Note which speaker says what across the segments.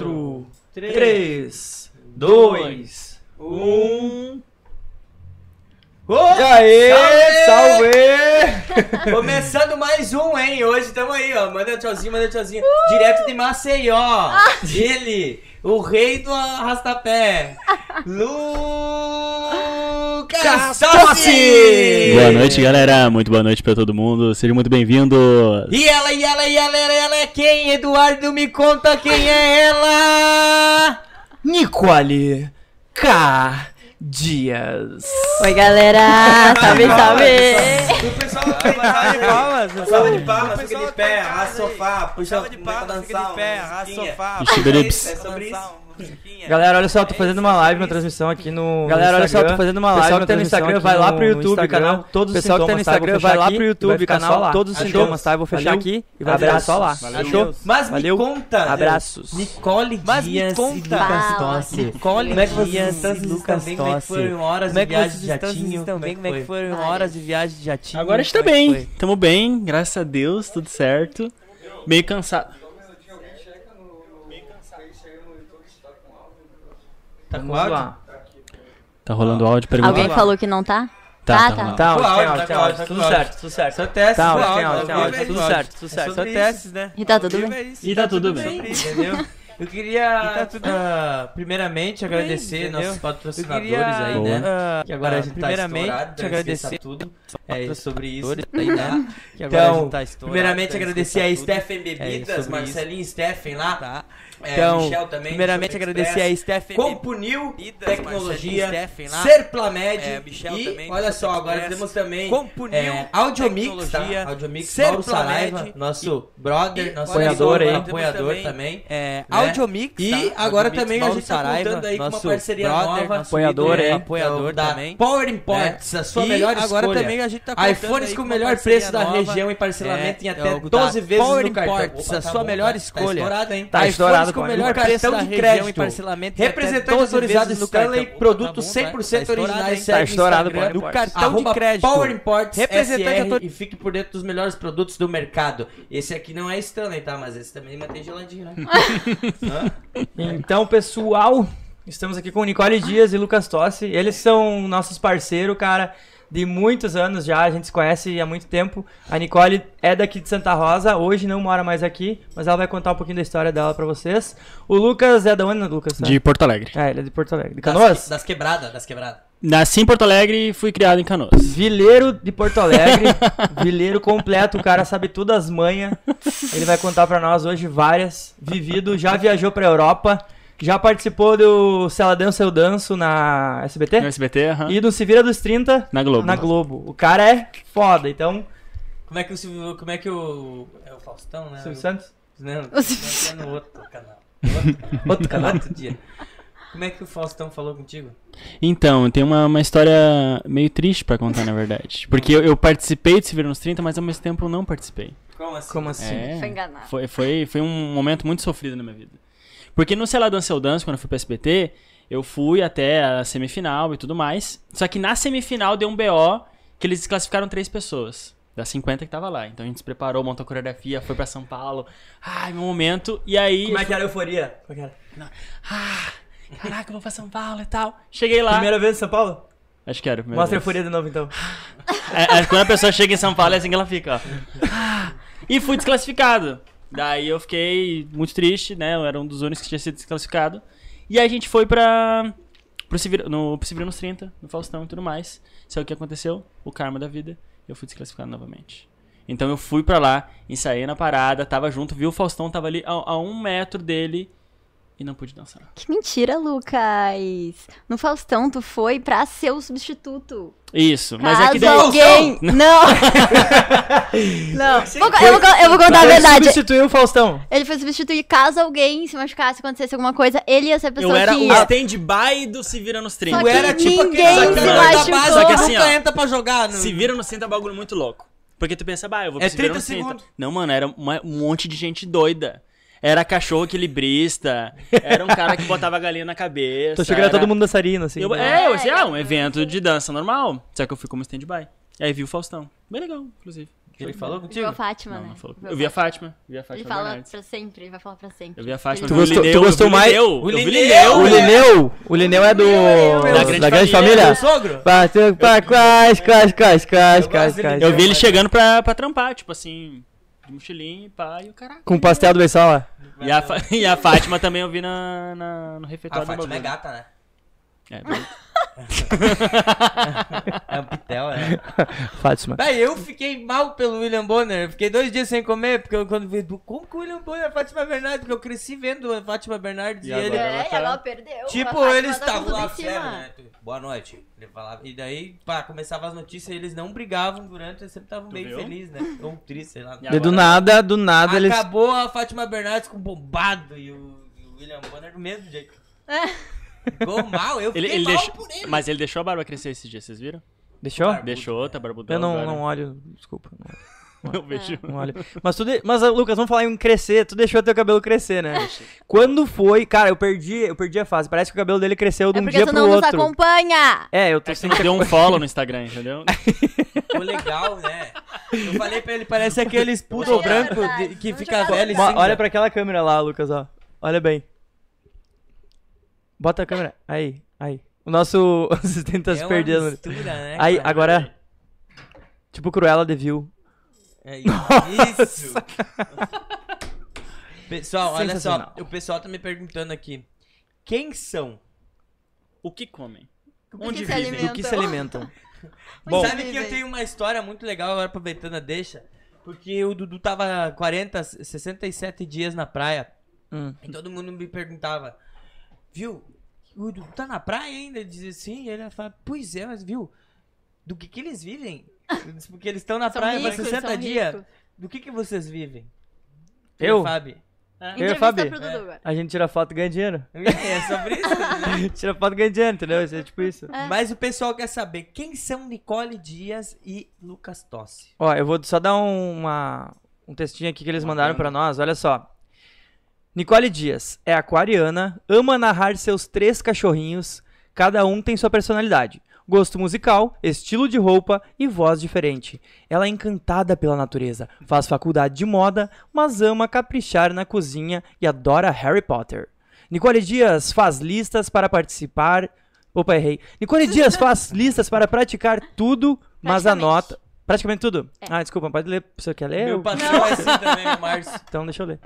Speaker 1: 5, 3, 2, 1.
Speaker 2: E
Speaker 1: Aê! Salve!
Speaker 2: Começando mais um, hein? Hoje estamos aí, ó. Manda tchauzinho, manda tchauzinho. Direto de Maceió. Ele, o rei do arrastapé. Lucas Tossi!
Speaker 3: Boa noite, galera. Muito boa noite pra todo mundo. Sejam muito bem-vindos.
Speaker 2: E ela, e ela, e ela, ela, ela é quem? Eduardo, me conta quem é ela!
Speaker 1: Nicole K. Dias.
Speaker 4: Oi, galera! Salve, salve!
Speaker 2: O pessoal vai
Speaker 5: Salva de palmas,
Speaker 2: Salva de
Speaker 5: O
Speaker 2: palmas, fica
Speaker 5: pessoal
Speaker 2: de
Speaker 5: tá
Speaker 2: pé,
Speaker 5: em casa
Speaker 2: arrasta o
Speaker 5: aí.
Speaker 2: sofá, puxa
Speaker 5: Salva de palmas, fica de pé, arrasta o sofá.
Speaker 3: Ixi,
Speaker 5: puxa
Speaker 3: Drips.
Speaker 5: isso,
Speaker 2: É sobre
Speaker 5: dançar
Speaker 2: isso.
Speaker 5: uma musiquinha.
Speaker 1: Galera, olha só,
Speaker 5: É
Speaker 1: tô
Speaker 5: isso,
Speaker 1: fazendo
Speaker 5: é
Speaker 1: uma
Speaker 5: sobre
Speaker 1: live, uma
Speaker 5: isso.
Speaker 1: transmissão aqui no.
Speaker 5: Galera,
Speaker 1: no
Speaker 5: olha só,
Speaker 1: Instagram.
Speaker 5: tô fazendo uma
Speaker 1: Pessoal
Speaker 5: live,
Speaker 1: que tá no
Speaker 5: uma
Speaker 1: Instagram,
Speaker 5: transmissão
Speaker 1: vai lá
Speaker 5: aqui
Speaker 1: pro
Speaker 5: no- no
Speaker 1: YouTube,
Speaker 5: Instagram.
Speaker 1: canal Todos os
Speaker 5: Pessoal que tá no
Speaker 1: Sintomas, tá? Eu vou
Speaker 5: Instagram,
Speaker 1: fechar
Speaker 5: vai lá
Speaker 1: aqui
Speaker 5: pro
Speaker 1: e vai
Speaker 5: YouTube,
Speaker 1: ficar
Speaker 5: canal
Speaker 1: só lá.
Speaker 5: Todos os
Speaker 1: Achou?
Speaker 5: Sintomas, tá? Eu vou fechar
Speaker 1: Valeu.
Speaker 5: aqui e vai
Speaker 1: Abraço.
Speaker 5: ficar só lá.
Speaker 3: Valeu.
Speaker 5: Achou?
Speaker 2: Mas
Speaker 5: Valeu.
Speaker 2: me conta.
Speaker 5: Abraços.
Speaker 2: Nicole
Speaker 5: Mas me
Speaker 2: Dias
Speaker 5: conta.
Speaker 2: e Lucas
Speaker 4: Fala.
Speaker 2: Tossi.
Speaker 5: Nicole
Speaker 2: Como é que vocês
Speaker 5: Dias
Speaker 2: estão
Speaker 5: e
Speaker 2: se
Speaker 5: Lucas
Speaker 2: também? Como é que
Speaker 5: Tossi.
Speaker 2: foram horas
Speaker 5: Como é
Speaker 2: de
Speaker 5: que
Speaker 2: viagem
Speaker 5: vocês
Speaker 2: de
Speaker 5: estão
Speaker 2: jatinho?
Speaker 5: bem? Como é que foram
Speaker 4: Olha.
Speaker 5: horas de viagem de jatinho?
Speaker 3: Agora a gente tá
Speaker 5: Como é que
Speaker 3: bem. Tamo bem, graças a Deus, tudo certo. Meio cansado.
Speaker 2: Tá com
Speaker 1: Vamos
Speaker 2: áudio?
Speaker 1: lá.
Speaker 3: Tá rolando áudio, pergunta.
Speaker 4: Alguém
Speaker 1: lá.
Speaker 4: falou que não tá?
Speaker 3: Tá, tá
Speaker 4: tá.
Speaker 3: rolando.
Speaker 1: Tá,
Speaker 2: Com
Speaker 1: ótimo, tem
Speaker 2: áudio,
Speaker 1: áudio,
Speaker 2: tá
Speaker 1: tem
Speaker 2: com
Speaker 1: áudio,
Speaker 2: áudio,
Speaker 1: tudo
Speaker 2: tá com
Speaker 1: certo, tudo certo.
Speaker 2: Só testes,
Speaker 1: Tá,
Speaker 2: só
Speaker 1: áudio, tem
Speaker 2: áudio,
Speaker 1: áudio, tem
Speaker 2: ao
Speaker 1: áudio,
Speaker 2: vivo é
Speaker 1: tudo
Speaker 2: igual.
Speaker 1: certo, tudo certo.
Speaker 2: É
Speaker 5: Só
Speaker 2: sobre isso,
Speaker 5: testes, né?
Speaker 4: E tá tudo
Speaker 5: Ao vivo
Speaker 4: bem?
Speaker 5: é isso,
Speaker 3: E tá tudo bem.
Speaker 2: Entendeu? Eu queria,
Speaker 5: E tá tudo-
Speaker 2: ah, primeiramente, agradecer
Speaker 5: entendeu?
Speaker 2: nossos
Speaker 5: Eu
Speaker 2: patrocinadores
Speaker 5: queria,
Speaker 2: aí,
Speaker 3: Boa.
Speaker 2: né?
Speaker 5: ah,
Speaker 2: Que agora a
Speaker 5: ah,
Speaker 2: gente tá
Speaker 5: primeiramente,
Speaker 2: estourado,
Speaker 5: te
Speaker 2: deve
Speaker 5: agradecer
Speaker 2: esqueçar tudo. É sobre isso.
Speaker 5: aí, né? Que agora a
Speaker 2: Então,
Speaker 5: gente tá estourado,
Speaker 2: primeiramente,
Speaker 5: deve
Speaker 2: agradecer
Speaker 5: esqueçar
Speaker 2: a
Speaker 5: tudo.
Speaker 2: Stephen
Speaker 5: É,
Speaker 2: Bebidas,
Speaker 5: sobre
Speaker 2: Marcelinho Stephen lá.
Speaker 5: Tá.
Speaker 2: É,
Speaker 5: Então,
Speaker 2: Michel também.
Speaker 5: primeiramente
Speaker 2: Super
Speaker 5: agradecer
Speaker 2: Express.
Speaker 5: a Stephen
Speaker 2: Compunil,
Speaker 5: Bebidas,
Speaker 2: Tecnologia,
Speaker 5: Marcelinho Steffen lá.
Speaker 2: Serplamed
Speaker 5: É, Michel
Speaker 2: e
Speaker 5: também,
Speaker 2: olha só,
Speaker 5: Super
Speaker 2: agora
Speaker 5: Express.
Speaker 2: temos também
Speaker 5: Compunil,
Speaker 2: é, Audiomix, tá?
Speaker 5: Tecnologia,
Speaker 2: Audiomix,
Speaker 5: Serplamed
Speaker 2: Mauro Saraiva, nosso brother, nosso
Speaker 1: apoiador
Speaker 2: amigo,
Speaker 1: aí.
Speaker 2: apoiador
Speaker 5: Temos
Speaker 2: também.
Speaker 5: É,
Speaker 2: Né?
Speaker 5: Audiomix.
Speaker 2: E
Speaker 5: tá?
Speaker 2: agora
Speaker 5: Audiomix,
Speaker 2: também a
Speaker 5: Mauro
Speaker 2: gente tá
Speaker 5: Saraiva,
Speaker 2: contando aí com uma
Speaker 5: nosso
Speaker 2: parceria
Speaker 5: brother,
Speaker 2: nova,
Speaker 5: nosso
Speaker 1: apoiador, é.
Speaker 5: ídolo,
Speaker 1: hein?
Speaker 5: apoiador
Speaker 2: da
Speaker 5: também.
Speaker 2: Power
Speaker 5: né?
Speaker 2: Imports, a sua
Speaker 5: E
Speaker 2: melhor
Speaker 5: agora
Speaker 2: escolha.
Speaker 5: também a gente tá contando
Speaker 2: iPhones
Speaker 5: aí
Speaker 2: com o
Speaker 5: uma
Speaker 2: melhor
Speaker 5: parceria
Speaker 2: preço da
Speaker 5: nova.
Speaker 2: região e parcelamento em
Speaker 5: É,
Speaker 2: até
Speaker 5: é o da
Speaker 2: 12 vezes
Speaker 5: Power
Speaker 2: no cartão.
Speaker 5: Imports,
Speaker 2: Opa,
Speaker 5: a
Speaker 2: tá
Speaker 5: sua
Speaker 2: bom,
Speaker 5: melhor
Speaker 2: tá-
Speaker 5: escolha.
Speaker 2: Tá estourado, hein?
Speaker 1: Tá
Speaker 2: iPhones
Speaker 1: estourado,
Speaker 2: com o
Speaker 1: pô.
Speaker 2: melhor
Speaker 5: O
Speaker 2: cartão
Speaker 5: da
Speaker 2: de
Speaker 5: região e
Speaker 2: crédito.
Speaker 5: parcelamento em até
Speaker 2: Representante
Speaker 5: 12
Speaker 2: autorizado
Speaker 5: vezes no
Speaker 2: Stanley,
Speaker 5: cartão.
Speaker 2: produtos
Speaker 5: Tá bom, vai?
Speaker 2: 100%
Speaker 5: Tá estourado,
Speaker 2: originais,
Speaker 5: hein?
Speaker 2: segue
Speaker 1: Tá estourado,
Speaker 2: no Instagram,
Speaker 1: pô.
Speaker 5: do cartão de
Speaker 2: Arroba
Speaker 5: crédito.
Speaker 2: Power Imports
Speaker 5: Representante
Speaker 2: SR
Speaker 5: autor-
Speaker 2: e fique por dentro dos melhores produtos do mercado. Esse aqui não é Stanley, tá? Mas esse também mantém geladinho, né?
Speaker 1: Então, pessoal, estamos aqui com Nicole Dias e Lucas Tossi. Eles são nossos parceiros, cara, de muitos anos já. A gente se conhece há muito tempo. A Nicole é daqui de Santa Rosa, hoje não mora mais aqui, mas ela vai contar um pouquinho da história dela pra vocês. O Lucas é da onde, Lucas?
Speaker 3: De Porto Alegre.
Speaker 1: É, ele é de Porto Alegre. De Canoas?
Speaker 2: Das, das quebradas, das quebradas.
Speaker 3: Nasci em Porto Alegre e fui criado em Canoas.
Speaker 1: Vileiro de Porto Alegre, vileiro completo, o cara sabe todas as manhas. Ele vai contar pra nós hoje várias. Vivido, já viajou pra Europa, já participou do Se Ela Dança Eu Danço na
Speaker 3: No
Speaker 1: SBT
Speaker 3: SBT, aham.
Speaker 1: e do Se Vira dos 30
Speaker 3: Na Globo.
Speaker 1: na Globo. O cara é foda, então.
Speaker 2: Como é que o Silvio- como é que o é o Faustão, né?
Speaker 1: Silvio Santos?
Speaker 2: Não,
Speaker 4: O
Speaker 2: é no outro canal. Outro canal. Outro canal, outro dia. Como é que o Faustão falou contigo?
Speaker 3: Então, tem uma, uma história meio triste pra contar, na verdade. Porque eu, eu participei de Se Viram nos 30, mas ao mesmo tempo eu não participei.
Speaker 2: Como assim?
Speaker 1: Como assim?
Speaker 3: É,
Speaker 4: Foi enganado.
Speaker 3: Foi, foi, foi um momento muito sofrido na minha vida. Porque no Sei Lá Dança Eu Danço, quando eu fui pro SBT, eu fui até a semifinal e tudo mais. Só que na semifinal deu um BO que eles desclassificaram três pessoas. Das 50 que tava lá. Então a gente se preparou, montou a coreografia, foi pra São Paulo. Ai, meu momento. E aí.
Speaker 1: Como é que era a euforia? Como é que era?
Speaker 3: Ah, caraca, eu vou pra São Paulo e tal. Cheguei lá.
Speaker 1: Primeira vez em São Paulo?
Speaker 3: Acho que era. a primeira
Speaker 1: Mostra a
Speaker 3: vez.
Speaker 1: euforia de novo então.
Speaker 3: É, é, quando a pessoa chega em São Paulo, é assim que ela fica, ó. Ah, E fui desclassificado. Daí eu fiquei muito triste, né? Eu era um dos únicos que tinha sido desclassificado. E aí a gente foi pra. Pro Se Vira- no pro Se Vira nos 30, no Faustão e tudo mais. Sabe o que aconteceu? O karma da vida. Eu fui desclassificado novamente. Então eu fui pra lá, ensaiei na parada, tava junto, vi o Faustão, tava ali a, a um metro dele e não pude dançar.
Speaker 4: Que mentira, Lucas! No Faustão, tu foi pra ser o substituto.
Speaker 3: Isso, mas
Speaker 4: Caso
Speaker 3: é que daí.
Speaker 4: alguém... Não! não. Vou co- eu, vou, co- eu vou
Speaker 3: é
Speaker 4: contar a
Speaker 1: Ele
Speaker 4: verdade.
Speaker 1: Substituiu o Faustão.
Speaker 4: Ele foi substituir caso alguém se machucasse, acontecesse alguma coisa, ele ia ser a pessoa
Speaker 3: Eu era
Speaker 4: que
Speaker 3: o
Speaker 4: ia.
Speaker 3: stand-by do Se Vira nos 30.
Speaker 4: Só
Speaker 2: Tu era
Speaker 4: que
Speaker 2: tipo
Speaker 4: ninguém
Speaker 2: aquele zagueiro
Speaker 3: se
Speaker 2: da
Speaker 4: machucou.
Speaker 2: base
Speaker 3: Só
Speaker 2: que
Speaker 3: que
Speaker 2: assim,
Speaker 3: assim,
Speaker 2: nunca
Speaker 3: ó,
Speaker 2: entra pra jogar. No...
Speaker 3: Se vira no centro é um bagulho muito louco. Porque tu pensa, bah, eu vou pro
Speaker 2: É
Speaker 3: se vira
Speaker 2: 30
Speaker 3: no centro.
Speaker 2: segundos.
Speaker 3: Não, mano, era uma- um monte de gente doida. Era cachorro equilibrista, era um cara que botava a galinha na cabeça.
Speaker 1: Tô chegando
Speaker 3: era...
Speaker 1: todo mundo dançarino, assim.
Speaker 3: Eu, é, eu sei, ah, um evento de dança normal. Só que eu fui como stand-by. E aí vi o Faustão. Bem legal, inclusive.
Speaker 2: Que ele falou contigo?
Speaker 4: Viu a Fátima,
Speaker 3: Não,
Speaker 4: né?
Speaker 3: não falou.
Speaker 4: Viu a
Speaker 3: Eu vi a Fátima. Vi a
Speaker 4: Ele
Speaker 3: Fátima
Speaker 4: fala
Speaker 3: Bernardes.
Speaker 4: pra sempre, ele vai falar pra sempre.
Speaker 3: Eu vi a Fátima.
Speaker 4: Ele-
Speaker 3: eu vi
Speaker 1: gostou-
Speaker 3: o Lineu,
Speaker 1: tu gostou
Speaker 3: eu vi o
Speaker 1: mais-
Speaker 3: Lineu,
Speaker 2: O
Speaker 3: eu vi
Speaker 2: Lineu,
Speaker 1: O
Speaker 2: né?
Speaker 1: Lineu, o Lineu é do
Speaker 3: Da
Speaker 1: da
Speaker 3: Grande
Speaker 1: Grande, Família.
Speaker 3: Família.
Speaker 2: Sogro?
Speaker 1: Bateu pra quais, quais, quais, quais,
Speaker 2: Eu
Speaker 1: quais,
Speaker 2: gosto dele.
Speaker 1: quais.
Speaker 3: Eu vi ele chegando pra, pra trampar, tipo assim, de mochilinho, pá, e o caraca.
Speaker 1: Com pastel do Bessala.
Speaker 3: E a, Fa- e a Fátima também eu vi na, na- no refeitório
Speaker 2: A
Speaker 3: do
Speaker 2: Fátima é
Speaker 3: bagulho.
Speaker 2: gata, né?
Speaker 3: É, doido.
Speaker 2: É um pitel, né?
Speaker 1: Fátima.
Speaker 2: Bah, eu fiquei mal pelo William Bonner. Eu Fiquei dois dias sem comer, porque eu, quando vi. Como que o William Bonner é a Fátima Bernardes? Porque eu cresci vendo a Fátima Bernardes
Speaker 3: E
Speaker 2: e,
Speaker 3: agora?
Speaker 2: ele.
Speaker 4: É,
Speaker 3: ela tá-
Speaker 4: e agora perdeu. a
Speaker 2: Tipo,
Speaker 4: Fátima
Speaker 2: eles
Speaker 4: tá com
Speaker 2: estavam
Speaker 4: tudo
Speaker 2: lá
Speaker 4: em cima.
Speaker 2: sério, né? Tu- Boa noite. Ele falava. E daí, pá, começava as notícias e eles não brigavam durante, eles sempre estavam
Speaker 3: Tu
Speaker 2: meio
Speaker 3: viu?
Speaker 2: felizes, né? Ou tristes, sei lá.
Speaker 3: E
Speaker 1: E do
Speaker 3: agora?
Speaker 1: nada, do nada eles.
Speaker 2: Acabou a Fátima Bernardes com bombado e o, e o William Bonner do mesmo jeito.
Speaker 4: É.
Speaker 2: Ficou mal, eu
Speaker 3: Ele,
Speaker 2: fiquei
Speaker 3: ele
Speaker 2: mal
Speaker 3: deixou,
Speaker 2: por ele.
Speaker 3: mas ele deixou a barba crescer esses dias, vocês viram?
Speaker 1: Deixou?
Speaker 2: Barbudo,
Speaker 3: deixou, tá
Speaker 2: né?
Speaker 3: barbudão.
Speaker 1: Eu não,
Speaker 3: agora.
Speaker 1: não É. olho, desculpa. Não,
Speaker 3: Eu vejo.
Speaker 1: não olho. Mas, tu de- Mas, ah, Lucas, vamos falar em crescer. Tu deixou teu cabelo crescer, né? Quando foi. Cara, eu perdi, eu perdi a fase. Parece que o cabelo dele cresceu de
Speaker 4: É
Speaker 1: um
Speaker 4: porque
Speaker 1: dia
Speaker 4: tu
Speaker 1: pro
Speaker 4: não nos
Speaker 1: outro.
Speaker 4: acompanha.
Speaker 1: É, eu tô
Speaker 3: É que você
Speaker 1: sem.
Speaker 3: não deu um follow no Instagram, entendeu?
Speaker 2: Ficou legal, né? Eu falei pra ele, parece aquele
Speaker 4: Não,
Speaker 2: poodle
Speaker 4: é
Speaker 2: branco
Speaker 4: verdade.
Speaker 2: de- que
Speaker 4: Vamos
Speaker 2: fica
Speaker 4: jogar no
Speaker 2: velho assim, né? e
Speaker 4: dado.
Speaker 1: Ó,
Speaker 2: cinza.
Speaker 1: Olha pra aquela câmera lá, Lucas, ó. Olha bem. Bota a câmera. Aí, aí. O nosso assistente tá
Speaker 2: É
Speaker 1: se
Speaker 2: uma
Speaker 1: perdendo.
Speaker 2: mistura, né,
Speaker 1: Aí,
Speaker 2: cara?
Speaker 1: agora. Tipo Cruella de View.
Speaker 2: É isso. pessoal, olha só.
Speaker 1: Sensacional.
Speaker 2: O pessoal tá me perguntando aqui. Quem são?
Speaker 3: O que comem?
Speaker 4: que
Speaker 3: Onde
Speaker 4: se
Speaker 3: vivem?
Speaker 4: alimentam?
Speaker 1: Do que se alimentam?
Speaker 4: Bom.
Speaker 2: Sabe que eu tenho uma história muito legal agora aproveitando a deixa? Porque o Dudu tava 40, 67 dias na praia.
Speaker 1: Hum.
Speaker 2: E todo mundo me perguntava, viu? O Dudu tá na praia ainda? Ele dizia assim. E ele fala, pois é, mas viu? Do que que eles vivem? Eu disse, Porque eles estão na
Speaker 4: São
Speaker 2: praia há
Speaker 4: ricos,
Speaker 2: 60
Speaker 4: são
Speaker 2: dias.
Speaker 4: ricos.
Speaker 2: Do que que vocês vivem?
Speaker 1: Eu?
Speaker 2: Fábio.
Speaker 1: É. Eu e o
Speaker 4: Entrevista
Speaker 1: Fabi.
Speaker 4: pro Dudu agora.
Speaker 1: A gente tira foto e ganha dinheiro.
Speaker 2: É sobre isso. né?
Speaker 1: tira foto e ganha dinheiro, entendeu? Isso É tipo isso.
Speaker 4: É.
Speaker 2: Mas o pessoal quer saber quem são Nicole Dias e Lucas Tossi.
Speaker 1: Ó, eu vou só dar uma, um textinho aqui que eles mandaram pra nós. Olha só. Nicole Dias é aquariana, ama narrar seus três cachorrinhos. Cada um tem sua personalidade, gosto musical, estilo de roupa e voz diferente. Ela é encantada pela natureza, faz faculdade de moda, mas ama caprichar na cozinha e adora Harry Potter. Nicole Dias faz listas para participar. Opa, errei. Nicole Dias faz listas para praticar tudo, mas
Speaker 4: Praticamente.
Speaker 1: anota. Praticamente tudo? Ah, desculpa, pode ler. Você quer ler?
Speaker 2: Meu
Speaker 1: Eu-
Speaker 2: patrão é assim também, o Márcio.
Speaker 1: Então deixa eu ler.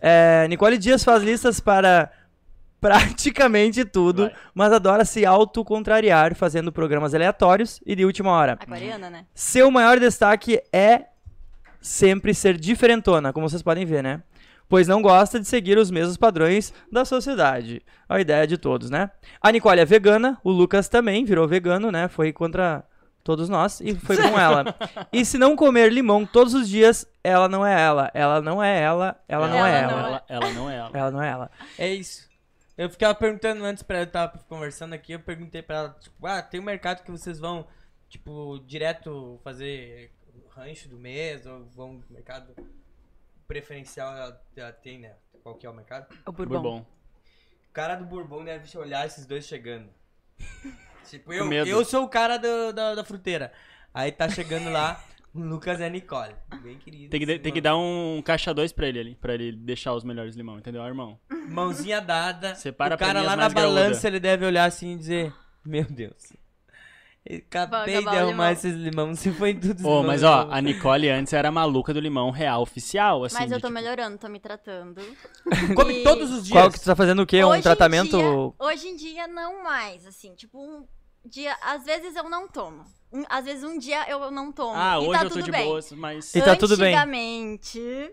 Speaker 1: É, Nicole Dias faz listas para praticamente tudo,
Speaker 3: Vai.
Speaker 1: mas adora se autocontrariar fazendo programas aleatórios e de última hora.
Speaker 4: Aquariana, né?
Speaker 1: Seu maior destaque é sempre ser diferentona, como vocês podem ver, né? Pois não gosta de seguir os mesmos padrões da sociedade. A ideia de todos, né? A Nicole é vegana, o Lucas também virou vegano, né? Foi contra todos nós e foi com ela. E se não comer limão todos os dias, ela não é ela. Ela não é ela, ela não é
Speaker 4: Ela não
Speaker 1: ela.
Speaker 3: Ela, ela não é ela.
Speaker 1: Ela não é ela.
Speaker 2: É isso. Eu ficava perguntando antes pra ela, tava conversando aqui, eu perguntei pra ela, tipo, ah, tem um mercado que vocês vão, tipo, direto fazer rancho do mês, ou vão no mercado preferencial, ela, ela tem, né? Qual que é o mercado?
Speaker 4: O
Speaker 3: Bourbon.
Speaker 4: Bourbon.
Speaker 2: O cara do Bourbon deve olhar esses dois chegando. tipo,
Speaker 3: Com
Speaker 2: eu,
Speaker 3: medo.
Speaker 2: eu sou o cara do- da, da fruteira. Aí tá chegando lá, o Lucas é a Nicole. Bem querido.
Speaker 3: Tem que, de-
Speaker 2: assim,
Speaker 3: tem que
Speaker 2: mano.
Speaker 3: dar um caixa 2 pra ele ali, pra ele deixar os melhores limão, entendeu, irmão?
Speaker 2: Mãozinha dada.
Speaker 3: Separa
Speaker 2: o cara
Speaker 3: peninhas
Speaker 2: lá na
Speaker 3: mais graúda.
Speaker 2: balança, ele deve olhar assim e dizer: Meu Deus. eu Acabei de
Speaker 4: acabar o
Speaker 2: arrumar
Speaker 4: limão."
Speaker 2: esses limões, se foi tudo os
Speaker 3: Ô,
Speaker 2: limões
Speaker 3: mas
Speaker 2: que
Speaker 3: ó,
Speaker 2: eu-
Speaker 3: a Nicole antes era a maluca do limão real oficial, assim.
Speaker 4: Mas eu
Speaker 3: de,
Speaker 4: tô
Speaker 3: tipo,
Speaker 4: melhorando, tô me tratando.
Speaker 2: Come
Speaker 4: E
Speaker 2: todos os dias.
Speaker 1: Qual que tu tá fazendo o quê?
Speaker 4: hoje
Speaker 1: Um
Speaker 4: em
Speaker 1: tratamento.
Speaker 4: dia- hoje em dia, não mais, assim. Tipo, um dia... Às vezes eu não tomo. Um- às vezes um dia eu não tomo.
Speaker 3: Ah,
Speaker 4: e
Speaker 3: hoje
Speaker 4: tá
Speaker 3: eu tô
Speaker 4: tudo
Speaker 3: de
Speaker 4: bem.
Speaker 3: boas, mas.
Speaker 1: E tá tudo bem.
Speaker 4: Antigamente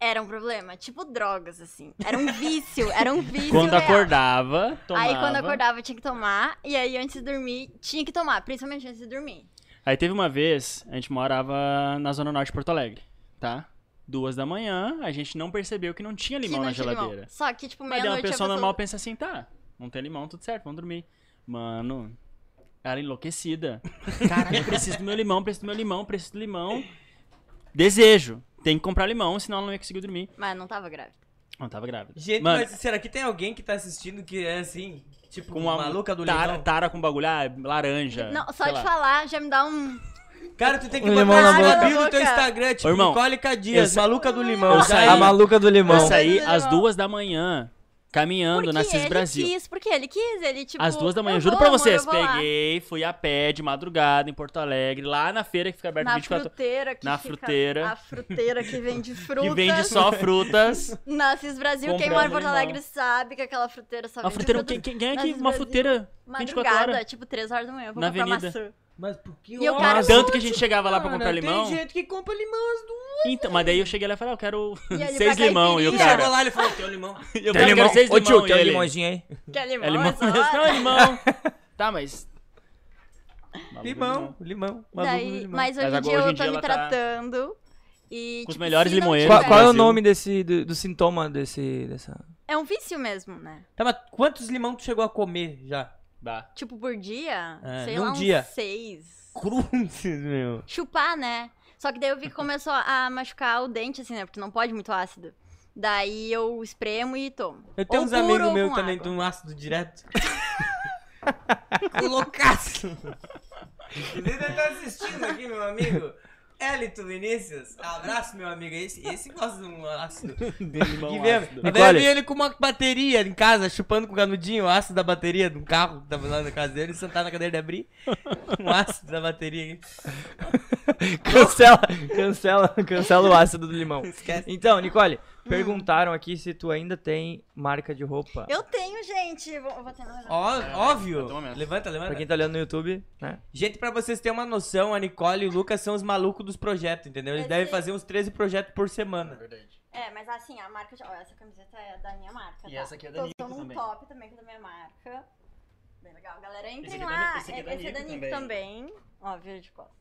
Speaker 4: era um problema, tipo drogas assim. Era um vício, era um vício
Speaker 3: Quando
Speaker 4: real.
Speaker 3: acordava, tomava.
Speaker 4: Aí quando acordava tinha que tomar e aí antes de dormir tinha que tomar, principalmente antes de dormir.
Speaker 3: Aí teve uma vez, a gente morava na Zona Norte de Porto Alegre, tá? Duas da manhã, a gente não percebeu que não tinha limão
Speaker 4: que
Speaker 3: na
Speaker 4: não tinha limão.
Speaker 3: geladeira.
Speaker 4: Só que tipo
Speaker 3: Mas daí uma
Speaker 4: meia-noite a
Speaker 3: pessoa
Speaker 4: pessoa-
Speaker 3: normal pensa assim, tá, não tem limão, tudo certo, vamos dormir. Mano, ela enlouquecida. Caralho, preciso do meu limão, preciso do meu limão, preciso do limão. Desejo. Tem que comprar limão, senão ela não ia conseguir dormir.
Speaker 4: Mas não tava grávida.
Speaker 3: Não, tava grávida.
Speaker 2: Gente,
Speaker 3: Mano,
Speaker 2: mas será que tem alguém que tá assistindo que é assim? Tipo,
Speaker 3: com
Speaker 2: uma
Speaker 3: uma
Speaker 2: maluca do
Speaker 3: tara,
Speaker 2: limão?
Speaker 3: tara com bagulho, ah, laranja.
Speaker 4: Não, só
Speaker 3: sei
Speaker 4: de
Speaker 3: lá.
Speaker 4: falar já me dá um
Speaker 2: Cara, tu tem que
Speaker 1: Um
Speaker 2: botar
Speaker 1: limão na
Speaker 2: isso na
Speaker 1: boca.
Speaker 2: bio do teu
Speaker 4: Boca.
Speaker 2: Instagram, tipo,
Speaker 3: Ô, irmão,
Speaker 2: Nicólica
Speaker 3: eu
Speaker 2: Dias,
Speaker 3: sa-
Speaker 2: maluca do
Speaker 3: eu
Speaker 2: limão.
Speaker 3: saí-
Speaker 2: Já
Speaker 1: A
Speaker 2: é.
Speaker 1: maluca do limão.
Speaker 3: Eu saí
Speaker 4: Não.
Speaker 3: às duas da manhã, caminhando
Speaker 4: Porque
Speaker 3: na CIS
Speaker 4: ele
Speaker 3: Brasil.
Speaker 4: quis, porque ele quis, ele tipo...
Speaker 3: Às duas da manhã,
Speaker 4: eu
Speaker 3: juro
Speaker 4: vou,
Speaker 3: pra
Speaker 4: amor,
Speaker 3: vocês.
Speaker 4: eu vou lá.
Speaker 3: Peguei, fui a pé de madrugada em Porto Alegre, lá na feira que fica aberta
Speaker 4: Na
Speaker 3: 24
Speaker 4: fruteira que
Speaker 3: Na
Speaker 4: fica-
Speaker 3: fruteira.
Speaker 4: A fruteira que vende fruta.
Speaker 3: Que vende só frutas.
Speaker 4: Na Cis Brasil, quem
Speaker 3: Comprando
Speaker 4: mora em Porto
Speaker 3: limão.
Speaker 4: Alegre sabe que aquela fruteira só
Speaker 3: Uma
Speaker 4: vende
Speaker 3: fruteira,
Speaker 4: frutas
Speaker 3: quem, quem quem é
Speaker 4: na
Speaker 3: que
Speaker 4: Cis
Speaker 3: uma
Speaker 4: Brasil.
Speaker 3: fruteira 24
Speaker 4: Madrugada,
Speaker 3: horas?
Speaker 4: tipo 3 horas da manhã, eu vou
Speaker 3: Na
Speaker 4: comprar
Speaker 3: avenida.
Speaker 4: maçã.
Speaker 2: Mas por que
Speaker 4: E eu
Speaker 2: hora?
Speaker 4: quero-
Speaker 3: Tanto que a gente chegava lá pra
Speaker 2: Mano,
Speaker 3: comprar limão.
Speaker 2: Tem gente que compra limão às duas.
Speaker 3: Então, mas daí eu cheguei lá e falei, ah, eu quero
Speaker 4: E ele
Speaker 3: seis
Speaker 4: pra
Speaker 3: limão. E o
Speaker 4: caipirinha.
Speaker 3: cara,
Speaker 2: Chegou lá, ele falou, tem um limão.
Speaker 3: eu
Speaker 1: Tem
Speaker 3: quero
Speaker 1: limão?
Speaker 3: seis
Speaker 1: Ô
Speaker 3: limão.
Speaker 1: tio,
Speaker 3: e
Speaker 1: tem um
Speaker 3: ele,
Speaker 1: limãozinho aí?
Speaker 4: Quer limão?
Speaker 3: É limão?
Speaker 4: essa hora?
Speaker 3: Não, é limão. Tá, mas...
Speaker 2: Limão, limão. maluco do
Speaker 4: Daí,
Speaker 2: limão.
Speaker 3: Mas
Speaker 4: mas hoje em
Speaker 3: agora,
Speaker 4: dia eu
Speaker 3: hoje em
Speaker 4: tô
Speaker 3: dia
Speaker 4: me
Speaker 3: ela tá
Speaker 4: tratando. E,
Speaker 3: com os
Speaker 4: tipo,
Speaker 3: melhores
Speaker 4: se não
Speaker 3: limoeiros.
Speaker 1: Qual,
Speaker 3: do
Speaker 4: tiver-
Speaker 1: qual é o
Speaker 3: Brasil.
Speaker 1: nome desse, do, do sintoma desse, dessa...
Speaker 4: É um vício mesmo, né?
Speaker 2: Tá, mas quantos limão tu chegou a comer já?
Speaker 3: Bah.
Speaker 4: Tipo, por dia,
Speaker 2: É,
Speaker 4: sei
Speaker 2: num
Speaker 4: lá, uns
Speaker 2: dia.
Speaker 4: seis.
Speaker 2: Cruzes, meu.
Speaker 4: Chupar, né? Só que daí eu vi que começou a machucar o dente, assim, né? Porque não pode muito ácido. Daí eu espremo e tomo.
Speaker 2: Eu tenho
Speaker 4: Ou
Speaker 2: uns
Speaker 4: puro
Speaker 2: amigos
Speaker 4: ou
Speaker 2: meus
Speaker 4: com
Speaker 2: também
Speaker 4: água.
Speaker 2: de um ácido direto. Loucaço. Ele deve estar assistindo aqui, meu amigo. Hélito Vinícius, abraço, meu amigo. Esse, esse gosta de um ácido.
Speaker 3: De limão
Speaker 2: Que vem,
Speaker 3: ácido.
Speaker 2: Mas daí eu vi ele com uma bateria em casa, chupando com canudinho o ácido da bateria de um carro que tava lá na casa dele, sentado na cadeira de abrir. Um ácido da bateria.
Speaker 1: Cancela, cancela, cancela o ácido do limão.
Speaker 2: Esquece.
Speaker 1: Então, Nicole, perguntaram aqui se tu ainda tem marca de roupa.
Speaker 4: Eu tenho, gente. Vou, vou ter na verdade.
Speaker 2: Ó, óbvio.
Speaker 3: até o momento.
Speaker 2: Levanta, levanta.
Speaker 1: Pra quem tá olhando no YouTube, né?
Speaker 2: Gente, pra vocês terem uma noção, a Nicole e o Lucas são os malucos dos projetos, entendeu? Eles
Speaker 4: Eu
Speaker 2: devem
Speaker 4: sei.
Speaker 2: fazer uns 13 projetos por semana.
Speaker 4: É, mas assim, a marca. de- Ó, essa camiseta é da minha marca.
Speaker 3: E
Speaker 4: tá?
Speaker 3: essa aqui é da
Speaker 4: Tô
Speaker 3: Nico
Speaker 4: usando um
Speaker 3: também.
Speaker 4: top também, que é da minha marca. Bem legal. Galera, entrem
Speaker 3: Esse aqui é da
Speaker 4: lá.
Speaker 3: Ni- esse aqui é da
Speaker 4: é
Speaker 3: Nico
Speaker 4: Nico também. Ó, vira de costas.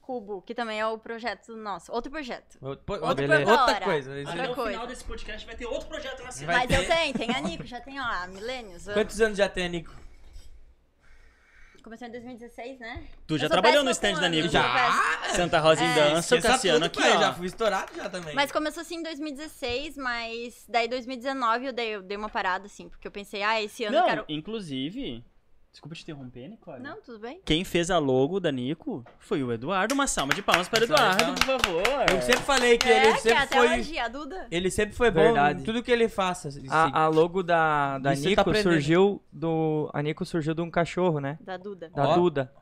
Speaker 4: Cubo, que também é o projeto nosso. Outro projeto.
Speaker 2: Outro po-
Speaker 4: Outra
Speaker 2: outra,
Speaker 4: coisa da
Speaker 2: outra
Speaker 4: hora.
Speaker 2: coisa. Isso
Speaker 4: Outra
Speaker 3: Até
Speaker 2: aí.
Speaker 3: o
Speaker 4: coisa.
Speaker 3: final desse podcast vai ter outro projeto na cena.
Speaker 2: Vai
Speaker 4: mas eu
Speaker 2: ter?
Speaker 4: tenho, tem a Nico, já tem, ó, a Milênios. Eu
Speaker 2: Quantos anos já tem a Nico?
Speaker 4: Comecei em 2016, né?
Speaker 3: Tu já
Speaker 4: Eu sou
Speaker 3: trabalhou no
Speaker 4: péssima
Speaker 3: stand
Speaker 4: com
Speaker 3: da Nico.
Speaker 4: anos, eu sou péssima.
Speaker 3: Santa Rosa em
Speaker 4: É.
Speaker 3: Dança, o
Speaker 2: Esqueça
Speaker 3: Cassiano
Speaker 2: tudo,
Speaker 3: aqui,
Speaker 2: pai,
Speaker 3: ó.
Speaker 2: Já fui estourado já também.
Speaker 4: Mas começou assim em 2016, mas daí 2019 eu dei, eu dei uma parada, assim, porque eu pensei, ah, esse ano eu
Speaker 3: Não,
Speaker 4: quero.
Speaker 3: inclusive... Desculpa te interromper, Nicole.
Speaker 4: Não, tudo bem?
Speaker 3: Quem fez a logo da Nico foi o Eduardo. Uma salva de palmas para o
Speaker 2: Uma salva de
Speaker 3: Eduardo, por favor.
Speaker 2: Eu sempre falei que
Speaker 4: é,
Speaker 2: ele
Speaker 4: que
Speaker 2: sempre
Speaker 4: até
Speaker 2: foi...
Speaker 4: hoje, a Duda.
Speaker 2: Ele sempre foi bom
Speaker 1: Verdade.
Speaker 2: em tudo que ele faça. assim.
Speaker 1: A, a logo da, da
Speaker 2: Isso tá
Speaker 1: Nico
Speaker 2: aprendendo.
Speaker 1: surgiu do... A Nico surgiu de um cachorro, né?
Speaker 4: Da Duda.
Speaker 3: Tá.
Speaker 1: Da
Speaker 2: Ó.
Speaker 1: Duda.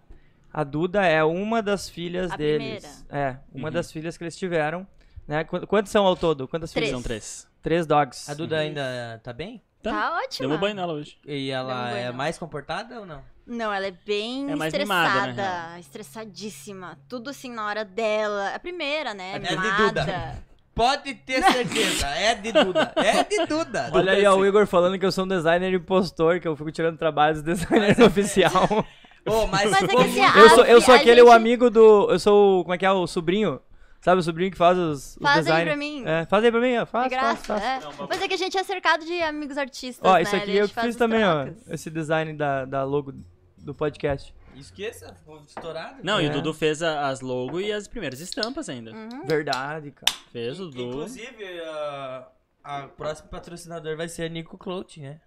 Speaker 1: A Duda é uma das filhas
Speaker 4: A
Speaker 1: deles. É, uma
Speaker 2: Uhum.
Speaker 1: das filhas que eles tiveram. Né? Qu- Quantos são ao todo? Quantas
Speaker 4: Três.
Speaker 1: filhas
Speaker 3: São
Speaker 1: são?
Speaker 3: três.
Speaker 1: Três dogs.
Speaker 2: A Duda ainda tá bem?
Speaker 4: Tá,
Speaker 3: Tá.
Speaker 4: ótima.
Speaker 3: Deu banho nela hoje.
Speaker 2: E
Speaker 4: Não,
Speaker 2: ela
Speaker 4: não
Speaker 2: é
Speaker 4: não.
Speaker 2: mais comportada ou não?
Speaker 4: Não, ela é bem
Speaker 3: É mais mimada, na
Speaker 4: estressada,
Speaker 3: real.
Speaker 4: estressadíssima. Tudo assim na hora dela. A primeira, né?
Speaker 2: É de
Speaker 4: mimada.
Speaker 2: Duda. Pode ter certeza, é de Duda. É de Duda.
Speaker 1: Olha aí ó, o Igor falando que eu sou um designer impostor, que eu fico tirando trabalho dos designers oficial.
Speaker 2: Ô, mas,
Speaker 4: Mas é que assim, a-
Speaker 1: Eu sou, eu sou
Speaker 4: a
Speaker 1: aquele o
Speaker 4: gente-
Speaker 1: amigo do. Eu sou. o- Como é que é? O sobrinho? Sabe, o sobrinho que faz os, os
Speaker 4: Faz aí
Speaker 1: design.
Speaker 4: pra mim.
Speaker 1: É, faz aí pra mim, ó. Faz,
Speaker 4: De
Speaker 1: faz,
Speaker 4: graça,
Speaker 1: faz.
Speaker 4: é. Mas é que a gente é cercado de amigos artistas,
Speaker 1: Ó,
Speaker 4: né?
Speaker 1: isso aqui
Speaker 4: A
Speaker 1: eu
Speaker 4: gente
Speaker 1: que
Speaker 4: faz
Speaker 1: fiz
Speaker 4: as
Speaker 1: também,
Speaker 4: trocas.
Speaker 1: ó. Esse design da, da logo do podcast.
Speaker 2: Esqueça, ficou estourado.
Speaker 3: Não, e o
Speaker 1: É.
Speaker 3: Dudu fez a- as logo e as primeiras estampas ainda.
Speaker 4: Hum.
Speaker 1: Verdade, cara.
Speaker 3: Fez o Dudu.
Speaker 2: Inclusive, a, a próximo patrocinador vai ser a Nico Clout, né?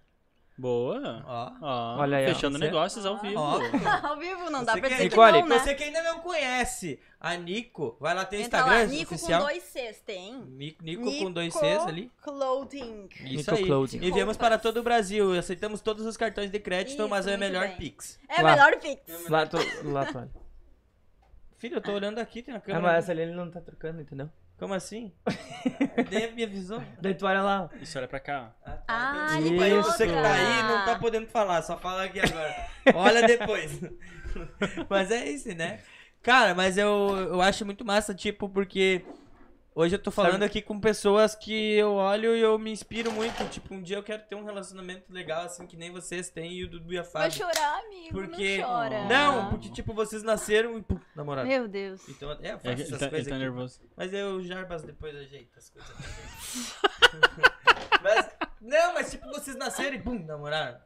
Speaker 3: Boa.
Speaker 2: Ó.
Speaker 3: Ó,
Speaker 1: Olha aí, ó.
Speaker 3: Fechando
Speaker 1: Você-
Speaker 3: negócios ao vivo.
Speaker 2: Ó.
Speaker 4: Ao vivo não dá
Speaker 2: Você
Speaker 4: pra
Speaker 2: que-
Speaker 4: dizer que
Speaker 1: Nicole,
Speaker 4: não, né?
Speaker 2: Você que ainda não conhece a Nico, vai lá ter
Speaker 4: Entra
Speaker 2: Instagram
Speaker 4: lá, Nico
Speaker 2: oficial.
Speaker 4: com dois Cs, tem?
Speaker 2: Nico, Nico com dois Cs ali.
Speaker 4: Clothing.
Speaker 2: Isso
Speaker 1: Nico
Speaker 2: aí.
Speaker 1: Clothing.
Speaker 2: E viemos para todo o Brasil. Aceitamos todos os cartões de crédito,
Speaker 4: Isso,
Speaker 2: mas é
Speaker 4: muito
Speaker 2: melhor
Speaker 4: bem.
Speaker 2: Pix.
Speaker 4: É
Speaker 1: Lá.
Speaker 4: melhor Pix.
Speaker 1: Lá, tu, lá tu olha.
Speaker 2: Filho, eu tô olhando aqui, tem uma
Speaker 1: Ah,
Speaker 2: câmera.
Speaker 1: mas essa ali ele não tá trocando, entendeu?
Speaker 2: Como assim? Deve me avisou.
Speaker 1: Daí tu olha lá. ó.
Speaker 3: Isso, olha pra cá. ó.
Speaker 2: Ah, tá.
Speaker 4: Ah,
Speaker 2: Então,
Speaker 1: ele
Speaker 2: desculpa aí,
Speaker 1: colocou.
Speaker 2: você que tá aí não tá podendo falar, só fala aqui agora. Olha depois. mas é isso, né? Cara, mas eu, eu acho muito massa, tipo, porque hoje eu tô falando
Speaker 1: Sabe-
Speaker 2: aqui com pessoas que eu olho e eu me inspiro muito. Tipo, um dia eu quero ter um relacionamento legal, assim, que nem vocês têm e o Dudu e a
Speaker 4: Vai
Speaker 2: Fábio.
Speaker 4: chorar, amigo,
Speaker 2: Tá. Porque.
Speaker 4: não chora.
Speaker 2: Não, porque, tipo, vocês nasceram e. pum, Namorado.
Speaker 4: Meu Deus.
Speaker 2: Então, é, eu
Speaker 3: É,
Speaker 2: faço
Speaker 3: Ele
Speaker 2: essas
Speaker 3: tá, ele
Speaker 2: coisas
Speaker 3: tá
Speaker 2: aqui.
Speaker 3: nervoso.
Speaker 4: É,
Speaker 2: Mas eu, o Jarbas, depois ajeita as coisas. mas, não, mas tipo, vocês nasceram e bum, namoraram.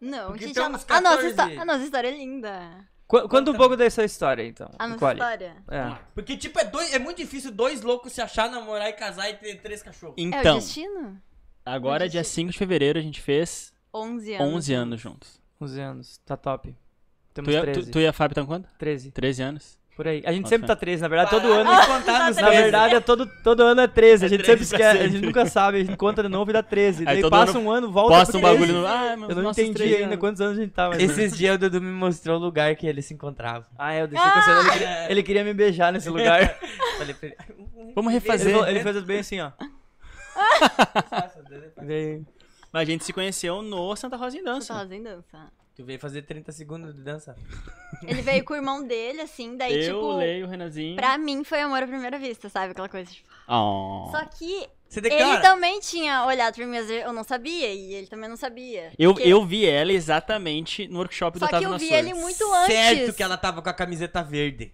Speaker 4: Não,
Speaker 2: Porque
Speaker 4: gente,
Speaker 2: tem
Speaker 4: a,
Speaker 2: uns
Speaker 4: a nossa
Speaker 2: 14.
Speaker 4: história, a nossa história é linda.
Speaker 1: Qu-
Speaker 4: tá?
Speaker 1: Conta um pouco dessa história, então.
Speaker 4: A nossa
Speaker 1: Nicole.
Speaker 4: história.
Speaker 1: É.
Speaker 2: Porque, tipo, é, dois, é muito difícil dois loucos se achar, namorar e casar e ter três cachorros.
Speaker 4: é o
Speaker 3: Então,
Speaker 4: destino?
Speaker 3: agora dia 5 de fevereiro a gente fez
Speaker 4: 11 anos.
Speaker 3: 11 anos juntos.
Speaker 1: 11 anos. Tá top. Temos
Speaker 3: Tu e, a-
Speaker 1: 13.
Speaker 3: tu, tu e a Fábio estão quanto?
Speaker 1: 13,
Speaker 3: 13 anos?
Speaker 1: por aí. A gente
Speaker 3: Nossa.
Speaker 1: sempre tá 13, na verdade, todo
Speaker 2: Para
Speaker 1: ano.
Speaker 2: de
Speaker 3: tá
Speaker 2: contar nos
Speaker 1: Na
Speaker 2: dedos.
Speaker 1: verdade, é todo, todo ano é 13. A gente
Speaker 3: 13
Speaker 1: sempre
Speaker 3: pra
Speaker 1: esquece, a gente
Speaker 3: sempre.
Speaker 1: nunca sabe, a gente conta de novo e dá
Speaker 5: É,
Speaker 1: 13.
Speaker 3: Aí
Speaker 1: Daí
Speaker 3: todo
Speaker 1: passa
Speaker 3: ano
Speaker 1: um ano, volta
Speaker 3: Posta
Speaker 1: pro
Speaker 3: um bagulho
Speaker 1: 13.
Speaker 3: no. Ah, mas
Speaker 1: Eu não
Speaker 3: nossos
Speaker 1: entendi
Speaker 3: três
Speaker 1: ainda
Speaker 3: anos.
Speaker 1: quantos anos a gente tá, mas...
Speaker 5: Esses dias o Dudu me mostrou o lugar que eles se encontravam.
Speaker 1: Ah, é, eu deixei cancelado. Ele, queria- ele queria me beijar nesse lugar.
Speaker 2: Falei pra ele.
Speaker 3: Vamos
Speaker 1: Ele,
Speaker 3: refazer.
Speaker 1: falou- ele fez bem assim, ó. Daí-
Speaker 3: Mas a gente se conheceu no Santa Rosa em
Speaker 4: Eu tava
Speaker 3: Dança.
Speaker 4: fazendo dança.
Speaker 2: Tu veio fazer 30 segundos de dança.
Speaker 4: Ele veio com o irmão dele, assim, daí,
Speaker 3: eu,
Speaker 4: tipo,
Speaker 3: Leio, o Renanzinho.
Speaker 4: pra mim foi amor à primeira vista, sabe? Aquela coisa, tipo.
Speaker 3: Oh.
Speaker 4: Só que
Speaker 2: Você
Speaker 4: ele tá
Speaker 2: declara?
Speaker 4: também tinha olhado pra mim, mas eu não sabia, e ele também não sabia.
Speaker 3: Eu,
Speaker 4: Porque-
Speaker 3: eu vi ela exatamente no workshop do
Speaker 4: Só que
Speaker 3: Otávio
Speaker 4: eu vi
Speaker 3: Nassur.
Speaker 4: ele muito antes.
Speaker 2: Certo que ela tava com a camiseta verde.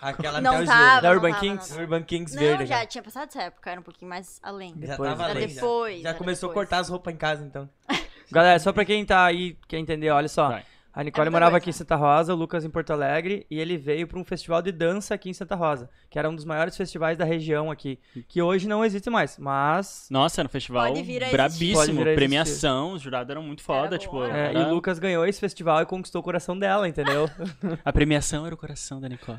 Speaker 2: Aquela até
Speaker 4: Não
Speaker 2: o
Speaker 4: tava.
Speaker 1: Da
Speaker 4: não
Speaker 1: Urban
Speaker 4: tava,
Speaker 1: Kings?
Speaker 4: Não,
Speaker 2: joelho. Urban Kings
Speaker 4: tava.
Speaker 2: verde. né?
Speaker 4: não já tinha passado essa época, era um pouquinho mais além.
Speaker 2: Já
Speaker 1: Depois,
Speaker 2: tava
Speaker 1: né?
Speaker 2: além, já.
Speaker 4: Depois,
Speaker 2: Já
Speaker 4: era
Speaker 2: começou
Speaker 4: depois.
Speaker 2: a cortar as roupas em casa, então.
Speaker 1: Galera, só pra quem tá aí, quer entender, olha só.
Speaker 3: Vai.
Speaker 1: A Nicole
Speaker 4: É muita
Speaker 1: morava
Speaker 4: coisa.
Speaker 1: aqui em Santa Rosa, o Lucas em Porto Alegre, e ele veio pra um festival de dança aqui em Santa Rosa, que era um dos maiores festivais da região aqui, que hoje não existe mais, mas...
Speaker 3: Nossa, era um festival
Speaker 4: Pode vir a
Speaker 1: Pode
Speaker 3: brabíssimo.
Speaker 1: vir a existir.
Speaker 3: Premiação, os jurados eram muito foda.
Speaker 4: Era
Speaker 3: tipo,
Speaker 4: bom,
Speaker 1: é,
Speaker 4: era
Speaker 1: e
Speaker 3: era-
Speaker 1: o Lucas ganhou esse festival e conquistou o coração dela, entendeu?
Speaker 3: a premiação era o coração da Nicole.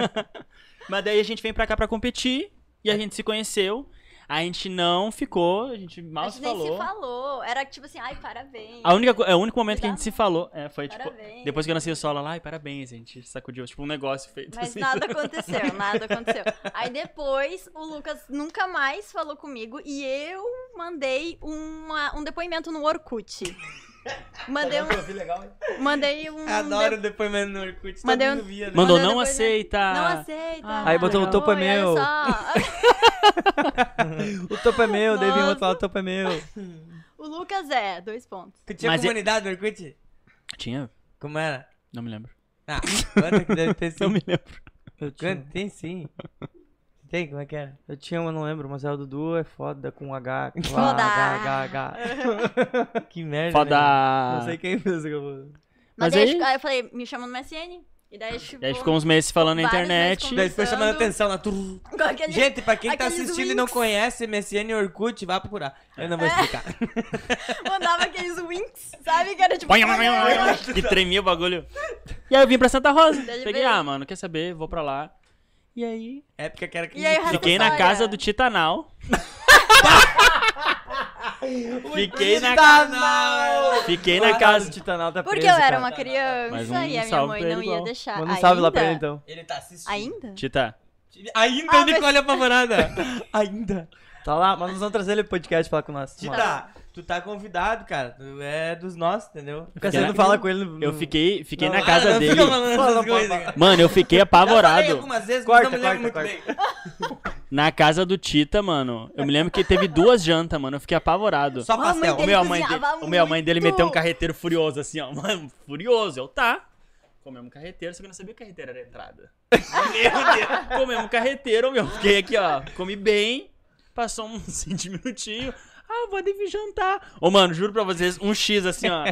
Speaker 3: Mas daí a gente vem pra cá pra competir e a gente se conheceu. A gente não ficou, a gente mal
Speaker 4: a
Speaker 3: se
Speaker 4: gente nem
Speaker 3: falou.
Speaker 4: se falou. Era tipo assim, ai, parabéns.
Speaker 3: A única, co- é o único momento que a gente se falou é, foi tipo.
Speaker 4: Parabéns.
Speaker 3: Depois que eu nasci o solo lá, ai, parabéns, a gente sacudiu. Tipo, um negócio feito
Speaker 4: Mas
Speaker 3: assim.
Speaker 4: nada aconteceu, nada aconteceu. Aí depois o Lucas nunca mais falou comigo e eu mandei uma- um depoimento no Orkut. Mandei um. Mandei um.
Speaker 2: Adoro
Speaker 4: de-
Speaker 2: o depoimento no Orkut.
Speaker 4: Mandei
Speaker 2: todo
Speaker 4: um-
Speaker 2: mundo via, né?
Speaker 3: Mandou,
Speaker 4: Mandou
Speaker 3: não
Speaker 4: depois, né?
Speaker 3: aceita.
Speaker 4: Não aceita.
Speaker 3: Ah,
Speaker 1: Aí botou o topo é
Speaker 4: Oi, olha
Speaker 1: meu.
Speaker 4: só.
Speaker 1: o topo é meu, daí vem outro
Speaker 4: Nossa.
Speaker 1: lá, o topo é meu.
Speaker 4: O Lucas é, dois pontos.
Speaker 2: Tu tinha
Speaker 3: Mas é-
Speaker 2: comunidade no Orkut?
Speaker 3: Tinha?
Speaker 2: Como era?
Speaker 3: Não me lembro.
Speaker 2: Ah, quanto que deve ter
Speaker 3: Não
Speaker 2: sim?
Speaker 3: me lembro.
Speaker 1: Eu tinha,
Speaker 2: Quanto? Tem sim. Tem? Como é que era?
Speaker 1: eu tinha, mas não lembro, mas é o Dudu é foda com H, com
Speaker 4: Foda.
Speaker 1: H, H, H.
Speaker 2: Que merda. né?
Speaker 3: Foda.
Speaker 1: Não sei quem fez o que eu vou...
Speaker 3: Mas
Speaker 4: Mas, daí
Speaker 3: aí-
Speaker 4: eu fico- aí eu falei, me chama no MSN. E daí tipo, a gente
Speaker 3: E aí ficou uns meses falando na
Speaker 4: Vários
Speaker 3: internet.
Speaker 4: meses
Speaker 2: Daí foi chamando atenção
Speaker 4: Pensando-
Speaker 2: lá. Turr.
Speaker 4: com aquele-
Speaker 2: Gente, pra quem tá
Speaker 4: aqueles
Speaker 2: assistindo e não
Speaker 4: winks.
Speaker 2: conhece MSN e Orkut, vá procurar. Eu
Speaker 4: É.
Speaker 2: não vou explicar.
Speaker 4: Mandava aqueles winks, sabe? Que era tipo.
Speaker 3: E tremia o bagulho. E aí eu vim pra Santa Rosa.
Speaker 4: Daí
Speaker 3: Peguei,
Speaker 4: veio.
Speaker 3: ah, mano, quer saber? Vou pra lá. E aí.
Speaker 2: Época que era que
Speaker 4: E aí, Rafa,
Speaker 3: Fiquei na
Speaker 4: Olha.
Speaker 3: casa do Titanal. fiquei
Speaker 4: tá
Speaker 3: na
Speaker 2: Canal!
Speaker 3: Fiquei na casa.
Speaker 1: Titanal tá
Speaker 4: Porque
Speaker 1: preso,
Speaker 4: eu era
Speaker 1: cara.
Speaker 4: uma
Speaker 3: Mas
Speaker 4: criança
Speaker 3: um
Speaker 4: e a minha
Speaker 3: salve
Speaker 4: mãe
Speaker 3: pra
Speaker 4: não
Speaker 3: ele
Speaker 4: ia
Speaker 3: igual.
Speaker 4: deixar.
Speaker 1: Manda um salve lá pra ele,
Speaker 4: Ainda?
Speaker 1: então.
Speaker 2: Ele tá assistindo.
Speaker 4: Ainda?
Speaker 3: Tita.
Speaker 2: Ainda
Speaker 4: Ah,
Speaker 2: a Nicole apavorada. Ainda.
Speaker 1: Tá lá, mas nós vamos trazer ele pro podcast falar com nós.
Speaker 4: Ah.
Speaker 2: Tita, tu tá convidado, cara. Tu é dos nossos, entendeu?
Speaker 1: Fica sendo fala com ele. no-
Speaker 3: Eu fiquei, fiquei na
Speaker 2: Ah,
Speaker 3: casa
Speaker 2: não
Speaker 3: dele.
Speaker 2: Fica falando
Speaker 1: Fala,
Speaker 2: essas coisas,
Speaker 1: fala.
Speaker 2: cara.
Speaker 3: Mano, eu fiquei
Speaker 2: Já falei
Speaker 3: apavorado.
Speaker 2: algumas vezes, mas
Speaker 1: Corta,
Speaker 2: não me lembro muito
Speaker 1: corta,
Speaker 2: bem.
Speaker 3: Na casa do Tita, mano. Eu me lembro que teve duas jantas, mano. Eu fiquei apavorado.
Speaker 2: Só
Speaker 4: Ah, mãe
Speaker 2: pastel.
Speaker 4: dele.
Speaker 3: O meu, a mãe dele,
Speaker 4: cozinhava
Speaker 3: o meu, a mãe dele
Speaker 4: muito.
Speaker 3: meteu um carreteiro furioso, assim, ó. Mano, furioso. Eu, tá. Comemos carreteiro, só que eu não sabia que carreteiro era a entrada. meu Deus. Comemos um carreteiro, meu. Fiquei aqui, ó. Comi bem. Passou uns 20 minutinhos. Ah, vou dever jantar. Ô, mano, juro pra vocês, um X assim, ó,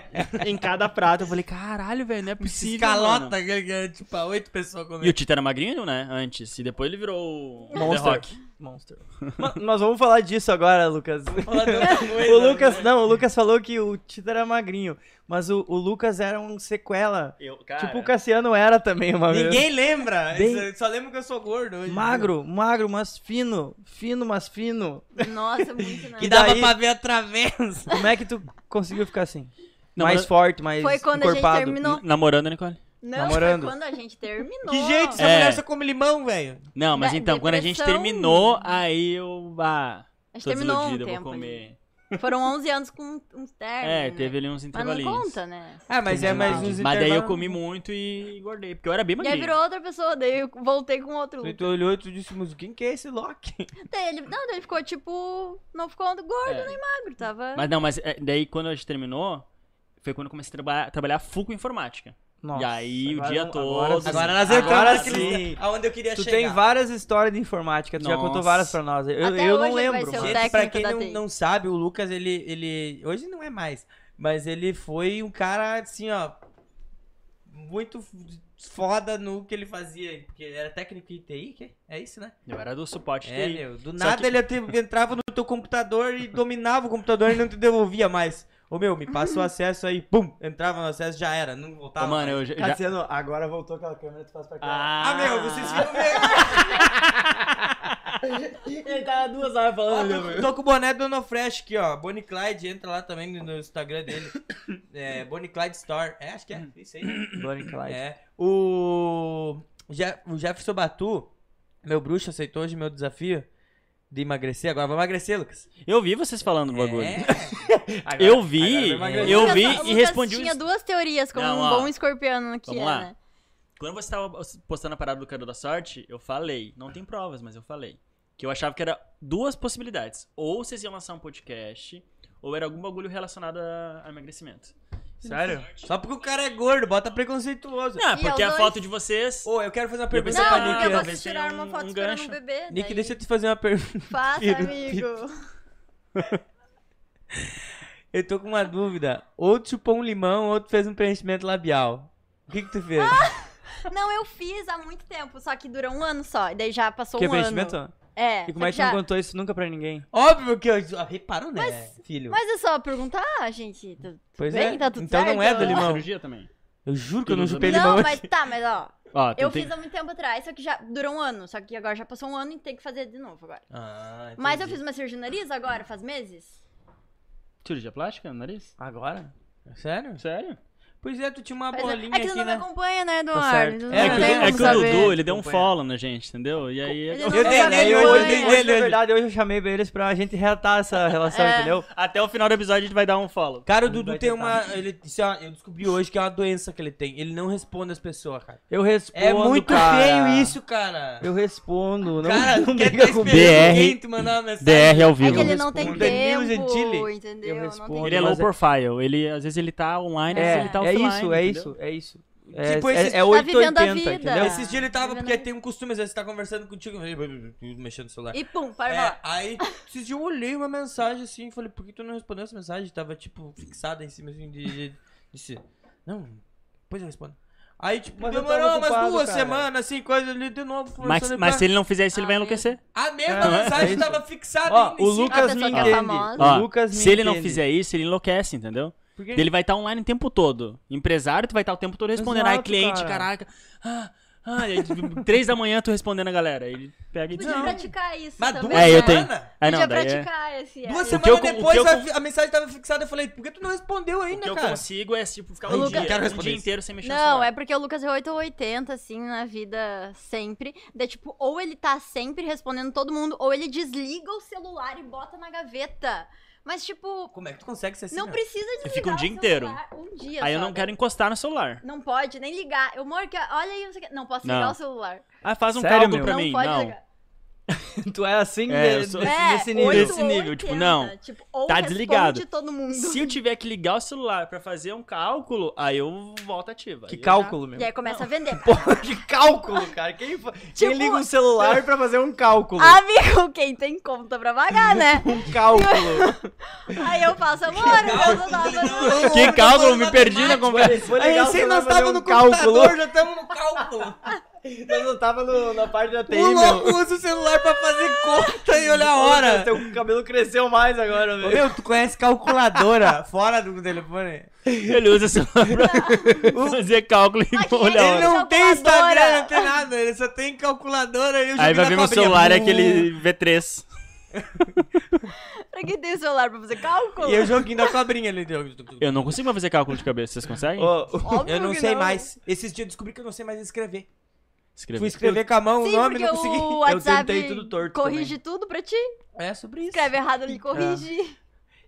Speaker 3: em cada prato. Eu falei, caralho, velho, não é possível. mano."
Speaker 2: Escalota, que, que é tipo a oito pessoas
Speaker 3: E o
Speaker 2: comendo.
Speaker 3: Tita era magrinho, né? Antes. E depois ele virou o The
Speaker 1: Monster.
Speaker 3: Rock.
Speaker 1: Monster. Ma- nós vamos falar disso agora, Lucas.
Speaker 2: Fala de outra coisa,
Speaker 1: O Lucas,
Speaker 2: né?
Speaker 1: não, o Lucas falou que o Tito era magrinho, mas o, o Lucas era um sequela.
Speaker 3: Eu, cara,
Speaker 1: Tipo, o Cassiano era também uma vez.
Speaker 2: Ninguém lembra.
Speaker 1: Bem-
Speaker 2: Isso- Só lembro que eu sou gordo hoje.
Speaker 1: Magro, magro, mas fino. Fino, mas fino.
Speaker 4: Nossa, muito né?
Speaker 2: Que
Speaker 1: E
Speaker 2: dava
Speaker 1: daí-
Speaker 2: pra ver através.
Speaker 1: Como é que tu conseguiu ficar assim?
Speaker 3: Não,
Speaker 1: mais
Speaker 3: mas-
Speaker 1: forte, mais
Speaker 4: Foi quando
Speaker 1: encorpado.
Speaker 4: a gente terminou.
Speaker 3: namorando, Nicole?
Speaker 4: Não,
Speaker 1: namorando.
Speaker 4: foi quando a gente terminou.
Speaker 2: Que jeito, essa
Speaker 3: É.
Speaker 2: mulher só come limão, velho.
Speaker 3: Não, mas
Speaker 4: Da-
Speaker 3: então, quando a gente
Speaker 4: depressão.
Speaker 3: terminou, aí eu. Ah,
Speaker 4: A gente
Speaker 3: tô
Speaker 4: terminou um
Speaker 3: desiludido, eu
Speaker 4: tempo.
Speaker 3: vou comer.
Speaker 4: ali. Foram 11 anos com uns ternos.
Speaker 3: É,
Speaker 4: né?
Speaker 3: teve ali uns
Speaker 4: Mas não
Speaker 3: intervalinhos.
Speaker 4: conta, né?
Speaker 2: Ah, mas é mais
Speaker 3: Mas
Speaker 2: uns
Speaker 3: daí eu
Speaker 2: intervalos.
Speaker 3: comi muito e engordei, porque eu era bem
Speaker 4: E aí
Speaker 3: magrinho.
Speaker 4: virou outra pessoa, daí eu voltei com outro
Speaker 2: Tu,
Speaker 4: look.
Speaker 2: tu olhou e tu disse, mas quem que é esse Loki?
Speaker 4: Daí ele, não, daí ele ficou tipo. Não ficou gordo né?
Speaker 3: É.
Speaker 4: nem magro, tava.
Speaker 3: Mas não, mas é, daí quando a gente terminou, foi quando eu comecei a trabalhar, trabalhar full com informática.
Speaker 1: Nossa,
Speaker 3: E aí, o
Speaker 1: agora
Speaker 3: dia
Speaker 1: não-
Speaker 3: todo-
Speaker 1: sim.
Speaker 2: Agora né? nós
Speaker 3: Agora
Speaker 2: entramos
Speaker 1: sim.
Speaker 2: naquele... tá Aonde eu queria
Speaker 1: Tu
Speaker 2: chegar.
Speaker 1: tem várias histórias de informática, tu já
Speaker 3: Nossa.
Speaker 1: contou várias pra nós. Eu,
Speaker 4: Até
Speaker 1: eu não
Speaker 4: hoje ele vai
Speaker 1: lembro.
Speaker 4: ser o
Speaker 1: mas-
Speaker 2: Gente,
Speaker 4: técnico
Speaker 2: pra quem
Speaker 4: da
Speaker 2: não,
Speaker 4: TI.
Speaker 2: não sabe, o Lucas, ele, ele... Hoje não é mais. Mas ele foi um cara, assim, ó... Muito f- foda no que ele fazia. Porque era técnico em TI, que é isso, né?
Speaker 3: Eu era do suporte
Speaker 2: É,
Speaker 3: TI.
Speaker 2: meu. Do
Speaker 3: Só
Speaker 2: nada
Speaker 3: que-
Speaker 2: ele te- entrava no teu computador e dominava o computador e não te devolvia mais. ô meu, me passa o acesso aí, pum, entrava no acesso, já era, não voltava.
Speaker 3: Ô, mano, eu já. já-
Speaker 1: Cassiano, agora voltou aquela câmera, tu faz pra cá.
Speaker 3: Ah,
Speaker 2: Ah, meu, vocês viram mesmo.
Speaker 3: Ele tá duas horas
Speaker 2: Ah,
Speaker 3: falando,
Speaker 2: tô- tô, com o boné do Onofresh aqui, ó. Bonnie Clyde, entra lá também no Instagram dele. É, Bonnie Clyde Store. É, acho que
Speaker 3: Hum.
Speaker 2: é, isso aí.
Speaker 1: Bonnie Clyde.
Speaker 2: É. O, Je- o Jefferson Batu, meu bruxo, aceitou hoje meu desafio de emagrecer. Agora vai emagrecer, Lucas.
Speaker 3: Eu vi vocês falando do bagulho.
Speaker 2: É.
Speaker 3: eu vi,
Speaker 2: agora vai emagrecer.
Speaker 3: eu
Speaker 4: Lucas-
Speaker 3: vi
Speaker 4: o
Speaker 3: e
Speaker 4: Lucas
Speaker 3: respondi.
Speaker 4: tinha duas teorias, como
Speaker 3: Não,
Speaker 4: um
Speaker 3: ó.
Speaker 4: bom escorpiano que
Speaker 3: Vamos
Speaker 4: é,
Speaker 3: lá.
Speaker 4: né?
Speaker 3: Quando você tava postando a parada do Caro da Sorte, eu falei, não tem provas, mas eu falei, que eu achava que era duas possibilidades. Ou vocês iam lançar um podcast, ou era algum bagulho relacionado a, a emagrecimento.
Speaker 1: Sério?
Speaker 2: Só porque o cara é gordo, bota preconceituoso.
Speaker 3: Não,
Speaker 4: E
Speaker 3: porque
Speaker 4: eu
Speaker 3: a
Speaker 4: dois-
Speaker 3: foto de vocês...
Speaker 2: Ô, eu quero fazer uma
Speaker 3: Eu
Speaker 2: pergunta
Speaker 3: pensei
Speaker 2: pra
Speaker 3: pra
Speaker 4: Não,
Speaker 2: Nick.
Speaker 4: porque eu
Speaker 3: Nick,
Speaker 4: vou
Speaker 3: né?
Speaker 4: te
Speaker 3: Vem
Speaker 4: tirar
Speaker 3: um-
Speaker 4: uma
Speaker 3: um
Speaker 4: foto esperando
Speaker 3: gancho.
Speaker 4: um bebê.
Speaker 2: Nick,
Speaker 4: daí-
Speaker 2: deixa eu te fazer uma pergunta.
Speaker 4: Faça, amigo.
Speaker 2: Eu tô com uma dúvida. Outro chupou um limão, outro fez um preenchimento labial. O que que tu fez?
Speaker 4: Não, eu fiz há muito tempo, só que durou um ano só. E daí já passou
Speaker 1: Que
Speaker 4: um ano.
Speaker 1: preenchimento?
Speaker 4: É.
Speaker 1: E como é que
Speaker 4: já...
Speaker 1: não contou isso nunca pra ninguém?
Speaker 2: Óbvio que eu... ah, Reparou, né, filho?
Speaker 4: Mas é só perguntar, gente. Tá...
Speaker 2: Pois
Speaker 4: bem,
Speaker 2: é.
Speaker 4: tá tudo
Speaker 2: então não é
Speaker 4: certo?
Speaker 2: do limão.
Speaker 3: Cirurgia também.
Speaker 2: Eu juro que eu não
Speaker 3: Tudo
Speaker 2: chupei
Speaker 3: bem.
Speaker 2: limão.
Speaker 4: Não, mas tá, mas ó.
Speaker 3: Ó, tu
Speaker 4: Eu
Speaker 3: tem-
Speaker 4: fiz há muito tempo atrás, só que já durou um ano. Só que agora já passou um ano e tem que fazer de novo agora.
Speaker 2: Ah, entendi.
Speaker 4: Mas eu fiz uma cirurgia de nariz agora, faz meses.
Speaker 3: cirurgia plástica no nariz?
Speaker 1: Agora?
Speaker 2: Ah, Sério?
Speaker 3: Sério?
Speaker 2: Pois é, tu tinha uma
Speaker 4: um- Mas
Speaker 2: bolinha
Speaker 4: é que tu
Speaker 2: aqui,
Speaker 4: não
Speaker 2: né?
Speaker 4: me acompanha, né, Eduardo?
Speaker 1: certo.
Speaker 4: Tu não
Speaker 2: É que-
Speaker 3: É que,
Speaker 4: tem
Speaker 2: é
Speaker 4: como
Speaker 3: o
Speaker 4: saber.
Speaker 3: Dudu, ele deu um
Speaker 1: Acompanha.
Speaker 3: follow na gente, entendeu? E aí...
Speaker 4: Ele
Speaker 2: Eu
Speaker 4: não é
Speaker 2: dei
Speaker 4: sabe
Speaker 2: nele hoje,
Speaker 4: acompanhar.
Speaker 2: dei nele.
Speaker 1: Hoje, na verdade, hoje eu chamei eles pra gente reatar essa relação,
Speaker 4: É.
Speaker 1: entendeu?
Speaker 3: Até o final do episódio a gente vai dar um follow.
Speaker 2: Cara, o
Speaker 1: Não
Speaker 2: Dudu
Speaker 1: vai
Speaker 2: tem
Speaker 1: tentar.
Speaker 2: uma. Ele, isso é uma- eu descobri hoje que é uma doença que ele tem. Ele não responde as pessoas, cara.
Speaker 1: Eu respondo,
Speaker 2: É muito
Speaker 1: cara.
Speaker 2: feio isso, cara.
Speaker 1: Eu respondo, não,
Speaker 2: cara,
Speaker 1: não
Speaker 2: quer
Speaker 1: briga
Speaker 2: ter
Speaker 1: comigo.
Speaker 2: esperança
Speaker 3: DR.
Speaker 2: alguém te mandar uma mensagem?
Speaker 3: DR ao
Speaker 4: É que
Speaker 3: vivo.
Speaker 4: ele não tem
Speaker 2: respondo.
Speaker 4: tempo,
Speaker 2: Danilo Gentili,
Speaker 4: entendeu?
Speaker 1: eu
Speaker 4: Não tem
Speaker 1: respondo.
Speaker 3: Ele é
Speaker 4: tempo.
Speaker 3: low
Speaker 1: Mas é-
Speaker 3: profile. Ele, às vezes ele tá online, às
Speaker 1: É,
Speaker 3: vezes ele tá
Speaker 1: é isso, é
Speaker 3: offline. entendeu?
Speaker 1: isso, é isso. É,
Speaker 2: Tipo,
Speaker 1: é-
Speaker 2: esses-
Speaker 1: é
Speaker 4: Tá vivendo a
Speaker 1: 880,
Speaker 4: vida.
Speaker 1: entendeu?
Speaker 2: Esses dias ele tava,
Speaker 4: Tá
Speaker 2: porque
Speaker 4: vendo?
Speaker 2: tem um costume, às vezes você tá conversando contigo, mexendo no celular.
Speaker 4: E pum, para
Speaker 2: É,
Speaker 4: de falar.
Speaker 2: aí, esses dias eu olhei uma mensagem assim, falei, por que tu não respondeu essa mensagem? Tava, tipo, fixada em cima, assim, de... de- Disse, não, depois eu respondo. Aí, tipo,
Speaker 1: Mas eu
Speaker 2: demorou
Speaker 1: tava
Speaker 2: umas
Speaker 1: ocupado,
Speaker 2: duas
Speaker 1: cara.
Speaker 2: semanas, assim, coisa ali, de novo.
Speaker 3: Mas,
Speaker 2: conversando,
Speaker 3: mas
Speaker 2: pá.
Speaker 3: se ele não fizer isso, ele
Speaker 4: Ah,
Speaker 3: vai
Speaker 4: meu
Speaker 3: enloucacer.
Speaker 2: A mesma
Speaker 1: É,
Speaker 2: mensagem
Speaker 1: é isso.
Speaker 2: tava fixada
Speaker 1: Ó,
Speaker 2: em- em
Speaker 1: o
Speaker 2: cima.
Speaker 1: Lucas
Speaker 4: A
Speaker 1: me
Speaker 4: pessoa que é famosa.
Speaker 1: entende.
Speaker 3: Ó,
Speaker 1: O Lucas me
Speaker 3: se ele não
Speaker 1: entende.
Speaker 3: fizer isso, ele enlouquece, entendeu?
Speaker 2: Porque-
Speaker 3: Ele vai estar online o tempo todo. Empresário, tu vai estar o tempo todo respondendo. Ai,
Speaker 1: Exato,
Speaker 3: cliente,
Speaker 1: cara.
Speaker 3: caraca. Ah, ah, e aí, tipo, três da manhã tu respondendo a galera. Ele pega e diz.
Speaker 4: Podia praticar isso
Speaker 2: Então- Mas
Speaker 4: também.
Speaker 2: duas
Speaker 3: É, eu
Speaker 4: né?
Speaker 3: tenho.
Speaker 2: semanas?
Speaker 3: Ah, não,
Speaker 4: Podia
Speaker 3: daí é...
Speaker 4: praticar esse.
Speaker 2: Duas
Speaker 3: O que eu
Speaker 2: semanas
Speaker 3: con- o
Speaker 2: depois
Speaker 3: que eu
Speaker 2: a
Speaker 3: con-
Speaker 2: vi- a, mensagem tava fixada, eu falei, por que tu não respondeu
Speaker 3: O que
Speaker 2: ainda,
Speaker 3: eu
Speaker 2: cara?
Speaker 3: consigo é tipo, ficar
Speaker 4: Eu
Speaker 3: um
Speaker 4: nunca-
Speaker 3: dia,
Speaker 2: Quero
Speaker 3: um
Speaker 2: responder
Speaker 3: dia
Speaker 2: isso.
Speaker 3: inteiro sem mexer no
Speaker 4: Não,
Speaker 3: celular.
Speaker 4: é porque o Lucas é 880, assim, na vida sempre. Daí, tipo, ou ele tá sempre respondendo todo mundo, ou ele desliga o celular e bota na gaveta. Mas, tipo,
Speaker 2: Como é que tu consegue ser assim?
Speaker 4: não
Speaker 2: né?
Speaker 4: precisa desligar
Speaker 3: fica um
Speaker 4: o
Speaker 3: dia
Speaker 4: celular Um dia
Speaker 3: Aí eu
Speaker 4: só,
Speaker 3: não
Speaker 4: né?
Speaker 3: quero encostar no celular.
Speaker 4: Não pode nem ligar. Eu, amor, que- olha aí, não sei o que. Não posso
Speaker 3: Não.
Speaker 4: ligar o celular.
Speaker 3: Ah, faz um
Speaker 1: Sério,
Speaker 3: cálculo
Speaker 1: meu?
Speaker 3: pra
Speaker 4: não
Speaker 3: mim.
Speaker 4: pode
Speaker 3: Não.
Speaker 4: ligar.
Speaker 1: Tu é assim
Speaker 3: É,
Speaker 1: de-
Speaker 3: eu sou-
Speaker 1: desse,
Speaker 4: É,
Speaker 1: desse
Speaker 4: oito
Speaker 1: nível.
Speaker 3: Nesse
Speaker 4: ou
Speaker 3: nível, tipo,
Speaker 4: 80,
Speaker 3: não.
Speaker 4: tipo, ou
Speaker 3: Tá
Speaker 4: responde
Speaker 3: desligado.
Speaker 4: todo mundo.
Speaker 3: Se eu tiver que ligar o celular pra fazer um cálculo, aí eu volto ativa.
Speaker 1: Que
Speaker 3: Aí eu-
Speaker 1: cálculo, meu.
Speaker 4: E aí
Speaker 2: é
Speaker 4: começa a vender.
Speaker 1: Porra, que cálculo, cara. Quem, fa- quem
Speaker 4: Tipo-
Speaker 1: liga um celular pra fazer um cálculo?
Speaker 2: Ah,
Speaker 4: Amigo, quem tem conta pra pagar, né?
Speaker 1: Um cálculo.
Speaker 4: Aí eu faço, amor, eu não tava...
Speaker 3: Que cálculo? Me perdi na
Speaker 2: Matemática.
Speaker 3: conversa.
Speaker 1: Vou
Speaker 2: Aí
Speaker 1: ligar o
Speaker 2: assim
Speaker 1: celular
Speaker 2: nós
Speaker 1: pra fazer
Speaker 2: tava
Speaker 1: um
Speaker 2: no
Speaker 1: cálculo.
Speaker 2: computador, já estamos no cálculo.
Speaker 1: Nós não tava no- na parte da TI,
Speaker 2: O louco
Speaker 1: meu.
Speaker 2: usa o celular pra fazer conta e olha a hora.
Speaker 1: Teu cabelo cresceu mais agora,
Speaker 2: Ô,
Speaker 1: velho.
Speaker 2: Meu, tu conhece calculadora fora do telefone?
Speaker 3: Ele usa o celular pra fazer cálculo e
Speaker 4: Aqui,
Speaker 3: olha a
Speaker 4: ele
Speaker 2: Ele
Speaker 3: hora.
Speaker 2: não tem
Speaker 4: Calculadora.
Speaker 2: Instagram, não tem nada, ele só tem calculadora e o
Speaker 3: Aí
Speaker 2: jogo
Speaker 3: vai
Speaker 2: da
Speaker 3: ver meu
Speaker 2: cobrinha.
Speaker 3: celular, é aquele V3.
Speaker 4: Pra quem tem celular pra fazer cálculo?
Speaker 2: E o joguinho da cobrinha ali.
Speaker 3: Eu não consigo mais fazer cálculo de cabeça, vocês conseguem?
Speaker 1: Ô, ô,
Speaker 4: Óbvio
Speaker 2: Eu não
Speaker 4: que
Speaker 2: sei mais. Esses dias eu descobri que eu não sei mais escrever. Fui
Speaker 3: Escrever.
Speaker 2: escrever com a mão o
Speaker 4: Sim,
Speaker 2: nome,
Speaker 4: porque
Speaker 2: não consegui.
Speaker 4: o
Speaker 1: Eu
Speaker 4: WhatsApp
Speaker 1: tentei tudo torto
Speaker 4: corrige tudo pra ti.
Speaker 2: É sobre isso.
Speaker 4: Escreve errado, ele corrige.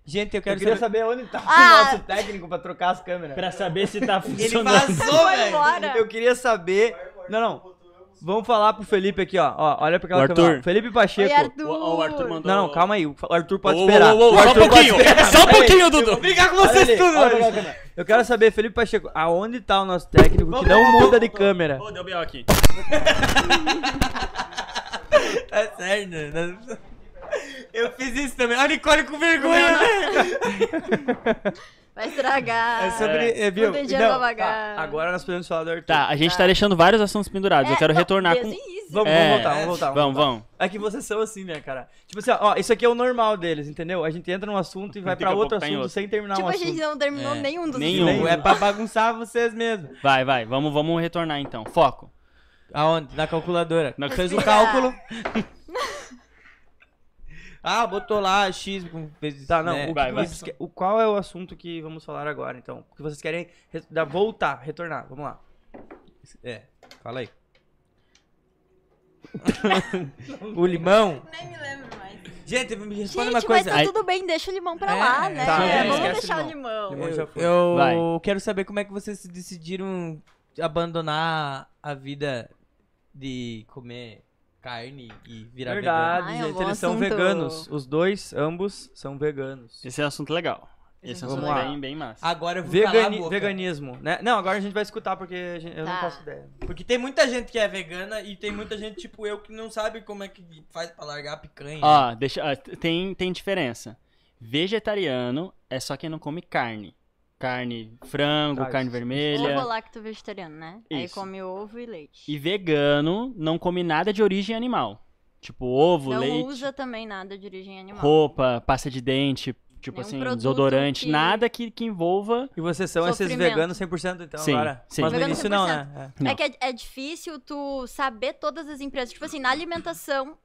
Speaker 2: Gente, eu
Speaker 1: Eu
Speaker 2: quero
Speaker 1: queria
Speaker 2: saber.
Speaker 1: saber onde tá
Speaker 4: Ah.
Speaker 1: o nosso técnico pra trocar as câmeras.
Speaker 3: Pra saber se tá
Speaker 2: Ele
Speaker 3: funcionando.
Speaker 2: vazou,
Speaker 4: Foi
Speaker 2: velho.
Speaker 4: embora.
Speaker 1: Eu queria saber. Não, não. Vamos falar pro Felipe aqui, ó. ó olha pra aquela
Speaker 3: O Arthur.
Speaker 1: câmera. Felipe
Speaker 4: Oi,
Speaker 1: Pacheco.
Speaker 4: Arthur.
Speaker 3: Ô, ô, o Arthur mandou.
Speaker 1: Não, não, calma aí. O Arthur pode
Speaker 3: Ô, ô,
Speaker 1: esperar.
Speaker 3: ô, ô,
Speaker 1: O
Speaker 3: só um
Speaker 1: Arthur pode
Speaker 3: pouquinho.
Speaker 1: esperar.
Speaker 3: Só
Speaker 1: Pera
Speaker 3: um
Speaker 1: aí.
Speaker 3: pouquinho, Dudu.
Speaker 2: Brigar com
Speaker 1: Olha
Speaker 2: vocês
Speaker 1: ali,
Speaker 2: tudo,
Speaker 1: olha pra
Speaker 2: velho.
Speaker 1: aquela câmera. Eu quero saber, Felipe Pacheco, aonde tá o nosso técnico que não muda de câmera?
Speaker 3: Ô, deu B.O. aqui.
Speaker 2: Tá certo. né? Eu fiz isso também. A Nicole com vergonha, né?
Speaker 4: Vai estragar.
Speaker 2: É sobre. É, viu?
Speaker 4: Não tem dinheiro pra pagar.
Speaker 1: tá, agora nós podemos falar do Arthur.
Speaker 3: Tá, a gente tá deixando vários assuntos pendurados. Eu
Speaker 4: É,
Speaker 3: quero
Speaker 4: não,
Speaker 3: retornar com.
Speaker 4: desde o início.
Speaker 1: Vamos,
Speaker 3: É.
Speaker 1: vamos voltar, vamos voltar.
Speaker 3: Vamos,
Speaker 1: voltar.
Speaker 3: vamos.
Speaker 1: É que vocês são assim, né, cara? Tipo assim, ó, ó, isso aqui é o normal deles, entendeu? A gente entra num assunto e vai
Speaker 3: Daqui
Speaker 1: pra
Speaker 3: a
Speaker 1: outro
Speaker 3: pouco tem
Speaker 1: assunto
Speaker 3: outro.
Speaker 1: sem terminar
Speaker 4: Tipo,
Speaker 1: um
Speaker 4: a
Speaker 1: assunto.
Speaker 4: gente não terminou
Speaker 2: É.
Speaker 4: nenhum dos
Speaker 3: Nenhum.
Speaker 4: assuntos.
Speaker 2: É pra bagunçar vocês mesmo.
Speaker 3: Vai, vai. Vamos, vamos retornar então. Foco.
Speaker 2: Aonde? Na calculadora.
Speaker 3: Na-
Speaker 2: Fez o
Speaker 1: um
Speaker 4: Respira.
Speaker 2: cálculo. ah, botou lá X. Fez,
Speaker 1: Tá, não.
Speaker 2: né?
Speaker 1: O, que
Speaker 3: Vai, vai.
Speaker 1: vocês que- o qual é o assunto que vamos falar agora, então? O que vocês querem re- dar- voltar, retornar? Vamos lá.
Speaker 2: É, fala aí. o limão.
Speaker 4: Nem me lembro mais.
Speaker 2: Gente, me responde
Speaker 4: Gente,
Speaker 2: uma
Speaker 4: mas
Speaker 2: coisa.
Speaker 4: tá
Speaker 3: Aí-
Speaker 4: tudo bem, deixa o limão pra
Speaker 2: É,
Speaker 4: lá, né?
Speaker 2: tá,
Speaker 1: é,
Speaker 4: Vamos
Speaker 1: esquece
Speaker 4: deixar
Speaker 1: o
Speaker 4: o limão.
Speaker 1: Limão. já foi.
Speaker 2: Eu
Speaker 3: Vai.
Speaker 2: quero saber como é que vocês se decidiram abandonar a vida de comer carne e virar
Speaker 1: Verdade,
Speaker 4: Ai, é um
Speaker 1: gente.
Speaker 4: bom
Speaker 1: Eles são
Speaker 4: assunto.
Speaker 1: veganos. Os dois, ambos, são veganos.
Speaker 3: Esse é um assunto legal. Ah, Esse é um
Speaker 1: Vamos
Speaker 3: assunto
Speaker 1: lá.
Speaker 3: bem, bem
Speaker 2: vegano.
Speaker 3: massa.
Speaker 2: Agora eu vou calar a
Speaker 1: Vegani-
Speaker 2: boca.
Speaker 1: veganismo, né? Não, agora a gente vai escutar porque a gente- eu não
Speaker 4: Tá.
Speaker 1: faço ideia.
Speaker 2: Porque tem muita gente que é vegana e tem muita gente tipo eu que não sabe como é que faz pra largar a picanha.
Speaker 1: Ah.
Speaker 3: Ó, deixa, ó, t- tem, tem diferença. Vegetariano é só quem não come carne. Carne, frango,
Speaker 1: Tá,
Speaker 3: carne
Speaker 1: isso.
Speaker 3: vermelha.
Speaker 4: Ovo lacto vegetariano, né? Aí
Speaker 3: Isso.
Speaker 4: come ovo e leite.
Speaker 3: E vegano não come nada de origem animal. Tipo ovo,
Speaker 4: não
Speaker 3: leite,
Speaker 4: usa também nada de origem animal.
Speaker 3: roupa, pasta de dente, tipo
Speaker 4: Nenhum
Speaker 3: assim,
Speaker 4: produto
Speaker 3: desodorante,
Speaker 4: que-
Speaker 3: nada que, que envolva.
Speaker 1: E vocês são esses
Speaker 4: Sofrimento.
Speaker 1: veganos 100% então
Speaker 3: Sim,
Speaker 1: agora?
Speaker 3: sim.
Speaker 1: Mas no
Speaker 4: Vegano
Speaker 1: início não, né?
Speaker 4: É que é, é difícil tu saber todas as empresas. Tipo assim, na alimentação,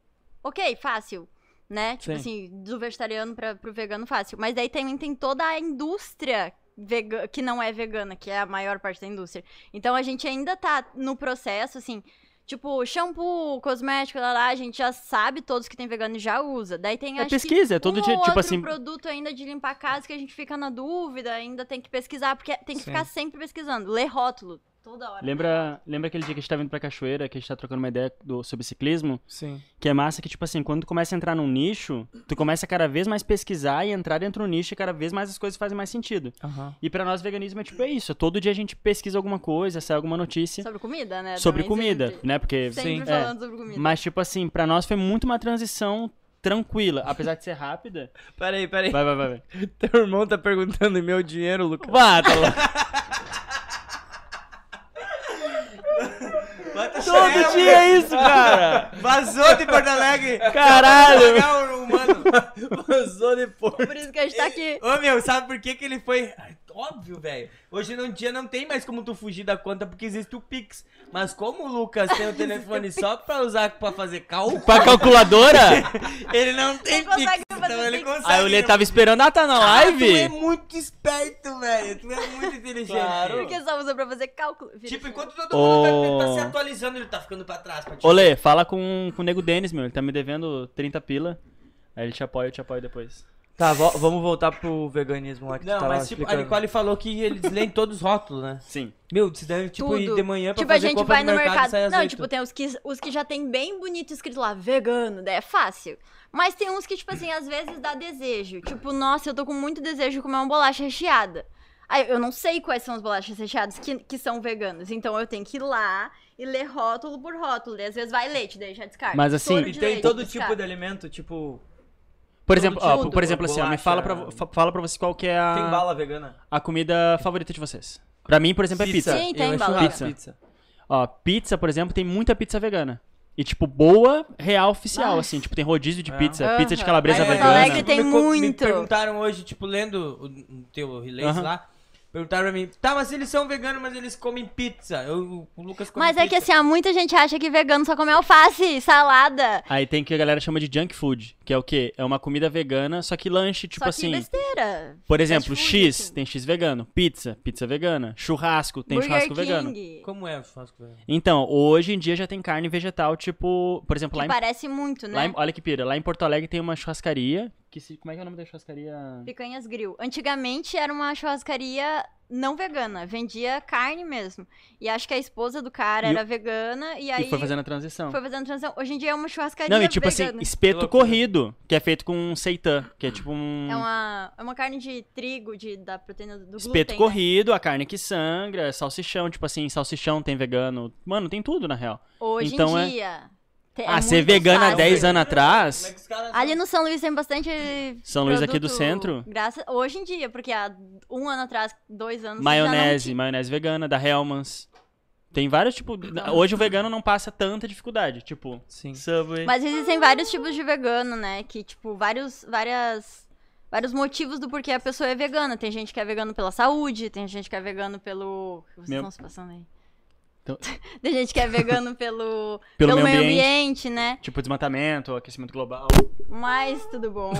Speaker 4: ok, fácil, né? Tipo assim, do vegetariano pra, pro vegano, fácil. Mas daí também tem toda a indústria vega- que não é vegana, que é a maior parte da indústria. Então a gente ainda tá no processo, assim. Tipo, shampoo, cosmético, lá, lá, a gente já sabe todos que tem vegano e já usa. Daí tem
Speaker 3: É
Speaker 4: acho que
Speaker 3: pesquisa, é todo
Speaker 4: um
Speaker 3: dia,
Speaker 4: ou
Speaker 3: tipo
Speaker 4: outro
Speaker 3: assim.
Speaker 4: produto ainda de limpar a casa que a gente fica na dúvida, ainda tem que pesquisar, porque tem que ficar sempre pesquisando. Ler rótulo, toda hora.
Speaker 3: Lembra, lembra aquele dia que a gente tá vindo pra cachoeira, que a gente tá trocando uma ideia do, sobre ciclismo?
Speaker 1: Sim.
Speaker 3: Que é massa que, tipo assim, quando tu começa a entrar num nicho, tu começa a cada vez mais pesquisar e entrar dentro do nicho e cada vez mais as coisas fazem mais sentido. E pra nós, veganismo é tipo, é isso. Todo dia a gente pesquisa alguma coisa, sai alguma notícia
Speaker 4: Sobre comida, né?
Speaker 3: sobre
Speaker 4: Também
Speaker 3: comida,
Speaker 4: Sempre,
Speaker 3: né? Porque.
Speaker 4: sempre
Speaker 3: é.
Speaker 4: falando sobre comida.
Speaker 3: Mas, tipo assim, pra nós foi muito uma transição tranquila. Apesar de ser rápida.
Speaker 1: Peraí, peraí.
Speaker 3: Vai, vai, vai. vai.
Speaker 1: Teu irmão tá perguntando e meu dinheiro, Lucas.
Speaker 3: Vá, tá louco.
Speaker 2: Bota
Speaker 3: Todo dia é isso, cara!
Speaker 2: Vazou de Porto Alegre!
Speaker 3: Caralho!
Speaker 2: Pagar o humano.
Speaker 1: Vazou depois.
Speaker 4: Por isso que a gente tá aqui.
Speaker 2: Ô meu, sabe por que que ele foi? Ai, Óbvio, velho. Hoje em dia não tem mais como tu fugir da conta porque existe o Pix. Mas como o Lucas tem o telefone só pra usar pra fazer cálculo,
Speaker 3: Com a calculadora?
Speaker 2: ele não tem
Speaker 4: consegue
Speaker 2: Pix.
Speaker 4: fazer
Speaker 2: Então ele
Speaker 4: Pix.
Speaker 2: consegue.
Speaker 3: Aí o Lê tava esperando, ah, tá na
Speaker 2: Ah, Tu é
Speaker 3: live?
Speaker 2: muito esperto, velho. Tu é muito inteligente.
Speaker 3: Claro.
Speaker 4: Porque só usa pra fazer cálculo. Vira
Speaker 2: Tipo,
Speaker 4: assim.
Speaker 2: enquanto todo mundo tá,
Speaker 3: Ô.
Speaker 2: tá se atualizando, ele tá ficando pra trás. Pra te-
Speaker 3: Ô, Lê, fala com, com o Nego Denis, meu. Ele tá me devendo 30 pila. Aí ele te apoia, eu te apoio depois.
Speaker 1: Tá, vo- vamos voltar pro veganismo lá que tu
Speaker 3: tá
Speaker 2: Não,
Speaker 1: tava
Speaker 2: mas tipo, a
Speaker 1: explicando.
Speaker 2: Nicole falou que eles leem todos os rótulos, né?
Speaker 3: Sim.
Speaker 2: Meu, você deve, tipo, ir
Speaker 4: Tudo.
Speaker 2: de manhã pra
Speaker 4: Tipo, a
Speaker 2: fazer
Speaker 4: gente
Speaker 2: compra
Speaker 4: vai no mercado.
Speaker 2: e sai às
Speaker 4: Não,
Speaker 2: oito.
Speaker 4: tipo, tem os que, os que já tem bem bonito escrito lá, vegano, daí é fácil. Mas tem uns que, tipo assim, às vezes dá desejo. Tipo, nossa, eu tô com muito desejo de comer uma bolacha recheada. Aí eu não sei quais são as bolachas recheadas que, que são veganas. Então eu tenho que ir lá e ler rótulo por rótulo. E às vezes vai leite, daí já descarta.
Speaker 3: Mas assim-
Speaker 4: Soro
Speaker 1: E
Speaker 4: de
Speaker 1: tem
Speaker 4: leite,
Speaker 1: todo
Speaker 4: descarta.
Speaker 1: tipo de alimento, tipo.
Speaker 3: Por exemplo, ó,
Speaker 4: tudo.
Speaker 3: por exemplo assim, ó, me
Speaker 1: Bolacha.
Speaker 3: fala pra, vo- fa- fala pra você qual que é
Speaker 1: Tem
Speaker 3: a,
Speaker 1: bala vegana?
Speaker 3: a comida favorita de vocês. Pra mim, por exemplo, é pizza.
Speaker 4: Sim, tem
Speaker 1: Eu acho
Speaker 4: bala.
Speaker 3: Pizza.
Speaker 1: Pizza.
Speaker 3: Ó, pizza, por exemplo, tem muita pizza vegana. E, tipo, boa, real, oficial, assim. Tipo, tem rodízio de pizza,
Speaker 4: Aham. é
Speaker 3: pizza de calabresa
Speaker 4: Aí, Porto
Speaker 3: vegana.
Speaker 4: Alegre tem
Speaker 2: me co- Me
Speaker 4: muito.
Speaker 2: perguntaram hoje, tipo, lendo o, o teu release
Speaker 3: Aham.
Speaker 2: lá. Perguntaram pra mim, tá, mas eles são veganos, mas eles comem pizza. Eu, o Lucas come
Speaker 4: Mas é que
Speaker 2: pizza.
Speaker 4: assim, ó, muita gente acha que vegano só come alface, salada.
Speaker 3: Aí tem que a galera chama de junk food, que é o quê? É uma comida vegana, só que lanche, tipo
Speaker 4: só
Speaker 3: assim.
Speaker 4: que besteira.
Speaker 3: Por exemplo,
Speaker 4: Fast food,
Speaker 3: X,
Speaker 4: assim.
Speaker 3: tem X vegano. Pizza, pizza vegana. Churrasco, tem
Speaker 4: Burger
Speaker 3: churrasco
Speaker 4: King.
Speaker 3: vegano.
Speaker 4: assim,
Speaker 2: Como é o churrasco vegano?
Speaker 3: Então, hoje em dia já tem carne vegetal, tipo, por exemplo, lá
Speaker 4: Que
Speaker 3: em,
Speaker 4: parece muito, né?
Speaker 3: lá em- Olha que pira, lá em Porto Alegre tem uma churrascaria. Que se, como é que é o nome da churrascaria?
Speaker 4: Picanhas Grill. Antigamente era uma churrascaria não vegana, vendia carne mesmo. E acho que a esposa do cara
Speaker 3: E o-
Speaker 4: era vegana e aí
Speaker 3: e foi fazendo a transição.
Speaker 4: foi fazendo transição. Hoje em dia é uma churrascaria
Speaker 3: Não, e tipo
Speaker 4: vegana.
Speaker 3: assim, espeto
Speaker 1: loucura.
Speaker 3: corrido, que é feito com seitan, que é tipo um.
Speaker 4: É uma, é uma carne de trigo, de, da proteína do glúten.
Speaker 3: Espeto
Speaker 4: né?
Speaker 3: corrido, a carne que sangra, salsichão, tipo assim, salsichão tem vegano. Mano, tem tudo, na real.
Speaker 4: Hoje
Speaker 3: Então é-
Speaker 4: em dia. te- é
Speaker 3: ah, ser
Speaker 4: muito
Speaker 3: vegana há
Speaker 4: fácil.
Speaker 3: 10 anos
Speaker 2: Como é
Speaker 3: atrás,
Speaker 2: que os caras...
Speaker 4: Ali no São Luís tem bastante.
Speaker 3: São Luís aqui do
Speaker 4: produto
Speaker 3: centro?
Speaker 4: Graças... Hoje em dia, porque há um ano atrás, dois anos.
Speaker 3: Maionese, maionese vegana, da Hellmann's. Tem vários tipos. Hoje o vegano não passa tanta dificuldade. Tipo,
Speaker 5: Sim.
Speaker 3: Subway.
Speaker 4: Mas existem vários tipos de vegano, né? Que, tipo, vários, várias, vários motivos do porquê a pessoa é vegana. Tem gente que é vegano pela saúde, tem gente que é vegano pelo. o que Vocês
Speaker 3: Meu-
Speaker 4: estão se passando aí.
Speaker 3: Então-
Speaker 4: Tem gente que é vegano pelo,
Speaker 3: Pelo meio
Speaker 4: ambiente, né?
Speaker 3: Tipo, desmatamento, aquecimento global.
Speaker 4: Mas tudo bom,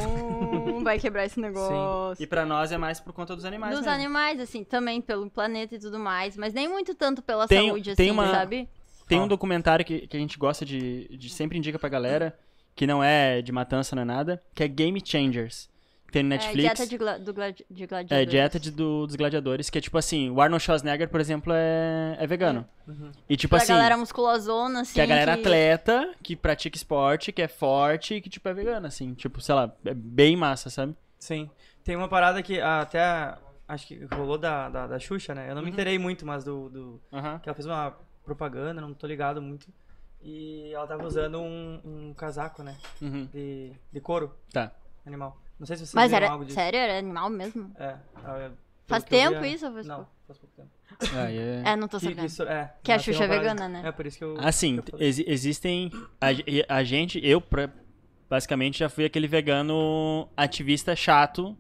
Speaker 4: vai quebrar esse negócio.
Speaker 3: E pra nós é mais por conta dos animais.
Speaker 4: Dos
Speaker 3: mesmo.
Speaker 4: animais, assim, também pelo planeta e tudo mais, mas nem muito tanto pela
Speaker 3: Tem-
Speaker 4: saúde,
Speaker 3: tem
Speaker 4: assim,
Speaker 3: uma-
Speaker 4: sabe?
Speaker 3: Tem um documentário que, que a gente gosta de, de. sempre indica pra galera, que não é de matança, não é nada, que é Game Changers. que Tem no Netflix.
Speaker 4: É, dieta de, gla... do gladi... de
Speaker 3: É,
Speaker 4: gladiadores.
Speaker 3: dieta de- do- dos gladiadores, que é tipo assim, o Arnold Schwarzenegger, por exemplo, é, é vegano. E tipo
Speaker 4: Uhum. Pra
Speaker 3: assim,
Speaker 4: galera musculosona, assim.
Speaker 3: que é a galera
Speaker 4: que-
Speaker 3: atleta, que pratica esporte, que é forte e que tipo é vegana, assim. Tipo, sei lá, é bem massa, sabe?
Speaker 1: Sim. Tem uma parada que ah, até acho que rolou da, da, da Xuxa, né? Eu não me interei muito, mas do, do-
Speaker 3: Aham.
Speaker 1: que ela fez uma propaganda, não tô ligado muito. E ela tava usando um, um casaco, né?
Speaker 3: Uhum.
Speaker 1: De, de couro
Speaker 3: Tá.
Speaker 1: animal. Não sei se vocês
Speaker 4: Mas
Speaker 1: viram
Speaker 4: era.
Speaker 1: algo disso.
Speaker 4: Sério? Era animal mesmo?
Speaker 1: É, é, pelo
Speaker 4: Faz
Speaker 1: que eu
Speaker 4: tempo
Speaker 1: vi, é-
Speaker 4: isso ou faz
Speaker 1: Não,
Speaker 4: pouco?
Speaker 1: faz pouco tempo.
Speaker 3: Aí é-
Speaker 4: É, não tô
Speaker 1: Que, que,
Speaker 4: sabendo.
Speaker 1: isso, é,
Speaker 4: Que a
Speaker 1: mas tem uma
Speaker 4: Xuxa é
Speaker 1: parada-
Speaker 4: vegana, né?
Speaker 1: É, por isso que eu...
Speaker 3: Assim,
Speaker 1: que eu falei.
Speaker 3: exi- existem. A, ge- e a gente, eu pra- basicamente já fui aquele vegano ativista chato.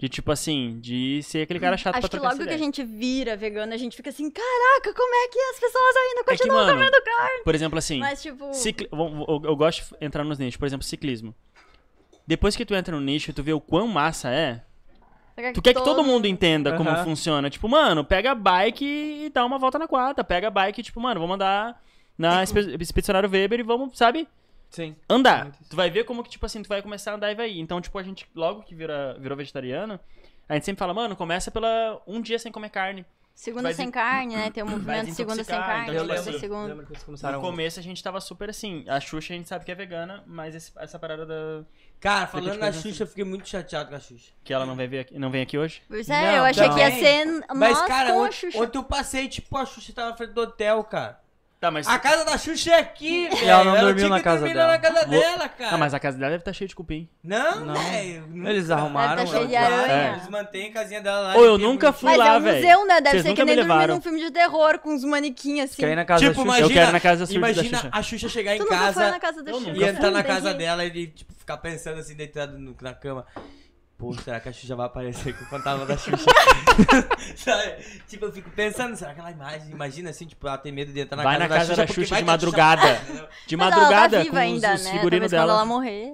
Speaker 3: De tipo assim, de ser aquele cara chato
Speaker 4: Acho
Speaker 3: pra
Speaker 4: que
Speaker 3: trocar
Speaker 4: logo
Speaker 3: Tá essa
Speaker 4: que a
Speaker 3: ideia.
Speaker 4: gente vira vegana, a gente fica assim, caraca, como é que as pessoas ainda
Speaker 3: É que,
Speaker 4: continuam
Speaker 3: mano,
Speaker 4: comendo carne?
Speaker 3: Por exemplo, assim.
Speaker 4: Mas, tipo,
Speaker 3: Cicli- vou- vou- Eu, eu gosto de entrar nos nichos, por exemplo, ciclismo. Depois que tu entra no nicho e tu vê o quão massa é, tu quer que todo mundo entenda como
Speaker 1: Aham.
Speaker 3: funciona. Tipo, mano, pega a bike e dá uma volta na quadra. Pega a bike e, tipo, mano, vamos andar
Speaker 4: É
Speaker 3: na espe- expedicionário Weber e vamos, sabe?
Speaker 1: Sim.
Speaker 3: Andar.
Speaker 1: Muito isso.
Speaker 3: Tu vai ver como que, tipo assim, tu vai começar a andar e vai ir. Então, tipo, a gente, logo que vira, virou vegetariano, a gente sempre fala, mano, começa pela um dia sem comer carne.
Speaker 4: Segunda
Speaker 3: vai
Speaker 4: sem
Speaker 3: des-
Speaker 4: carne, né? Tem o movimento segunda sem
Speaker 3: desintoxicar,
Speaker 4: carne,
Speaker 3: então,
Speaker 1: Eu
Speaker 3: tipo
Speaker 4: terça,
Speaker 3: assim,
Speaker 1: lembro,
Speaker 4: segunda.
Speaker 1: lembro que eles começaram...
Speaker 3: No começo a gente tava super assim. A Xuxa a gente sabe que é vegana, mas esse- essa parada da...
Speaker 2: Cara,
Speaker 3: Fica
Speaker 2: falando
Speaker 3: de
Speaker 2: da
Speaker 3: coisa
Speaker 2: Xuxa, eu fiquei muito chateado com a Xuxa.
Speaker 3: Que ela não, vai vir aqui, não vem aqui hoje?
Speaker 4: Pois é, eu
Speaker 2: Não,
Speaker 4: achei que ia
Speaker 2: também.
Speaker 4: ser nós
Speaker 2: Mas, cara,
Speaker 4: com a
Speaker 2: ont-
Speaker 4: Xuxa.
Speaker 2: ontem eu passei, tipo, a Xuxa tava na frente do hotel, cara.
Speaker 3: Tá, mas.
Speaker 2: A casa da Xuxa é aqui, velho.
Speaker 1: ela não
Speaker 2: Ela
Speaker 1: dormiu
Speaker 2: tinha
Speaker 1: na
Speaker 2: que
Speaker 1: casa
Speaker 2: dormir
Speaker 1: dela.
Speaker 2: lá na casa
Speaker 3: Vou-
Speaker 2: dela, cara.
Speaker 3: Ah, mas a casa dela deve estar cheia de cupim.
Speaker 2: Não,
Speaker 1: Não.
Speaker 2: velho. nunca-
Speaker 1: Eles arrumaram...
Speaker 4: Deve tá cheio de
Speaker 1: ela-
Speaker 4: aranha.
Speaker 2: Claro, Eles mantêm a casinha dela lá.
Speaker 3: Ou eu
Speaker 2: que é
Speaker 3: nunca
Speaker 2: bonitinha.
Speaker 3: fui
Speaker 4: Mas
Speaker 3: lá,
Speaker 4: é um
Speaker 3: velho.
Speaker 4: museu, né? Deve
Speaker 3: Vocês
Speaker 4: ser que
Speaker 3: nunca me
Speaker 4: nem dormir
Speaker 3: levaram.
Speaker 4: num filme de terror com uns manequins assim.
Speaker 1: Quer ir na casa
Speaker 2: Tipo,
Speaker 1: da Xuxa?
Speaker 2: imagina-
Speaker 3: Eu quero na casa da Xuxa- da
Speaker 2: Imagina
Speaker 3: Xuxa.
Speaker 2: a Xuxa chegar
Speaker 4: Tu
Speaker 2: em
Speaker 4: nunca foi
Speaker 2: casa
Speaker 4: na casa da
Speaker 3: Eu
Speaker 4: Xuxa?
Speaker 2: e entrar na
Speaker 4: Entendi.
Speaker 2: casa dela e tipo, ficar pensando assim, deitado no- na cama. Pô, será que a Xuxa vai aparecer com o fantasma da Xuxa? Sabe? Tipo, eu fico pensando, será que ela imagina, imagina assim, tipo, ela tem medo de entrar na
Speaker 3: Vai
Speaker 2: casa
Speaker 3: na
Speaker 2: da
Speaker 3: casa
Speaker 2: Xuxa né?
Speaker 3: da
Speaker 2: porque
Speaker 3: Xuxa
Speaker 2: vai
Speaker 3: de
Speaker 2: que a
Speaker 3: madrugada. De
Speaker 4: Mas ela tá
Speaker 3: madrugada,
Speaker 4: viva
Speaker 3: com
Speaker 4: ainda,
Speaker 3: os, os
Speaker 4: né?
Speaker 3: figurinos
Speaker 4: Talvez quando ela
Speaker 3: dela.
Speaker 4: morrer.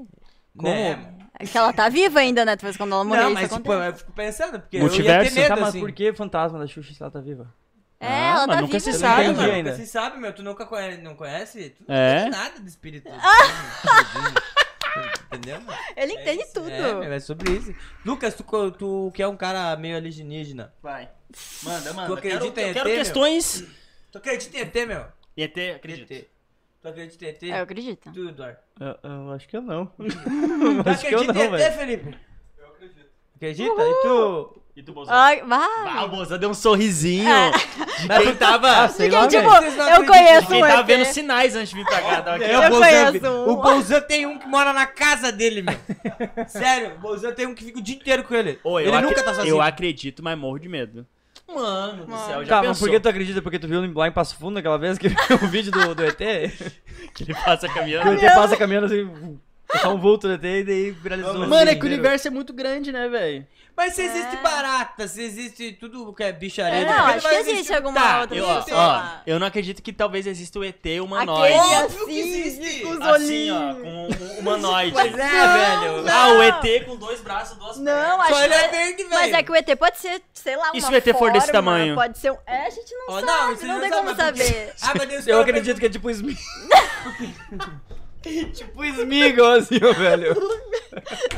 Speaker 2: Como?
Speaker 4: É que ela tá viva ainda, né? Talvez quando ela morrer
Speaker 2: não,
Speaker 4: isso
Speaker 2: mas tipo,
Speaker 4: acontece.
Speaker 2: eu fico pensando, porque
Speaker 3: Multiverso?
Speaker 2: eu ia ter
Speaker 1: Tá,
Speaker 2: medo,
Speaker 1: mas
Speaker 2: assim.
Speaker 1: por que fantasma da Xuxa se ela tá viva?
Speaker 4: É,
Speaker 3: Ah,
Speaker 4: ela
Speaker 3: mas
Speaker 4: tá
Speaker 3: nunca
Speaker 4: viva.
Speaker 3: se
Speaker 4: né?
Speaker 1: sabe,
Speaker 2: É,
Speaker 1: entendi
Speaker 2: mano,
Speaker 1: ainda.
Speaker 2: Você sabe, meu, tu nunca conhece, não conhece? Tu não
Speaker 3: É?
Speaker 2: entende nada de espírito. assim, Entendeu? mano?
Speaker 4: Ele entende
Speaker 2: isso,
Speaker 4: tudo.
Speaker 2: É, meu, é sobre isso. Lucas, tu, co- tu que é um cara meio alienígena.
Speaker 3: Vai. Manda,
Speaker 2: Tu
Speaker 3: manda.
Speaker 2: acredita
Speaker 3: Quero,
Speaker 2: em
Speaker 3: eu quero
Speaker 2: ET,
Speaker 3: questões.
Speaker 2: Tu acredita em ET, meu?
Speaker 3: ET, acredito.
Speaker 2: ET. Tu acredita em ET?
Speaker 4: É, eu acredito.
Speaker 2: Tu, Eduardo.
Speaker 1: Eu, eu acho que eu não.
Speaker 2: Tu
Speaker 1: acho que eu
Speaker 2: acredita
Speaker 1: não,
Speaker 2: em ET,
Speaker 1: velho.
Speaker 2: Felipe? Eu acredita? E tu?
Speaker 3: E tu, Bolsonaro?
Speaker 4: Ai, vai.
Speaker 3: Ah, o Bolsonaro deu um sorrisinho.
Speaker 4: Ah.
Speaker 2: Quem tava?
Speaker 1: sei
Speaker 4: Porque, tipo,
Speaker 2: Vocês não
Speaker 4: eu
Speaker 2: acreditam.
Speaker 4: conheço
Speaker 3: Quem
Speaker 4: um
Speaker 3: tava
Speaker 4: ET.
Speaker 3: vendo sinais antes de vir pra cá. tá Tava aqui.
Speaker 2: É, o
Speaker 4: Eu
Speaker 2: Bolzan-
Speaker 4: conheço um.
Speaker 2: O Bolzan tem um que mora na casa dele, meu. Sério, o Bolzan tem um que fica o dia inteiro com ele.
Speaker 3: Ô, eu
Speaker 2: ele
Speaker 3: acre-
Speaker 2: nunca tá sozinho.
Speaker 3: Eu acredito, mas morro de medo. Mano do céu, já
Speaker 1: Tá, mas
Speaker 3: pensou
Speaker 1: por que tu acredita? Porque tu viu lá em Passo Fundo aquela vez que viu o vídeo do, do ET? Que
Speaker 3: que ele passa
Speaker 1: o
Speaker 3: caminhando?
Speaker 1: ET passa caminhando assim, só um vulto do ET e daí viralizou.
Speaker 3: Mano, é
Speaker 1: assim,
Speaker 3: que o
Speaker 1: inteiro.
Speaker 3: universo é muito grande, né, velho?
Speaker 2: Mas se existe barata, se existe tudo que é bicharia.
Speaker 4: É,
Speaker 2: de
Speaker 4: não,
Speaker 2: repente
Speaker 4: acho
Speaker 2: vai
Speaker 4: que
Speaker 2: existir-
Speaker 4: existe alguma
Speaker 2: Tá,
Speaker 4: outra
Speaker 3: Eu,
Speaker 2: eu-
Speaker 3: ó,
Speaker 4: pessoa.
Speaker 3: ó, eu não acredito que talvez exista o ET humanoide.
Speaker 4: Aquele
Speaker 2: Óbvio que
Speaker 4: assim,
Speaker 2: existe.
Speaker 4: com os
Speaker 3: Assim,
Speaker 4: olhinhos.
Speaker 3: ó, com um humanoide.
Speaker 2: Pois é, velho.
Speaker 3: Ah, o
Speaker 4: Não.
Speaker 3: ET com dois braços, duas
Speaker 4: Não,
Speaker 2: Só
Speaker 4: acho
Speaker 2: ele
Speaker 4: que...
Speaker 2: é verde, velho.
Speaker 4: Mas é que o ET pode ser, sei lá, uma
Speaker 3: E se o ET for desse
Speaker 4: forma,
Speaker 3: tamanho?
Speaker 4: Pode ser um... É, a gente não
Speaker 2: Ó,
Speaker 4: sabe,
Speaker 2: não,
Speaker 4: não,
Speaker 2: isso não
Speaker 4: tem
Speaker 2: sabe,
Speaker 4: como
Speaker 2: mas por quê?
Speaker 4: saber.
Speaker 2: Ah, meu Deus,
Speaker 1: Eu acredito que é tipo Smig. tipo Smigol, assim, ó, velho.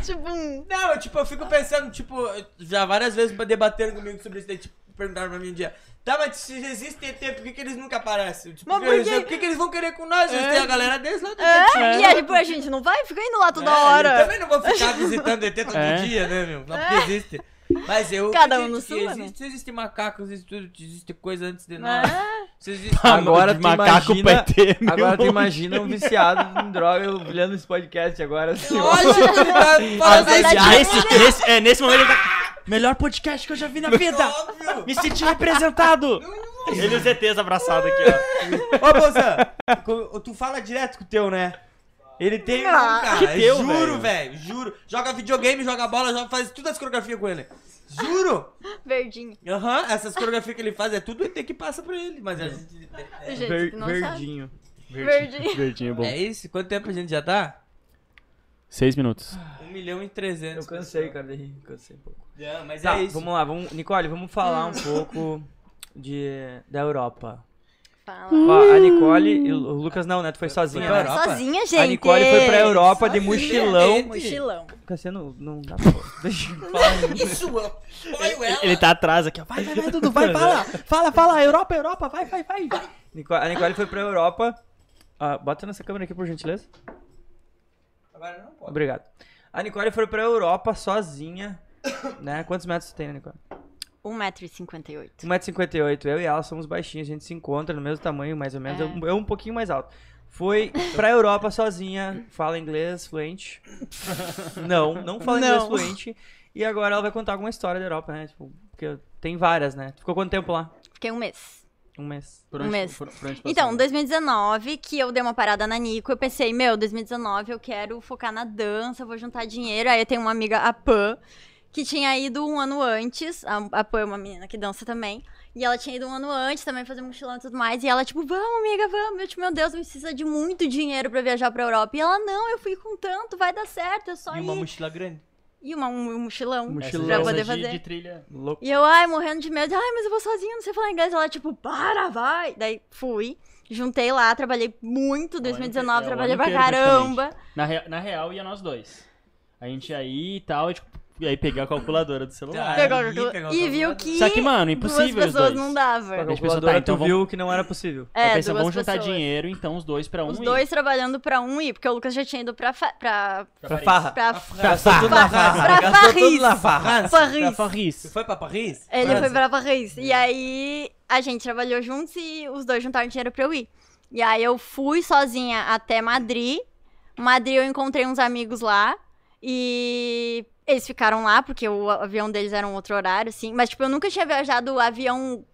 Speaker 4: tipo um...
Speaker 2: Não, eu, tipo, eu fico pensando, tipo, já várias vezes debateram comigo sobre isso, daí, tipo, perguntaram pra mim um dia, tá, mas se existe ET, por que, que eles nunca aparecem? Tipo,
Speaker 4: Mas
Speaker 2: por,
Speaker 4: por
Speaker 2: que,
Speaker 4: quê?
Speaker 2: por que, que eles vão querer com nós? Eles têm a galera deles lá dentro.
Speaker 4: É, e aí, pô, a gente não vai? Fica indo lá toda
Speaker 2: Eu
Speaker 4: hora.
Speaker 2: também não vou ficar visitando ET todo
Speaker 3: É.
Speaker 2: dia, né, meu? Não, porque existe. Mas eu
Speaker 4: Cada um no
Speaker 2: acredito que
Speaker 4: sua, né?
Speaker 2: existe, existe macaco, existe tudo, existe coisa antes de nós.
Speaker 4: É.
Speaker 2: Se existe-
Speaker 1: Agora
Speaker 3: de
Speaker 1: tu
Speaker 3: macaco
Speaker 1: imagina-
Speaker 3: pra ET, meu
Speaker 1: Agora tu
Speaker 3: irmão.
Speaker 1: imagina um viciado em droga olhando esse podcast agora, assim, ó.
Speaker 2: Olha, ele tá falando
Speaker 4: verdade-
Speaker 2: isso.
Speaker 3: Ah, esse- nesse, é, nesse momento ele tá... Melhor podcast que eu já vi na vida!
Speaker 2: Óbvio!
Speaker 3: Me senti representado! Ele e o ZTs abraçado aqui, ó.
Speaker 5: Ô, moça,
Speaker 2: Co- Tu fala direto com o teu, né?
Speaker 5: ele tem um,
Speaker 4: Ah,
Speaker 5: cara.
Speaker 3: que teu,
Speaker 2: juro, velho, juro. Joga videogame, joga bola, joga, faz todas as coreografias com ele. Juro!
Speaker 4: Verdinho.
Speaker 2: Aham, essas coreografias que ele faz é tudo ET que passa por ele. Mas é a gente.
Speaker 4: Gente, tu não sabe.
Speaker 3: verdinho.
Speaker 4: Verdinho.
Speaker 3: Verdinho é bom.
Speaker 2: É isso? Quanto tempo a gente já tá?
Speaker 3: Seis minutos.
Speaker 2: 1 milhão e
Speaker 1: Eu
Speaker 2: 300.
Speaker 1: cansei, cara, daí cansei um pouco.
Speaker 2: Não, mas
Speaker 1: Tá,
Speaker 2: é isso.
Speaker 1: vamos lá, vamos, Nicole, vamos falar um pouco de da Europa.
Speaker 4: Fala.
Speaker 1: Ó, a Nicole, e o Lucas não, né? Tu foi sozinha.
Speaker 2: pra
Speaker 1: né?
Speaker 2: Europa?
Speaker 4: Sozinha, gente. é
Speaker 1: A Nicole foi pra Europa de
Speaker 4: Sozinha.
Speaker 1: mochilão.
Speaker 4: Mochilão.
Speaker 1: Cassiano, não dá pra. Deixa eu falar.
Speaker 2: Isso, eu apoio ela.
Speaker 3: Ele tá atrás aqui, ó. Vai, vai, vai, Dudu, vai, fala! Fala, fala, Europa, Europa, vai, vai, vai!
Speaker 1: Nico- A Nicole foi pra Europa. Ah, bota nessa câmera aqui, por gentileza.
Speaker 2: Agora não pode.
Speaker 1: Obrigado. A Nicole foi pra Europa sozinha. Né? Quantos metros você tem, né, Nicole?
Speaker 4: 1,58m.
Speaker 1: 1,58m. Eu e ela somos baixinhos, a gente se encontra no mesmo tamanho, mais ou menos.
Speaker 4: É.
Speaker 1: Eu, eu um pouquinho mais alto. Foi pra Europa sozinha, fala inglês fluente. Não, não fala
Speaker 4: Não.
Speaker 1: inglês fluente. E agora ela vai contar alguma história da Europa, né? Tipo, porque tem várias, né? Tu Ficou quanto tempo lá?
Speaker 4: Fiquei um mês.
Speaker 1: Um mês.
Speaker 3: Por
Speaker 4: Um mês.
Speaker 3: por- por onde
Speaker 2: Tá
Speaker 3: passou?
Speaker 4: Então, 2019, que eu dei uma parada na Nico, eu pensei, meu, 2019 eu quero focar na dança, eu vou juntar dinheiro. Aí eu tenho uma amiga, a Pan, que tinha ido um ano antes. A, a Pan é uma menina que dança também. E ela tinha ido um ano antes também fazer mochilão e tudo mais. E ela, tipo, vamos, amiga, vamos. Eu, tipo, meu Deus, precisa de muito dinheiro pra viajar pra Europa. E ela, não, eu fui com tanto, vai dar certo, é só
Speaker 2: E uma
Speaker 4: ir.
Speaker 2: mochila grande.
Speaker 4: E uma, um, um mochilão.
Speaker 1: Mochilão.
Speaker 4: Pra
Speaker 3: Essas
Speaker 4: poder
Speaker 3: é de-
Speaker 4: fazer.
Speaker 3: de trilha.
Speaker 1: Louco.
Speaker 4: E eu, ai, morrendo de medo, ai, mas eu vou sozinha, não sei falar inglês. Ela, tipo, para, vai. Daí fui, juntei lá, trabalhei muito,
Speaker 3: é,
Speaker 4: 2019,
Speaker 3: o
Speaker 4: trabalhei
Speaker 3: ano
Speaker 4: pra
Speaker 3: inteiro,
Speaker 4: caramba.
Speaker 3: Na, rea- na real, ia nós dois. A gente ia aí e tal, e, tipo, e aí peguei a calculadora do
Speaker 2: Tá.
Speaker 3: celular.
Speaker 4: Pegou,
Speaker 2: Aí,
Speaker 4: calculadora.
Speaker 2: pegou a
Speaker 4: e viu
Speaker 2: calculadora.
Speaker 1: Tá.
Speaker 4: que,
Speaker 3: Só que, mano,
Speaker 4: duas
Speaker 3: impossível os
Speaker 4: pessoas
Speaker 3: dois.
Speaker 4: não
Speaker 1: A
Speaker 4: dava.
Speaker 3: As pessoas
Speaker 1: calculadora
Speaker 3: tá, então
Speaker 1: tu
Speaker 3: vamos-
Speaker 1: viu que não era possível.
Speaker 4: É,
Speaker 3: Aí pensamos,
Speaker 4: duas
Speaker 3: vamos juntar
Speaker 4: pessoas.
Speaker 3: dinheiro, então os dois pra um
Speaker 4: Os
Speaker 3: ir.
Speaker 4: dois trabalhando pra um ir, porque o Lucas já tinha ido pra... fa- pra...
Speaker 1: Pra farra.
Speaker 4: pra...
Speaker 1: Gastou tudo na farra.
Speaker 4: pra
Speaker 1: Gastou tudo
Speaker 4: Paris.
Speaker 1: na farra.
Speaker 3: Pra
Speaker 4: Paris.
Speaker 2: Tu
Speaker 3: Paris.
Speaker 2: foi pra Paris?
Speaker 4: Ele
Speaker 2: França?
Speaker 4: foi pra Paris. E aí a gente trabalhou juntos e os dois juntaram dinheiro pra eu ir. E aí eu fui sozinha até Madrid. Madrid eu encontrei uns amigos lá. E eles ficaram lá, porque o avião deles era um outro horário, assim. Mas, tipo, eu nunca tinha viajado avião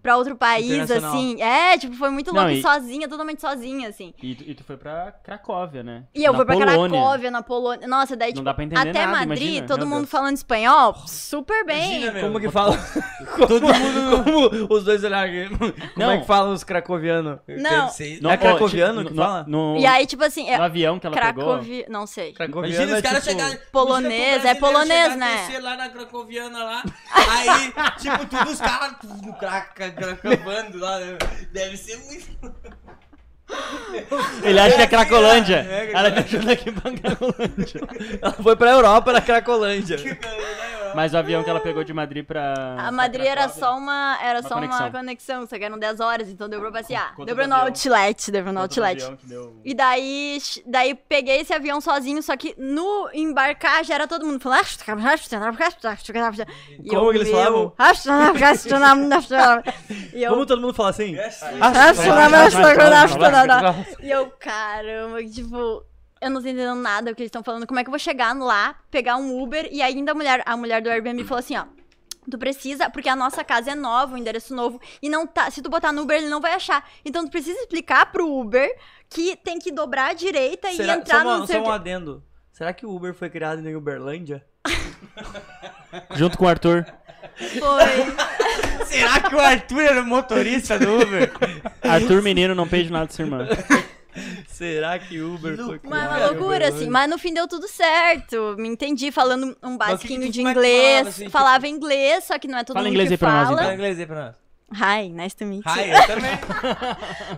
Speaker 4: pra outro país,
Speaker 1: Internacional.
Speaker 4: assim. É, tipo, foi muito
Speaker 3: Não,
Speaker 4: louco.
Speaker 3: e-
Speaker 4: Sozinha, totalmente sozinha, assim.
Speaker 3: E tu, e tu foi pra Cracóvia, né?
Speaker 4: E eu
Speaker 3: Na
Speaker 4: fui pra
Speaker 3: Polônia.
Speaker 4: Cracóvia, na Polônia. Nossa, daí,
Speaker 3: Não
Speaker 4: tipo,
Speaker 3: dá pra entender
Speaker 4: até
Speaker 3: nada,
Speaker 4: Madrid,
Speaker 3: imagina,
Speaker 4: todo
Speaker 3: meu
Speaker 4: mundo
Speaker 3: Deus.
Speaker 4: falando espanhol, super bem.
Speaker 2: Imagina, meu.
Speaker 1: Como que fala? Todo mundo. Como os dois olharam aqui. Como é que falam os cracovianos?
Speaker 4: Não.
Speaker 2: Sei.
Speaker 1: É cracoviano
Speaker 3: tipo,
Speaker 1: que
Speaker 3: no-
Speaker 1: fala?
Speaker 3: No,
Speaker 4: E aí, tipo assim, é,
Speaker 3: no avião que ela pegou.
Speaker 4: Cracovia. Não sei.
Speaker 1: Cracoviano
Speaker 2: Imagina os
Speaker 1: é
Speaker 2: caras
Speaker 1: tipo-
Speaker 2: chegarem.
Speaker 4: polonês,
Speaker 2: imagina tu
Speaker 4: é
Speaker 2: brasileiro
Speaker 4: polonês,
Speaker 2: chegar,
Speaker 4: né?
Speaker 2: descer lá na Cracoviana lá. Aí, tipo, tudo os caras tudo craca, cracovando lá. né? Deve ser muito.
Speaker 3: Ele acha que é Cracolândia.
Speaker 2: É, é,
Speaker 3: Ela tá me ajuda aqui pra é Cracolândia.
Speaker 1: Ela foi pra Europa, na Cracolândia.
Speaker 3: Mas o avião que ela pegou de Madrid pra.
Speaker 4: A Madrid era só um uma, era
Speaker 3: Uma
Speaker 4: só
Speaker 3: conexão.
Speaker 4: uma conexão, só que eram 10 horas, então deu pra passear.
Speaker 3: quanto
Speaker 4: Deu pra ir
Speaker 3: do
Speaker 4: no
Speaker 3: avião?
Speaker 4: outlet, deu pra ir no outlet.
Speaker 3: um Que deu...
Speaker 4: E daí, daí peguei esse avião sozinho, só que no embarcar já era todo mundo falando. E
Speaker 1: Como que eles
Speaker 4: meu, E eu,
Speaker 1: Como todo mundo fala assim?
Speaker 2: É.
Speaker 4: e eu, caramba, tipo, eu não tô entendendo nada do que eles estão falando. Como é que eu vou chegar lá, pegar um Uber e ainda a mulher, a mulher do Airbnb falou assim, ó. Tu precisa, porque a nossa casa é nova, o endereço novo, e não tá. Se tu botar no Uber, ele não vai achar. Então tu precisa explicar pro Uber que tem que dobrar à direita e
Speaker 1: Será, só,
Speaker 4: entrar
Speaker 1: uma-
Speaker 4: no
Speaker 1: só um
Speaker 4: seu.
Speaker 1: adendo. Será que o Uber foi criado em Uberlândia?
Speaker 3: Junto com o Arthur.
Speaker 4: Foi.
Speaker 2: Ah,
Speaker 5: será que o Arthur era o motorista do Uber?
Speaker 3: Arthur, menino, não peixe nada de sua irmã.
Speaker 1: Será que o Uber é, foi criado?
Speaker 4: Uma, uma
Speaker 1: em
Speaker 4: loucura, assim.
Speaker 1: Uberlândia?
Speaker 4: Mas no fim deu tudo certo. Me entendi falando um
Speaker 2: que
Speaker 4: basiquinho
Speaker 2: tu-
Speaker 4: de
Speaker 2: como é que tu
Speaker 4: inglês.
Speaker 2: falava,
Speaker 4: Falava,
Speaker 2: assim, tipo-
Speaker 4: inglês, só que não é todo
Speaker 3: Fala
Speaker 4: mundo
Speaker 3: inglês
Speaker 4: que
Speaker 3: aí pra nós,
Speaker 4: fala.
Speaker 2: Fala inglês aí pra então. nós.
Speaker 4: Hi, nice to meet you.
Speaker 2: Ai, eu também.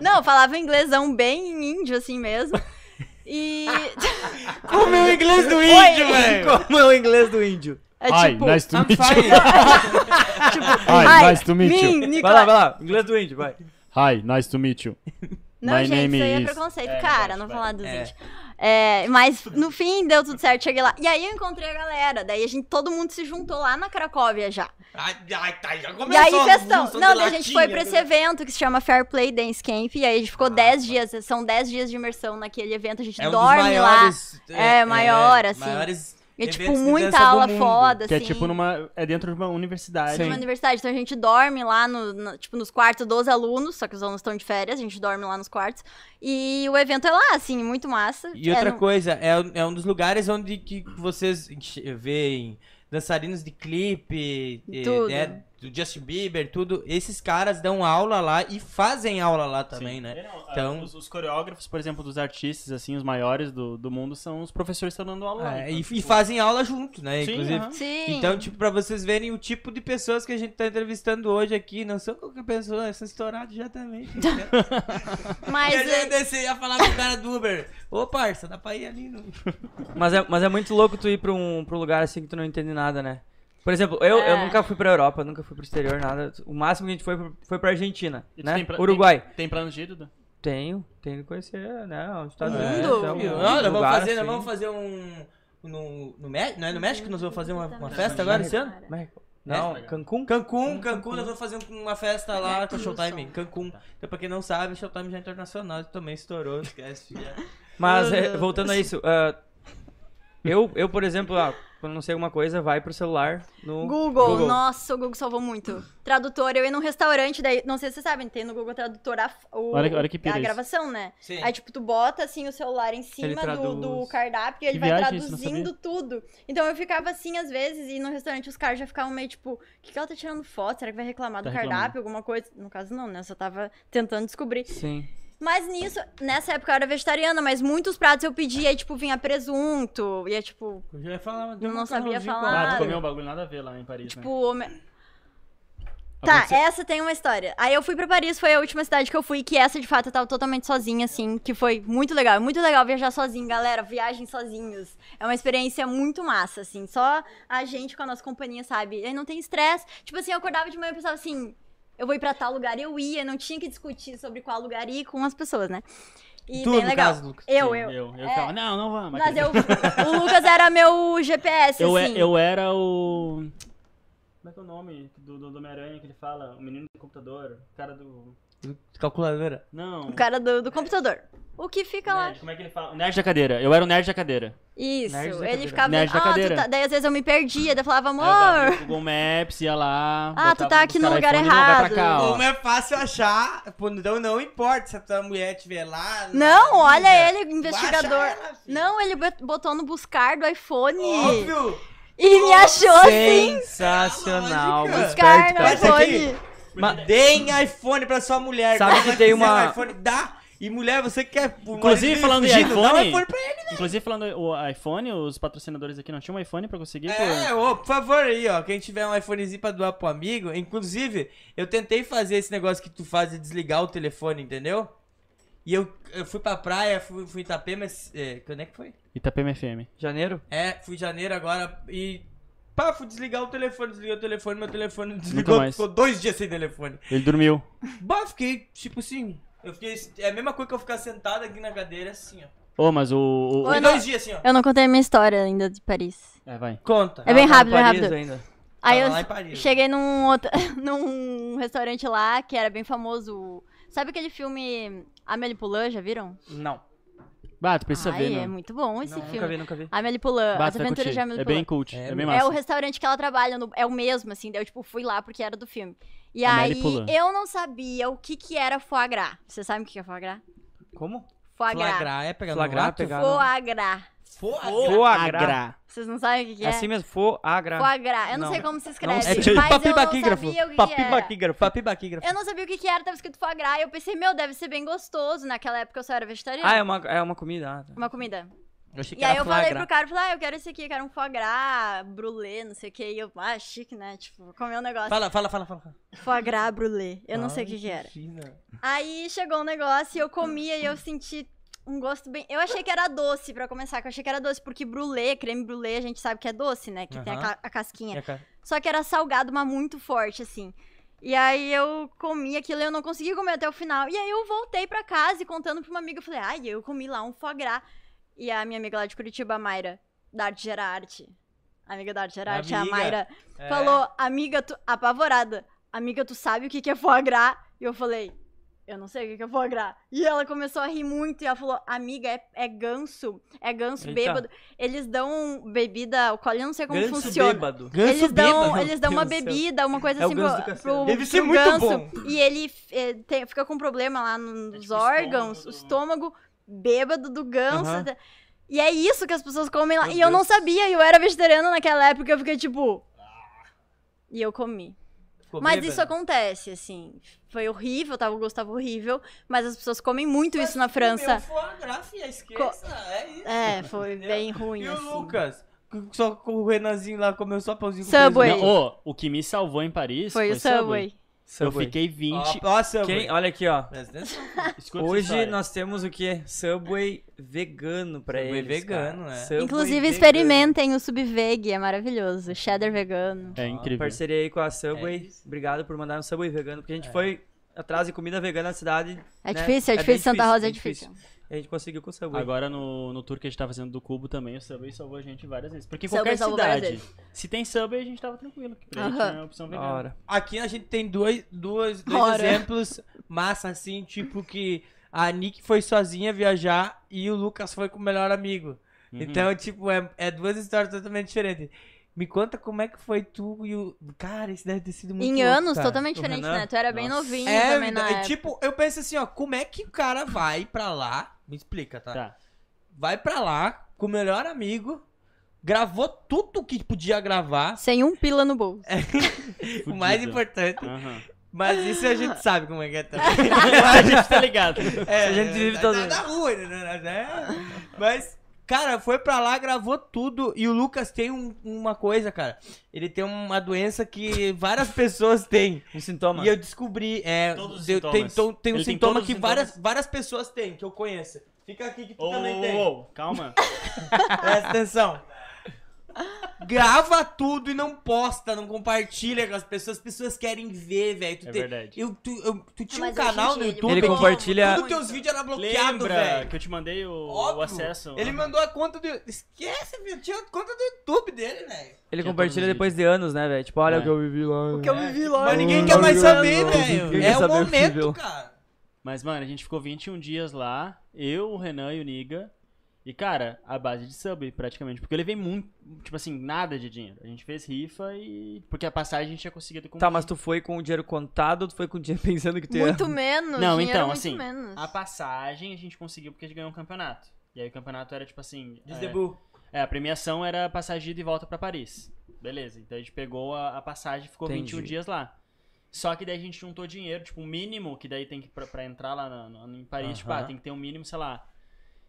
Speaker 4: Não, eu falava inglesão bem índio, assim mesmo. E.
Speaker 5: O
Speaker 1: é
Speaker 5: meu inglês do
Speaker 4: índio,
Speaker 5: índio, velho!
Speaker 1: Como é o inglês do índio?
Speaker 4: É tipo.
Speaker 3: to
Speaker 2: I'm fine.
Speaker 4: "Hi, me, Nicola-"
Speaker 1: Vai lá, vai lá. Inglês do índio, vai.
Speaker 3: Hi, nice to meet you.
Speaker 4: Não,
Speaker 3: My
Speaker 4: gente,
Speaker 3: name
Speaker 4: isso aí é
Speaker 3: is-
Speaker 4: preconceito,
Speaker 3: É,
Speaker 4: cara,
Speaker 3: verdade,
Speaker 4: não
Speaker 3: vai.
Speaker 4: falar dos
Speaker 2: É.
Speaker 4: índios. É, mas no fim deu tudo certo, cheguei lá. E aí eu encontrei a galera. Daí a gente, todo mundo se juntou lá na Cracóvia já.
Speaker 2: Ai, ai, tá, já começou.
Speaker 4: E aí,
Speaker 2: a
Speaker 4: festão.
Speaker 2: junção
Speaker 4: Não,
Speaker 2: de
Speaker 4: daí a gente
Speaker 2: latinha,
Speaker 4: foi pra esse
Speaker 2: né? Ah,
Speaker 4: evento que se chama Fair Play Dance Camp. E aí a gente ficou 10 dias, são 10 dias de imersão naquele evento. A gente
Speaker 2: tá. É um dos
Speaker 4: dorme lá.
Speaker 2: maiores,
Speaker 4: É, maior, assim.
Speaker 2: Maiores
Speaker 4: É tipo
Speaker 2: Eventos de
Speaker 4: muita
Speaker 2: dança do
Speaker 4: aula
Speaker 2: mundo,
Speaker 4: foda,
Speaker 3: Que é
Speaker 4: assim.
Speaker 3: tipo numa. É dentro de uma universidade.
Speaker 4: numa universidade. Então a gente dorme lá no, no- tipo, nos quartos dos alunos, só que os alunos estão de férias, a gente dorme lá nos quartos. E o evento é lá, assim, muito massa.
Speaker 2: E
Speaker 4: É
Speaker 2: outra
Speaker 4: no-
Speaker 2: coisa, é, um- é um dos lugares onde que vocês enche- veem dançarinos de clipe, eh,
Speaker 4: Tudo.
Speaker 2: né, do Justin Bieber, tudo. Esses caras dão aula lá e fazem aula lá também, né? Então-
Speaker 3: então... os, os coreógrafos, por exemplo, dos artistas, assim, os maiores do, do mundo, são os professores que estão dando aula.
Speaker 4: Ah,
Speaker 3: lá.
Speaker 2: É, e,
Speaker 3: Então,
Speaker 2: e
Speaker 3: tipo,
Speaker 2: fazem aula junto, né?
Speaker 3: Sim,
Speaker 2: Inclusive.
Speaker 3: aham.
Speaker 4: Sim.
Speaker 2: Então, tipo, pra vocês verem o tipo de pessoas que a gente tá entrevistando hoje aqui, não são qualquer pessoa, essa estourada já também.
Speaker 4: mas
Speaker 2: e a
Speaker 4: é-
Speaker 2: gente descer ia falar com o cara do Uber. Ô, parça, dá pra ir ali, não?
Speaker 1: Mas é, mas é muito louco tu ir pra um, pra um lugar assim que tu não entende nada, né? Por exemplo, eu, eu
Speaker 4: É.
Speaker 1: nunca fui pra Europa, nunca fui pro exterior, nada. O máximo que a gente foi foi pra Argentina,
Speaker 3: e tu
Speaker 1: né?
Speaker 3: tem pra-
Speaker 1: Uruguai.
Speaker 3: Tem, tem plano de ir, Dudu?
Speaker 1: Tenho, tenho que conhecer, né? Os Estados
Speaker 4: O
Speaker 1: Unidos.
Speaker 4: mundo.
Speaker 1: é um
Speaker 2: Não, nós vamos
Speaker 1: lugar,
Speaker 2: fazer, nós
Speaker 1: assim.
Speaker 2: vamos fazer um. No, no México? Não é no México que nós vamos fazer uma, uma festa
Speaker 3: Não,
Speaker 2: agora
Speaker 1: não.
Speaker 2: esse ano?
Speaker 1: México. é Não,
Speaker 3: México.
Speaker 1: Cancún?
Speaker 2: Cancún, Cancún, nós vamos fazer uma festa lá com a
Speaker 4: Cancún,
Speaker 2: Showtime.
Speaker 4: só.
Speaker 2: Cancún.
Speaker 1: Tá.
Speaker 2: Então, pra quem não sabe, a Showtime já é internacional, também estourou, esquece. já.
Speaker 1: Mas é, voltando a isso, ah, eu, eu, por exemplo, ah, quando não sei alguma coisa, vai pro celular no
Speaker 4: Google, nossa, o Google salvou muito. Tradutor, eu ia num restaurante, daí, não sei se vocês sabem, tem no Google Tradutor a, o-
Speaker 3: Olha que- olha que pira
Speaker 4: a
Speaker 3: isso.
Speaker 4: gravação, né?
Speaker 2: Sim.
Speaker 4: Aí, tipo, tu bota assim o celular em
Speaker 1: Ele
Speaker 4: cima do,
Speaker 1: traduz.
Speaker 4: do cardápio e ele
Speaker 3: Que
Speaker 4: vai
Speaker 3: viagem isso, não
Speaker 4: traduzindo tudo. Então eu ficava assim, às vezes, e no restaurante os caras já ficavam meio tipo, o que, que ela tá tirando foto? Será que vai reclamar
Speaker 3: Tá
Speaker 4: do
Speaker 3: reclamando.
Speaker 4: cardápio? Alguma coisa? No caso, não, né? Eu só tava tentando descobrir.
Speaker 1: Sim.
Speaker 4: Mas nisso, nessa época eu era vegetariana, mas muitos pratos eu pedia, e, tipo, vinha presunto, ia, tipo,
Speaker 2: Eu já ia falar, um
Speaker 4: Eu não sabia falar.
Speaker 3: Ah,
Speaker 4: Claro.
Speaker 3: tu comeu um bagulho nada a ver lá em Paris,
Speaker 4: tipo,
Speaker 3: né?
Speaker 4: ome- Tá,
Speaker 3: Aconteceu-
Speaker 4: essa tem uma história. Aí eu fui pra Paris, foi a última cidade que eu fui, que essa de fato eu tava totalmente sozinha, assim, que foi muito legal. É muito legal viajar sozinho, galera. Viagem sozinhos. É uma experiência muito massa, assim. Só a gente com a nossa companhia, sabe? Aí não tem estresse. Tipo assim, eu acordava de manhã e pensava assim, eu vou ir pra tal lugar, eu ia, não tinha que discutir sobre qual lugar ir com as pessoas, né? E
Speaker 2: Tu,
Speaker 4: bem
Speaker 2: no
Speaker 4: legal.
Speaker 2: caso, Lucas.
Speaker 4: eu,
Speaker 2: Sim,
Speaker 4: eu.
Speaker 3: Eu, eu
Speaker 4: é.
Speaker 3: ficava, não, não vamos.
Speaker 4: Mas eu, o Lucas era meu GPS,
Speaker 3: Eu, é-
Speaker 4: assim.
Speaker 3: eu era o. Como é que é o nome do, do, do Homem-Aranha que ele fala? O menino do computador? O cara do.
Speaker 2: Calculadora.
Speaker 3: Não.
Speaker 4: O cara do, do computador. O que fica lá?
Speaker 3: Nerd, como é que ele fala? O nerd da cadeira. Eu era o nerd da cadeira.
Speaker 4: Isso,
Speaker 1: Nerd da
Speaker 4: ele
Speaker 1: cadeira.
Speaker 4: ficava.
Speaker 3: Nerd da
Speaker 4: ah, tu
Speaker 3: cadeira.
Speaker 4: tá... Daí às vezes eu me perdia, daí eu falava,
Speaker 3: Aí eu dava
Speaker 4: amor.
Speaker 3: no Google Maps, ia lá.
Speaker 4: Ah, tu
Speaker 3: botava
Speaker 4: tá aqui
Speaker 3: os
Speaker 4: no
Speaker 3: cara
Speaker 4: lugar
Speaker 3: iPhone, não, vai pra
Speaker 4: errado.
Speaker 3: cá, ó.
Speaker 2: Como é fácil achar, pô, então não importa se a tua mulher estiver lá. na
Speaker 4: Não, olha
Speaker 3: É.
Speaker 2: ilha.
Speaker 4: ele,
Speaker 2: Tu acha
Speaker 4: investigador.
Speaker 2: ela, filho.
Speaker 4: Não, ele bot- botou no buscar do iPhone
Speaker 2: Óbvio!
Speaker 4: e me achou assim.
Speaker 1: Sensacional.
Speaker 2: Lógica.
Speaker 1: esperto,
Speaker 4: Buscar no
Speaker 1: cara.
Speaker 2: Mas aqui-
Speaker 4: iPhone.
Speaker 1: Mas-
Speaker 2: Deem iPhone pra sua mulher.
Speaker 1: Sabe
Speaker 2: Quando
Speaker 1: que
Speaker 2: ela
Speaker 1: tem
Speaker 2: quiser
Speaker 1: uma-
Speaker 2: um iPhone, dá. E mulher, você quer. o
Speaker 3: Inclusive,
Speaker 2: marido
Speaker 3: falando em
Speaker 2: fugindo, dá um
Speaker 3: iPhone-
Speaker 2: iPhone
Speaker 1: tipo-
Speaker 2: pra ele.
Speaker 3: Inclusive, falando o iPhone, os patrocinadores aqui não tinham um iPhone pra conseguir.
Speaker 2: É, ô, por favor aí, ó. Quem tiver um iPhonezinho pra doar pro amigo. Inclusive, eu tentei fazer esse negócio que tu faz de desligar o telefone, entendeu? E eu, eu fui pra praia, fui, fui em Itapema. É, quando é que foi?
Speaker 3: Pô. Itapema FM.
Speaker 1: Janeiro?
Speaker 2: É, fui em janeiro agora e. Pá, fui desligar o telefone, desliguei o telefone, meu telefone não desligou,
Speaker 3: mais.
Speaker 2: ficou dois dias sem telefone.
Speaker 3: Ele dormiu.
Speaker 2: Bah, eu fiquei, tipo assim, eu fiquei, é a mesma coisa que eu ficar sentado aqui na cadeira, assim, ó.
Speaker 3: Ô, mas o. o- o-
Speaker 4: Ô,
Speaker 2: Fiquei
Speaker 4: não-
Speaker 2: dois dias, assim, ó.
Speaker 4: Eu não contei a minha história ainda de Paris.
Speaker 3: É, vai.
Speaker 2: Conta.
Speaker 4: É bem
Speaker 1: Ela tá
Speaker 4: rápido,
Speaker 1: em
Speaker 4: bem
Speaker 1: Paris
Speaker 4: rápido.
Speaker 1: Ainda.
Speaker 4: Aí
Speaker 2: Tava
Speaker 4: eu
Speaker 2: lá em Paris.
Speaker 4: cheguei num, outro, num restaurante lá que era bem famoso. Sabe aquele filme Amélie Poulain, já viram?
Speaker 1: Não.
Speaker 3: Bah, tu precisa
Speaker 4: Ai,
Speaker 3: ver,
Speaker 4: é
Speaker 3: né?
Speaker 4: muito bom esse
Speaker 1: não nunca vi,
Speaker 4: filme.
Speaker 1: nunca vi.
Speaker 4: Amélie Poulain,
Speaker 3: Bah,
Speaker 4: As
Speaker 3: tu vai
Speaker 4: Aventuras
Speaker 3: curtir.
Speaker 4: de Amélie
Speaker 3: É
Speaker 4: Poulain.
Speaker 3: bem cult.
Speaker 2: É,
Speaker 3: É, bem
Speaker 4: É
Speaker 3: massa.
Speaker 4: o restaurante que ela trabalha, no- é o mesmo, assim. Daí eu, tipo, fui lá porque era do filme. E
Speaker 3: Amélie
Speaker 4: aí,
Speaker 3: Poulain.
Speaker 4: eu não sabia o que que era foie gras. Vocês sabem o que que é foie gras?
Speaker 1: Como?
Speaker 4: Foie gras.
Speaker 2: Flagrar é pegar
Speaker 1: Flagrar,
Speaker 2: no
Speaker 1: pegar. no-
Speaker 4: Foie gras.
Speaker 2: Flagrar.
Speaker 1: Foie gras.
Speaker 3: Agra.
Speaker 4: Vocês não sabem o que que
Speaker 1: né? É
Speaker 4: é?
Speaker 1: assim mesmo, foie gras.
Speaker 4: Foie gras. Eu não,
Speaker 1: Não.
Speaker 4: sei como se escreve,
Speaker 1: sei. É
Speaker 4: mas
Speaker 1: tipo
Speaker 4: eu não
Speaker 1: papibaquígrafo.
Speaker 4: sabia o que que era.
Speaker 2: Papibaquígrafo, papibaquígrafo.
Speaker 4: Eu não sabia o que que era, tava escrito foie gras. E eu pensei, meu, deve ser bem gostoso. Naquela época eu só era vegetariana.
Speaker 1: Ah, é uma, é uma comida. ah, tá.
Speaker 4: Uma comida.
Speaker 2: Eu achei
Speaker 4: E aí eu falei pro cara, eu falei, ah, eu quero esse aqui, eu quero um foie gras, brulé, não sei o que. E eu, ah, chique, né? Tipo, vou comer um negócio.
Speaker 2: Fala, fala, fala, fala.
Speaker 4: Foie gras, brulé. Eu não sei o que que era. Aí chegou um negócio e eu comia e eu senti um gosto bem. Eu achei que era doce, pra começar, que eu achei que era doce, porque brulê, creme brulê, a gente sabe que é doce, né? Que tem a,
Speaker 2: Aham.
Speaker 4: ca- a
Speaker 1: É,
Speaker 4: casquinha. Só que era salgado, mas muito forte, assim. E aí eu comi aquilo e eu não consegui comer até o final. E aí eu voltei pra casa e contando pra uma amiga, eu falei, ai, eu comi lá um foie gras. E a minha amiga lá de Curitiba, a Mayra, da Arte Gerarte. Amiga da Arte Gerarte, a
Speaker 2: Amiga.
Speaker 4: Mayra.
Speaker 1: É.
Speaker 4: Falou, amiga, tu... apavorada. Amiga, tu sabe o que que é foie gras? é E eu falei, eu não sei o que, que eu vou agrar. E ela começou a rir muito e ela falou, amiga, é, é ganso, é ganso
Speaker 1: Eita.
Speaker 4: bêbado. Eles dão bebida alcoólica, eu não sei como
Speaker 1: Ganso
Speaker 4: funciona.
Speaker 1: bêbado.
Speaker 4: Eles dão,
Speaker 1: bêbado.
Speaker 4: eles dão uma
Speaker 1: Meu Deus do
Speaker 4: bebida, uma coisa
Speaker 1: É o
Speaker 4: assim
Speaker 1: ganso do
Speaker 4: pro,
Speaker 1: castelo.
Speaker 4: pro,
Speaker 5: Deve ser
Speaker 4: pro
Speaker 5: muito
Speaker 4: ganso.
Speaker 5: bom.
Speaker 4: E ele eh, tem- fica com problema lá nos
Speaker 3: tipo o
Speaker 4: órgãos, o estômago, bêbado do ganso. E é isso que as pessoas comem lá.
Speaker 1: Meu
Speaker 4: e eu não
Speaker 1: Deus.
Speaker 4: sabia, e eu era vegetariana naquela época, eu fiquei tipo. E eu comi.
Speaker 1: Ficou
Speaker 4: mas
Speaker 1: bêbado.
Speaker 4: isso é acontece, assim. Foi horrível, tava o gosto tava horrível, mas as pessoas comem muito isso na
Speaker 2: Meu
Speaker 4: França.
Speaker 2: foie gras, filha, esqueça. É isso.
Speaker 4: É, foi bem ruim,
Speaker 2: E o
Speaker 4: assim.
Speaker 2: Lucas? C- Só com o Renanzinho lá comeu só pãozinho com
Speaker 4: Subway.
Speaker 2: queijo.
Speaker 3: Não, ô, o que me salvou em Paris
Speaker 4: Foi o Subway.
Speaker 3: Eu
Speaker 1: Subway.
Speaker 3: fiquei 20.
Speaker 2: Ó, ó, Subway.
Speaker 1: Quem- Olha aqui, ó.
Speaker 2: Presta atenção.
Speaker 3: Escuta essa
Speaker 1: Hoje
Speaker 3: história.
Speaker 1: nós temos o quê? Subway vegano pra
Speaker 2: Subway
Speaker 1: eles,
Speaker 2: vegano,
Speaker 1: cara.
Speaker 2: é.
Speaker 1: Subway
Speaker 4: Inclusive,
Speaker 1: vegano.
Speaker 4: experimentem o Subveg, é maravilhoso. Cheddar vegano.
Speaker 3: É
Speaker 1: Incrível.
Speaker 3: incrível.
Speaker 1: Parceria aí com a Subway.
Speaker 2: É isso.
Speaker 1: Obrigado por mandar um Subway vegano, porque a gente foi atrás de comida vegana na cidade.
Speaker 4: É
Speaker 1: né?
Speaker 4: difícil, é
Speaker 1: bem
Speaker 4: difícil. Santa Rosa é
Speaker 1: bem
Speaker 4: difícil.
Speaker 1: E A gente conseguiu com o Subway.
Speaker 3: Agora no, no tour que a gente tá fazendo do Cubo também, o Subway salvou a gente várias vezes. Porque em
Speaker 4: Subway
Speaker 3: qualquer
Speaker 4: salvou várias
Speaker 3: cidade, se tem Subway, a gente tava tranquilo. Que pra gente
Speaker 4: Aham.
Speaker 3: é opção
Speaker 1: Da
Speaker 3: vegana.
Speaker 1: hora.
Speaker 2: Aqui a gente tem dois, duas, dois
Speaker 4: Ora.
Speaker 2: exemplos massa, assim, tipo que a Nick foi sozinha viajar e o Lucas foi com o melhor amigo.
Speaker 3: Uhum.
Speaker 2: Então, tipo, é, é duas histórias totalmente diferentes. Me conta como é que foi tu e o. Cara, isso deve ter sido muito.
Speaker 4: Em
Speaker 2: louco,
Speaker 4: anos,
Speaker 2: cara.
Speaker 4: totalmente
Speaker 1: O
Speaker 4: diferente,
Speaker 1: Renan-
Speaker 4: né? Tu era bem
Speaker 3: Nossa.
Speaker 4: novinho
Speaker 2: É,
Speaker 4: também na
Speaker 2: é,
Speaker 4: época.
Speaker 2: tipo, eu penso assim, ó, como é que o cara vai pra lá? Me explica, tá?
Speaker 3: Tá.
Speaker 2: Vai pra lá com o melhor amigo, gravou tudo que podia gravar,
Speaker 4: Sem um pila no bolso.
Speaker 2: o mais
Speaker 3: Fudido.
Speaker 2: importante.
Speaker 3: Aham.
Speaker 2: Mas isso a gente sabe como é que é também.
Speaker 3: a gente tá ligado.
Speaker 2: É,
Speaker 1: A gente vive
Speaker 2: é,
Speaker 1: todo-
Speaker 2: na, na rua, né, né? né? Mas, cara, foi pra lá, gravou tudo. E o Lucas tem um- uma coisa, cara. Ele tem uma doença que várias pessoas têm.
Speaker 1: Um sintoma.
Speaker 2: E eu descobri. É,
Speaker 3: Todos os
Speaker 2: eu- tem,
Speaker 3: sintomas.
Speaker 2: to- tem um
Speaker 3: Ele tem
Speaker 2: sintoma
Speaker 3: todos os
Speaker 2: que
Speaker 3: sintomas?
Speaker 2: várias, várias pessoas têm, que eu conheço. Fica aqui que tu
Speaker 3: Ô,
Speaker 2: também
Speaker 3: ô,
Speaker 2: tem.
Speaker 3: ô, ô, calma.
Speaker 2: Presta atenção. Grava tudo e não posta, não compartilha com as pessoas. As pessoas querem ver, velho. Tu
Speaker 3: É
Speaker 2: tem-
Speaker 3: verdade.
Speaker 2: Eu, tu, eu- tu tinha
Speaker 4: Ah,
Speaker 2: um
Speaker 4: mas
Speaker 2: canal
Speaker 4: hoje
Speaker 2: no
Speaker 4: em dia ele
Speaker 2: YouTube.
Speaker 1: Ele
Speaker 4: mudou
Speaker 1: compartilha-
Speaker 4: muito.
Speaker 2: Todos teus vídeos eram bloqueados,
Speaker 3: Lembra
Speaker 2: velho.
Speaker 3: que eu te mandei o, o
Speaker 2: Óbvio.
Speaker 3: acesso.
Speaker 2: Ele
Speaker 3: Aham.
Speaker 2: mandou a conta do. Esquece, viu? Tinha a conta do YouTube dele, velho.
Speaker 1: Ele
Speaker 3: Tinha
Speaker 1: compartilha
Speaker 3: todos os
Speaker 1: depois de anos, né, velho? Tipo, olha
Speaker 3: É.
Speaker 1: o que eu vivi lá. O
Speaker 4: que eu vivi lá.
Speaker 2: Mas ninguém
Speaker 1: Ai,
Speaker 2: quer mais
Speaker 1: meu
Speaker 2: saber,
Speaker 1: Deus,
Speaker 2: velho.
Speaker 1: ninguém
Speaker 2: É
Speaker 1: quer
Speaker 2: o
Speaker 1: saber o
Speaker 2: momento,
Speaker 1: filho.
Speaker 2: cara.
Speaker 3: Mas, mano, a gente ficou 21 dias lá, eu, o Renan e o Niga. E, cara, a base de sub, praticamente. Porque eu levei muito, tipo assim, nada de dinheiro. A gente fez rifa e. Porque a passagem a gente tinha conseguido comprar.
Speaker 1: Tá, mas tu foi com o dinheiro contado ou tu foi com o dinheiro pensando que tu ia...
Speaker 4: Muito menos.
Speaker 3: Não,
Speaker 4: dinheiro é
Speaker 3: então,
Speaker 4: muito
Speaker 3: assim,
Speaker 4: Menos.
Speaker 3: A passagem a gente conseguiu porque a gente ganhou um campeonato. E aí o campeonato era, tipo assim.
Speaker 2: Diz
Speaker 3: é,
Speaker 2: Debu.
Speaker 3: É, a premiação era passagem de ida e volta pra Paris. Beleza, então a gente pegou a, a passagem e ficou
Speaker 1: Entendi.
Speaker 3: 21 dias lá. Só que daí a gente juntou dinheiro, tipo, o mínimo que daí tem que, pra, pra entrar lá na- na- em Paris, tipo, ah,
Speaker 1: Aham.
Speaker 3: tem que ter um mínimo, sei lá,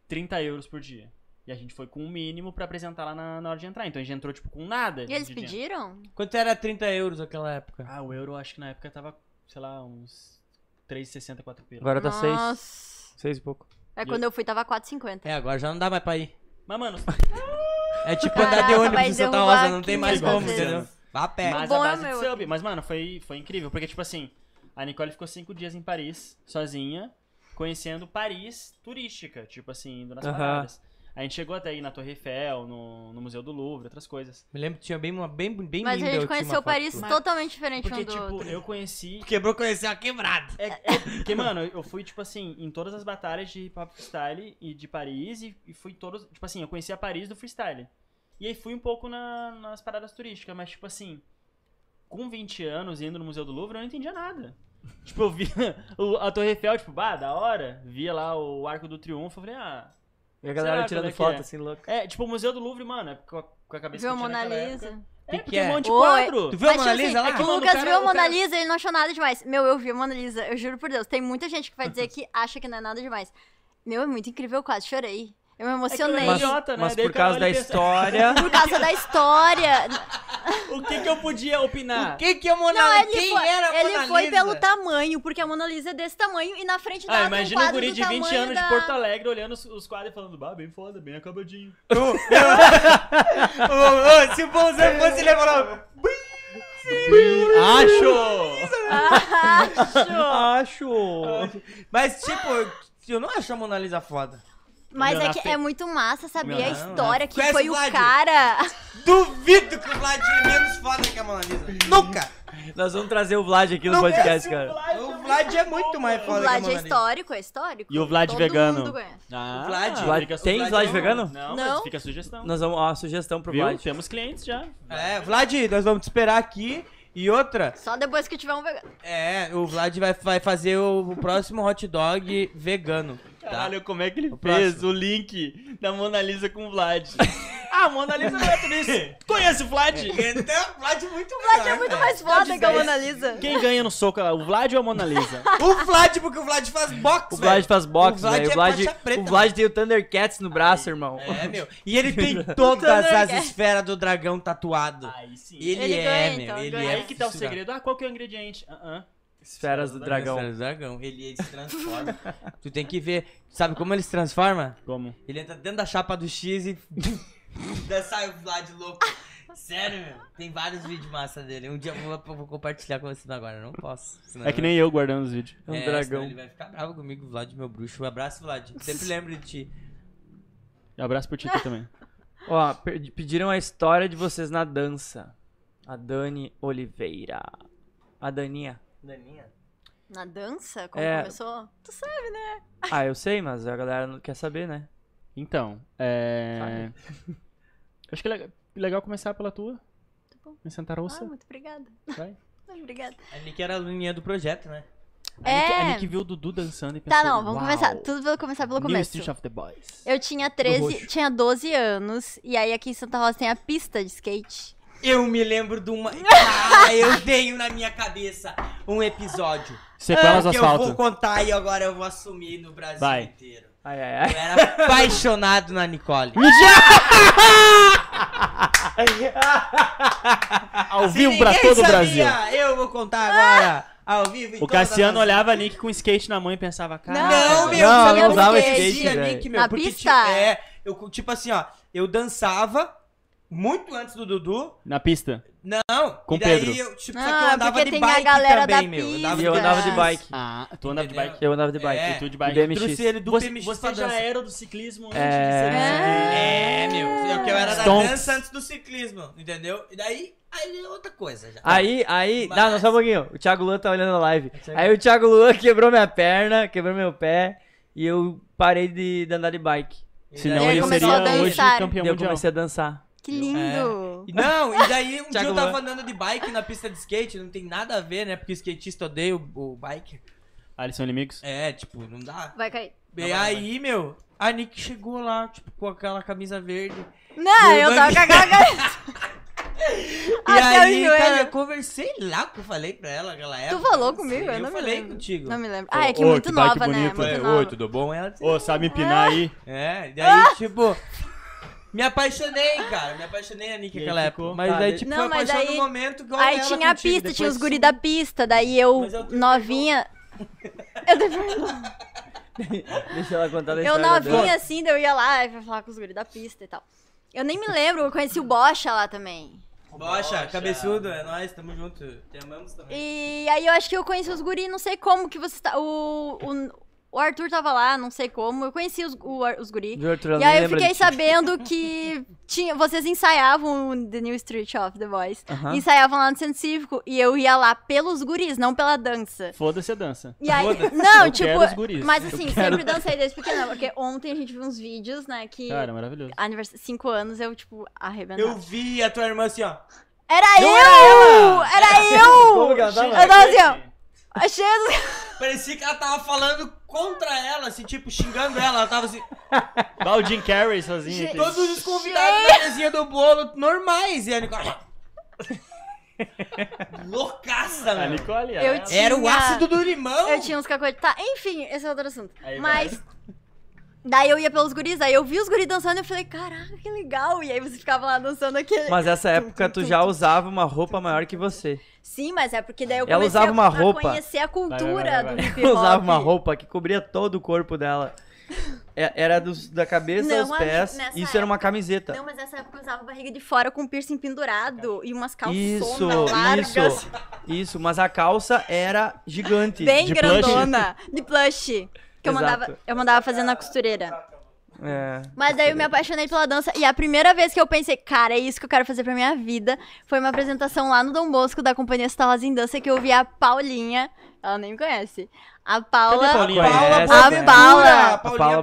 Speaker 3: 30 euros por dia. E a gente foi com o mínimo pra apresentar lá na, na hora de entrar. Então a gente entrou, tipo, com nada.
Speaker 4: E eles
Speaker 3: de dinheiro.
Speaker 4: pediram?
Speaker 2: Quanto era 30 euros naquela época?
Speaker 3: Ah, o euro acho que na época tava, sei lá, uns 3,60, 4 pila.
Speaker 1: Agora tá seis.
Speaker 4: Nossa.
Speaker 1: Seis e pouco.
Speaker 4: É quando eu fui, tava 4,50.
Speaker 2: É, agora já não dá mais pra ir.
Speaker 3: Mas, mano,
Speaker 2: É tipo andar de
Speaker 4: Caraca,
Speaker 2: ônibus
Speaker 4: vai um
Speaker 2: em Santa
Speaker 4: derrubar
Speaker 2: Rosa, não tem mais
Speaker 4: 500
Speaker 2: como,
Speaker 4: vezes.
Speaker 2: entendeu? Vá a pé.
Speaker 3: Mas a
Speaker 4: bom é o
Speaker 3: base
Speaker 4: meu
Speaker 3: de sub. Mas, mano, foi, foi incrível. Porque, tipo assim, a Nicole ficou cinco dias em Paris, sozinha, conhecendo Paris turística. Tipo assim, indo nas
Speaker 1: Aham.
Speaker 3: paradas. A gente chegou até aí na Torre Eiffel, no, no Museu do Louvre, outras coisas.
Speaker 2: Me lembro que tinha bem uma bem, bem
Speaker 4: Mas a
Speaker 2: linda, eu
Speaker 4: gente
Speaker 2: tinha uma
Speaker 4: conheceu
Speaker 2: foto
Speaker 4: Paris
Speaker 2: tua.
Speaker 4: totalmente diferente
Speaker 3: Porque,
Speaker 4: um do
Speaker 3: tipo,
Speaker 4: outro.
Speaker 3: eu conheci.
Speaker 2: Quebrou, conheceu a quebrada.
Speaker 3: É, é- porque, mano, eu fui, tipo assim, em todas as batalhas de hip hop freestyle e de Paris e, e fui em todos. Tipo assim, eu conheci a Paris do freestyle. E aí fui um pouco na- nas paradas turísticas, mas, tipo assim, com 20 anos indo no Museu do Louvre, eu não entendia nada. Tipo, eu via o- a Torre Eiffel, tipo, bah, da hora. Via lá o Arco do Triunfo, eu falei, ah.
Speaker 1: E a galera
Speaker 3: lá
Speaker 1: tirando
Speaker 3: quando é que
Speaker 1: foto,
Speaker 3: é.
Speaker 1: assim, louco.
Speaker 3: É, tipo, o Museu do Louvre, mano, é com a, com a cabeça
Speaker 4: Viu a
Speaker 3: que eu tinha
Speaker 4: Mona
Speaker 3: naquela
Speaker 4: Lisa?
Speaker 3: época.
Speaker 2: Que
Speaker 3: É,
Speaker 2: que
Speaker 3: porque
Speaker 2: é?
Speaker 3: um monte de
Speaker 4: Oi.
Speaker 3: quadro.
Speaker 2: Tu viu a
Speaker 4: Mas,
Speaker 2: Mona
Speaker 4: tipo
Speaker 2: Lisa
Speaker 4: assim,
Speaker 2: lá?
Speaker 4: é que o
Speaker 3: Mano, o
Speaker 4: Lucas
Speaker 3: cara-
Speaker 4: viu a
Speaker 3: o
Speaker 4: Mona
Speaker 3: cara-
Speaker 4: Lisa e ele não achou nada demais. Meu, eu vi a Mona Lisa, eu juro por Deus. Tem muita gente que vai dizer que acha que não é nada demais. Meu, é muito incrível, eu quase chorei. Eu me
Speaker 3: É que eu era
Speaker 4: emocionei.
Speaker 1: Mas,
Speaker 3: idiota, né?
Speaker 1: mas
Speaker 3: Daí
Speaker 1: por
Speaker 3: o cara
Speaker 1: causa da
Speaker 3: olha e pensa,
Speaker 1: história...
Speaker 4: Por causa da história.
Speaker 3: O que que eu podia opinar?
Speaker 2: Quem que é a Mona
Speaker 4: Não,
Speaker 2: Lisa?
Speaker 4: ele,
Speaker 2: Quem
Speaker 4: foi,
Speaker 2: era a
Speaker 4: ele
Speaker 2: Mona Lisa?
Speaker 4: foi pelo tamanho, porque a Mona Lisa é desse tamanho e na frente dela
Speaker 3: Ah,
Speaker 4: tem um
Speaker 3: imagina o
Speaker 4: quadro
Speaker 3: guri
Speaker 4: do
Speaker 3: de 20
Speaker 4: tamanho
Speaker 3: anos
Speaker 4: da-
Speaker 3: de Porto Alegre olhando os, os quadros e falando, bah, bem foda, bem acabadinho.
Speaker 2: Ô, ô, se o Bolsonaro fosse, ele ia falar...
Speaker 3: Acho!
Speaker 1: Acho!
Speaker 2: Mas, tipo, eu- eu não acho a Mona Lisa foda.
Speaker 4: Mas é
Speaker 3: Leonardo
Speaker 4: que
Speaker 3: Pe-
Speaker 4: é muito massa saber a
Speaker 3: Leonardo,
Speaker 4: história, que
Speaker 2: Conhece
Speaker 4: foi o
Speaker 2: Vlad?
Speaker 4: cara.
Speaker 2: Duvido que o Vlad é menos foda que a Mona Lisa. Nunca!
Speaker 1: Nós vamos trazer o Vlad aqui no
Speaker 2: Não
Speaker 1: podcast, cara.
Speaker 2: O Vlad é muito mais
Speaker 4: O
Speaker 2: foda que a
Speaker 4: Vlad é
Speaker 2: Mona Lisa.
Speaker 4: histórico, é histórico.
Speaker 3: E o Vlad
Speaker 4: Todo
Speaker 3: vegano?
Speaker 4: Mundo conhece.
Speaker 3: Ah,
Speaker 2: Vlad.
Speaker 3: fica
Speaker 1: Vlad-
Speaker 3: a
Speaker 1: tem
Speaker 3: sugestão.
Speaker 1: Vlad vegano?
Speaker 3: Não,
Speaker 4: Não.
Speaker 3: mas fica a sugestão.
Speaker 1: Nós vamos, ó, sugestão pro
Speaker 3: Viu?
Speaker 1: Vlad.
Speaker 3: Temos clientes já.
Speaker 2: É, Vlad, nós vamos te esperar aqui. E outra,
Speaker 4: Só depois que tiver um vegano.
Speaker 2: é, o Vlad vai, vai fazer o, o próximo hot dog vegano. Tá?
Speaker 3: Caralho, como é que ele fez
Speaker 2: próximo.
Speaker 3: o link da Mona Lisa com o Vlad? ah, Mona Lisa não é tudo isso. Conhece o Vlad?
Speaker 2: Então, o Vlad é muito
Speaker 4: Vlad é muito mais foda que a Mona Lisa.
Speaker 3: Quem ganha no soco, é o Vlad ou a Mona Lisa?
Speaker 2: O Vlad, porque o Vlad faz boxe,
Speaker 1: O Vlad
Speaker 2: velho.
Speaker 1: faz boxe,
Speaker 2: O Vlad
Speaker 1: velho. O
Speaker 2: é
Speaker 1: Vlad,
Speaker 2: faixa preta,
Speaker 1: o Vlad tem o Thundercats no braço, irmão.
Speaker 2: É, meu. E ele tem todas as esferas do dragão tatuado.
Speaker 3: Aí sim.
Speaker 2: Ele,
Speaker 4: Ele
Speaker 2: é,
Speaker 4: ganha,
Speaker 2: meu.
Speaker 4: então,
Speaker 2: ele
Speaker 4: ganha.
Speaker 2: é
Speaker 3: Aí que tá o
Speaker 2: fissurado.
Speaker 3: segredo. Ah, qual que é o ingrediente? Ah, ah.
Speaker 1: Esferas do dragão.
Speaker 2: Esferas do dragão. Ele, ele se transforma. tu tem que ver. Sabe como ele se transforma?
Speaker 3: Como?
Speaker 2: Ele entra dentro da chapa do X e. Daí sai o Vlad louco. Sério, meu. Tem vários vídeos massa dele. Um dia eu vou, eu vou compartilhar com vocês agora. Não posso. senão-
Speaker 3: É que nem eu guardando os vídeos.
Speaker 1: É um
Speaker 2: senão
Speaker 1: dragão.
Speaker 2: Ele vai ficar bravo comigo, Vlad, meu bruxo. Um abraço, Vlad. Sempre lembro de ti.
Speaker 3: Um Abraço pro Tito também.
Speaker 1: Ó, per- pediram a história de vocês na dança. A Dani Oliveira. A Daninha.
Speaker 2: Daninha.
Speaker 4: Na dança? Como
Speaker 1: É.
Speaker 4: começou? Tu sabe, né?
Speaker 1: Ah, eu sei, mas a galera não quer saber, né?
Speaker 3: Então, é... Acho que é le- legal começar pela tua.
Speaker 4: Tá bom.
Speaker 3: Em Santa
Speaker 4: Ah,
Speaker 3: Rosa.
Speaker 4: muito obrigada.
Speaker 3: Vai.
Speaker 4: Muito obrigada.
Speaker 2: A Nick era a aluninha do projeto, né?
Speaker 3: A Nick-
Speaker 4: É.
Speaker 3: A Nick viu o Dudu dançando e pensou...
Speaker 4: Tá, não, vamos
Speaker 3: "Uau,
Speaker 4: começar. Tudo vai começar pelo
Speaker 3: New
Speaker 4: começo.
Speaker 3: Street of the Boys.
Speaker 4: Eu tinha
Speaker 1: roxo.
Speaker 4: 13, tinha 12 anos, e aí aqui em Santa Rosa tem a pista de skate.
Speaker 2: Eu me lembro de uma. Ah, eu tenho na minha cabeça um episódio.
Speaker 3: Sequelas do
Speaker 2: Ah, que eu vou
Speaker 3: asfalto.
Speaker 2: contar e agora eu vou assumir no Brasil
Speaker 3: Vai.
Speaker 2: inteiro.
Speaker 1: Ai, ai, ai.
Speaker 2: Eu era apaixonado na Nicole.
Speaker 3: Ao
Speaker 2: Se
Speaker 3: vivo pra
Speaker 2: ninguém
Speaker 3: todo o
Speaker 2: sabia,
Speaker 3: Brasil.
Speaker 2: Eu vou contar agora. Ao vivo em
Speaker 3: O
Speaker 2: todas
Speaker 3: Cassiano
Speaker 2: as-
Speaker 3: olhava a Nick com skate na mão e pensava, cara.
Speaker 2: Não, meu,
Speaker 1: Não,
Speaker 2: sabe
Speaker 1: não
Speaker 2: por
Speaker 1: usava
Speaker 2: que
Speaker 1: skate,
Speaker 2: existia,
Speaker 1: velho.
Speaker 2: Nick, meu?
Speaker 4: Na
Speaker 2: Porque,
Speaker 4: pista?
Speaker 2: ti- É, eu, tipo assim, ó, eu dançava muito antes do Dudu.
Speaker 3: Na pista.
Speaker 2: Não,
Speaker 3: Com
Speaker 2: e daí
Speaker 3: Pedro.
Speaker 2: eu, tipo, só que eu
Speaker 4: Ah,
Speaker 2: andava
Speaker 4: porque
Speaker 2: de
Speaker 4: tem a
Speaker 2: bike
Speaker 4: galera
Speaker 2: também,
Speaker 4: da
Speaker 2: meu.
Speaker 1: E eu andava de bike.
Speaker 3: Ah, tu andava de
Speaker 2: Entendeu?
Speaker 3: bike.
Speaker 1: Eu andava de bike.
Speaker 2: É.
Speaker 3: E tu de bike.
Speaker 1: Do BMX.
Speaker 2: Trouxe ele do
Speaker 3: você
Speaker 2: BMX
Speaker 3: você
Speaker 2: pra
Speaker 3: já é
Speaker 2: dança.
Speaker 3: era do ciclismo antes
Speaker 4: Ah,
Speaker 1: É.
Speaker 3: de ser do ciclismo.
Speaker 2: É, meu, é que eu era
Speaker 3: Stonks.
Speaker 2: da dança antes do ciclismo, entendeu? E daí, aí é outra coisa já.
Speaker 1: Aí, aí.
Speaker 2: Mas-
Speaker 1: Não, não, só um pouquinho. O Thiago Luan tá olhando a live. Aí o Thiago Luan quebrou minha perna, quebrou meu pé. E eu parei de, de andar de bike.
Speaker 2: E
Speaker 3: Senão
Speaker 4: E aí
Speaker 3: ele
Speaker 4: É. começou
Speaker 3: seria
Speaker 4: a dançar.
Speaker 3: hoje
Speaker 2: é
Speaker 3: campeão
Speaker 1: Daí eu
Speaker 3: mundial.
Speaker 1: comecei a dançar.
Speaker 4: Que lindo!
Speaker 2: E Não, e daí um dia
Speaker 1: Thiago
Speaker 2: eu tava
Speaker 1: Luan.
Speaker 2: andando de bike na pista de skate, não tem nada a ver, né? Porque o skatista odeia o, o bike.
Speaker 3: Ah, eles são inimigos?
Speaker 2: É, tipo, não dá.
Speaker 4: Vai cair.
Speaker 2: E aí, meu, a Nick chegou lá, tipo, com aquela camisa verde.
Speaker 4: Não,
Speaker 2: Meu
Speaker 4: eu
Speaker 2: nome-
Speaker 4: tava com a cabeça.
Speaker 2: E
Speaker 4: Até
Speaker 2: aí,
Speaker 4: o joelho.
Speaker 2: cara, eu conversei lá que eu falei pra ela aquela época.
Speaker 4: falou
Speaker 2: não sei,
Speaker 4: comigo? Eu não me
Speaker 2: falei
Speaker 4: lembro.
Speaker 2: contigo.
Speaker 4: Não me lembro. Ah, é que
Speaker 3: Ô,
Speaker 4: muito
Speaker 3: que bike
Speaker 4: nova, né?
Speaker 3: bonito,
Speaker 4: Muito
Speaker 3: é.
Speaker 4: nova.
Speaker 2: tudo bom? Ela disse,
Speaker 3: Ô, sabe
Speaker 4: Ah.
Speaker 3: empinar aí?
Speaker 2: É, e daí, tipo, me apaixonei, cara. Me apaixonei na Nick
Speaker 3: E aí
Speaker 2: naquela
Speaker 3: ficou.
Speaker 2: época. Mas
Speaker 1: Tá,
Speaker 2: daí,
Speaker 1: de-
Speaker 2: tipo,
Speaker 4: Não,
Speaker 2: foi a
Speaker 4: mas
Speaker 2: paixão
Speaker 4: aí-
Speaker 2: do momento que eu
Speaker 4: Aí
Speaker 2: ela
Speaker 4: tinha a
Speaker 2: contigo,
Speaker 4: pista,
Speaker 2: depois-
Speaker 4: tinha os guri da pista, daí eu,
Speaker 2: Mas é eu tenho
Speaker 4: novinha. Eu, tenho-
Speaker 1: Deixa ela contar da
Speaker 4: eu
Speaker 1: história da dança.
Speaker 4: novinha assim, daí eu ia lá e falar com os guri da pista e tal. Eu nem me lembro, eu conheci o Bocha lá também.
Speaker 2: Bocha, cabeçudo, é nóis, tamo junto. Te amamos também.
Speaker 4: E aí eu acho que eu conheci os guri, não sei como que você tá. O, o, o Arthur tava lá, não sei como. Eu conheci os, o Ar- os guri.
Speaker 1: Viu, Arthur, ela
Speaker 4: E
Speaker 1: nem
Speaker 4: aí eu
Speaker 1: lembra
Speaker 4: fiquei
Speaker 1: de ti.
Speaker 4: sabendo que tinha, vocês ensaiavam o The New Street of the Boys.
Speaker 1: Aham.
Speaker 4: Ensaiavam lá no Centro Cívico e eu ia lá pelos guris, não pela dança.
Speaker 3: Foda-se a dança.
Speaker 4: E aí,
Speaker 3: Foda-se.
Speaker 4: não,
Speaker 3: Eu
Speaker 4: tipo,
Speaker 3: quero os guris.
Speaker 4: mas assim, sempre dancei desde pequena, porque ontem a gente viu uns vídeos, né, que
Speaker 3: Cara, maravilhoso.
Speaker 4: anivers... cinco anos eu, tipo, arrebentava.
Speaker 2: Eu vi a tua irmã assim, ó.
Speaker 4: Era eu! Era,
Speaker 1: Como que
Speaker 4: eu!
Speaker 3: Tá
Speaker 1: ela tá, tava?
Speaker 4: Eu tava assim, ó, cheia dos...
Speaker 2: Parecia que ela tava falando contra ela, assim, tipo, xingando ela. Ela tava assim.
Speaker 3: Bah, o Jim Carrey sozinho. aqui.
Speaker 2: Todos os convidados da mesinha do bolo normais, e a Nicole. Loucaça,
Speaker 3: A
Speaker 2: mano.
Speaker 3: Nicole,
Speaker 4: Eu
Speaker 3: ela-
Speaker 4: tinha-
Speaker 2: Era o ácido do limão.
Speaker 4: Eu tinha uns cacoetes. Tá, enfim, esse é outro assunto.
Speaker 3: Aí vai.
Speaker 4: Mas. Daí eu ia pelos guris, aí eu vi os guris dançando e eu falei, caraca, que legal. E aí você ficava lá dançando aquele.
Speaker 1: Mas essa época tu já usava uma roupa maior que você.
Speaker 4: Sim, mas é porque daí eu
Speaker 1: Ela
Speaker 4: comecei
Speaker 1: usava
Speaker 4: a,
Speaker 1: uma
Speaker 4: a
Speaker 1: roupa.
Speaker 4: conhecer a cultura
Speaker 3: Vai, vai, vai, vai,
Speaker 4: do
Speaker 3: vai.
Speaker 4: hip
Speaker 1: Ela
Speaker 4: hop.
Speaker 1: usava uma roupa que cobria todo o corpo dela. É- Era dos- da cabeça
Speaker 4: Não,
Speaker 1: aos
Speaker 4: a-
Speaker 1: pés.
Speaker 4: nessa
Speaker 1: Isso era uma camiseta.
Speaker 4: Não, mas nessa época eu usava barriga de fora com piercing pendurado e umas calçonas
Speaker 1: Isso,
Speaker 4: largas.
Speaker 1: isso, isso. Mas a calça era gigante.
Speaker 4: Bem
Speaker 3: De plush?
Speaker 4: grandona. De plush. Que eu
Speaker 1: Exato.
Speaker 4: mandava, eu mandava fazer na costureira.
Speaker 1: É.
Speaker 4: Mas daí eu me apaixonei pela dança e a primeira vez que eu pensei, cara, é isso que eu quero fazer pra minha vida, foi uma apresentação lá no Dom Bosco da Companhia Estalas em Dança que eu vi a Paulinha, ela nem me conhece, a Paula...
Speaker 1: Paulinha?
Speaker 4: A Paula.
Speaker 5: Boaventura, a Paulinha
Speaker 1: Paula
Speaker 5: Boaventura,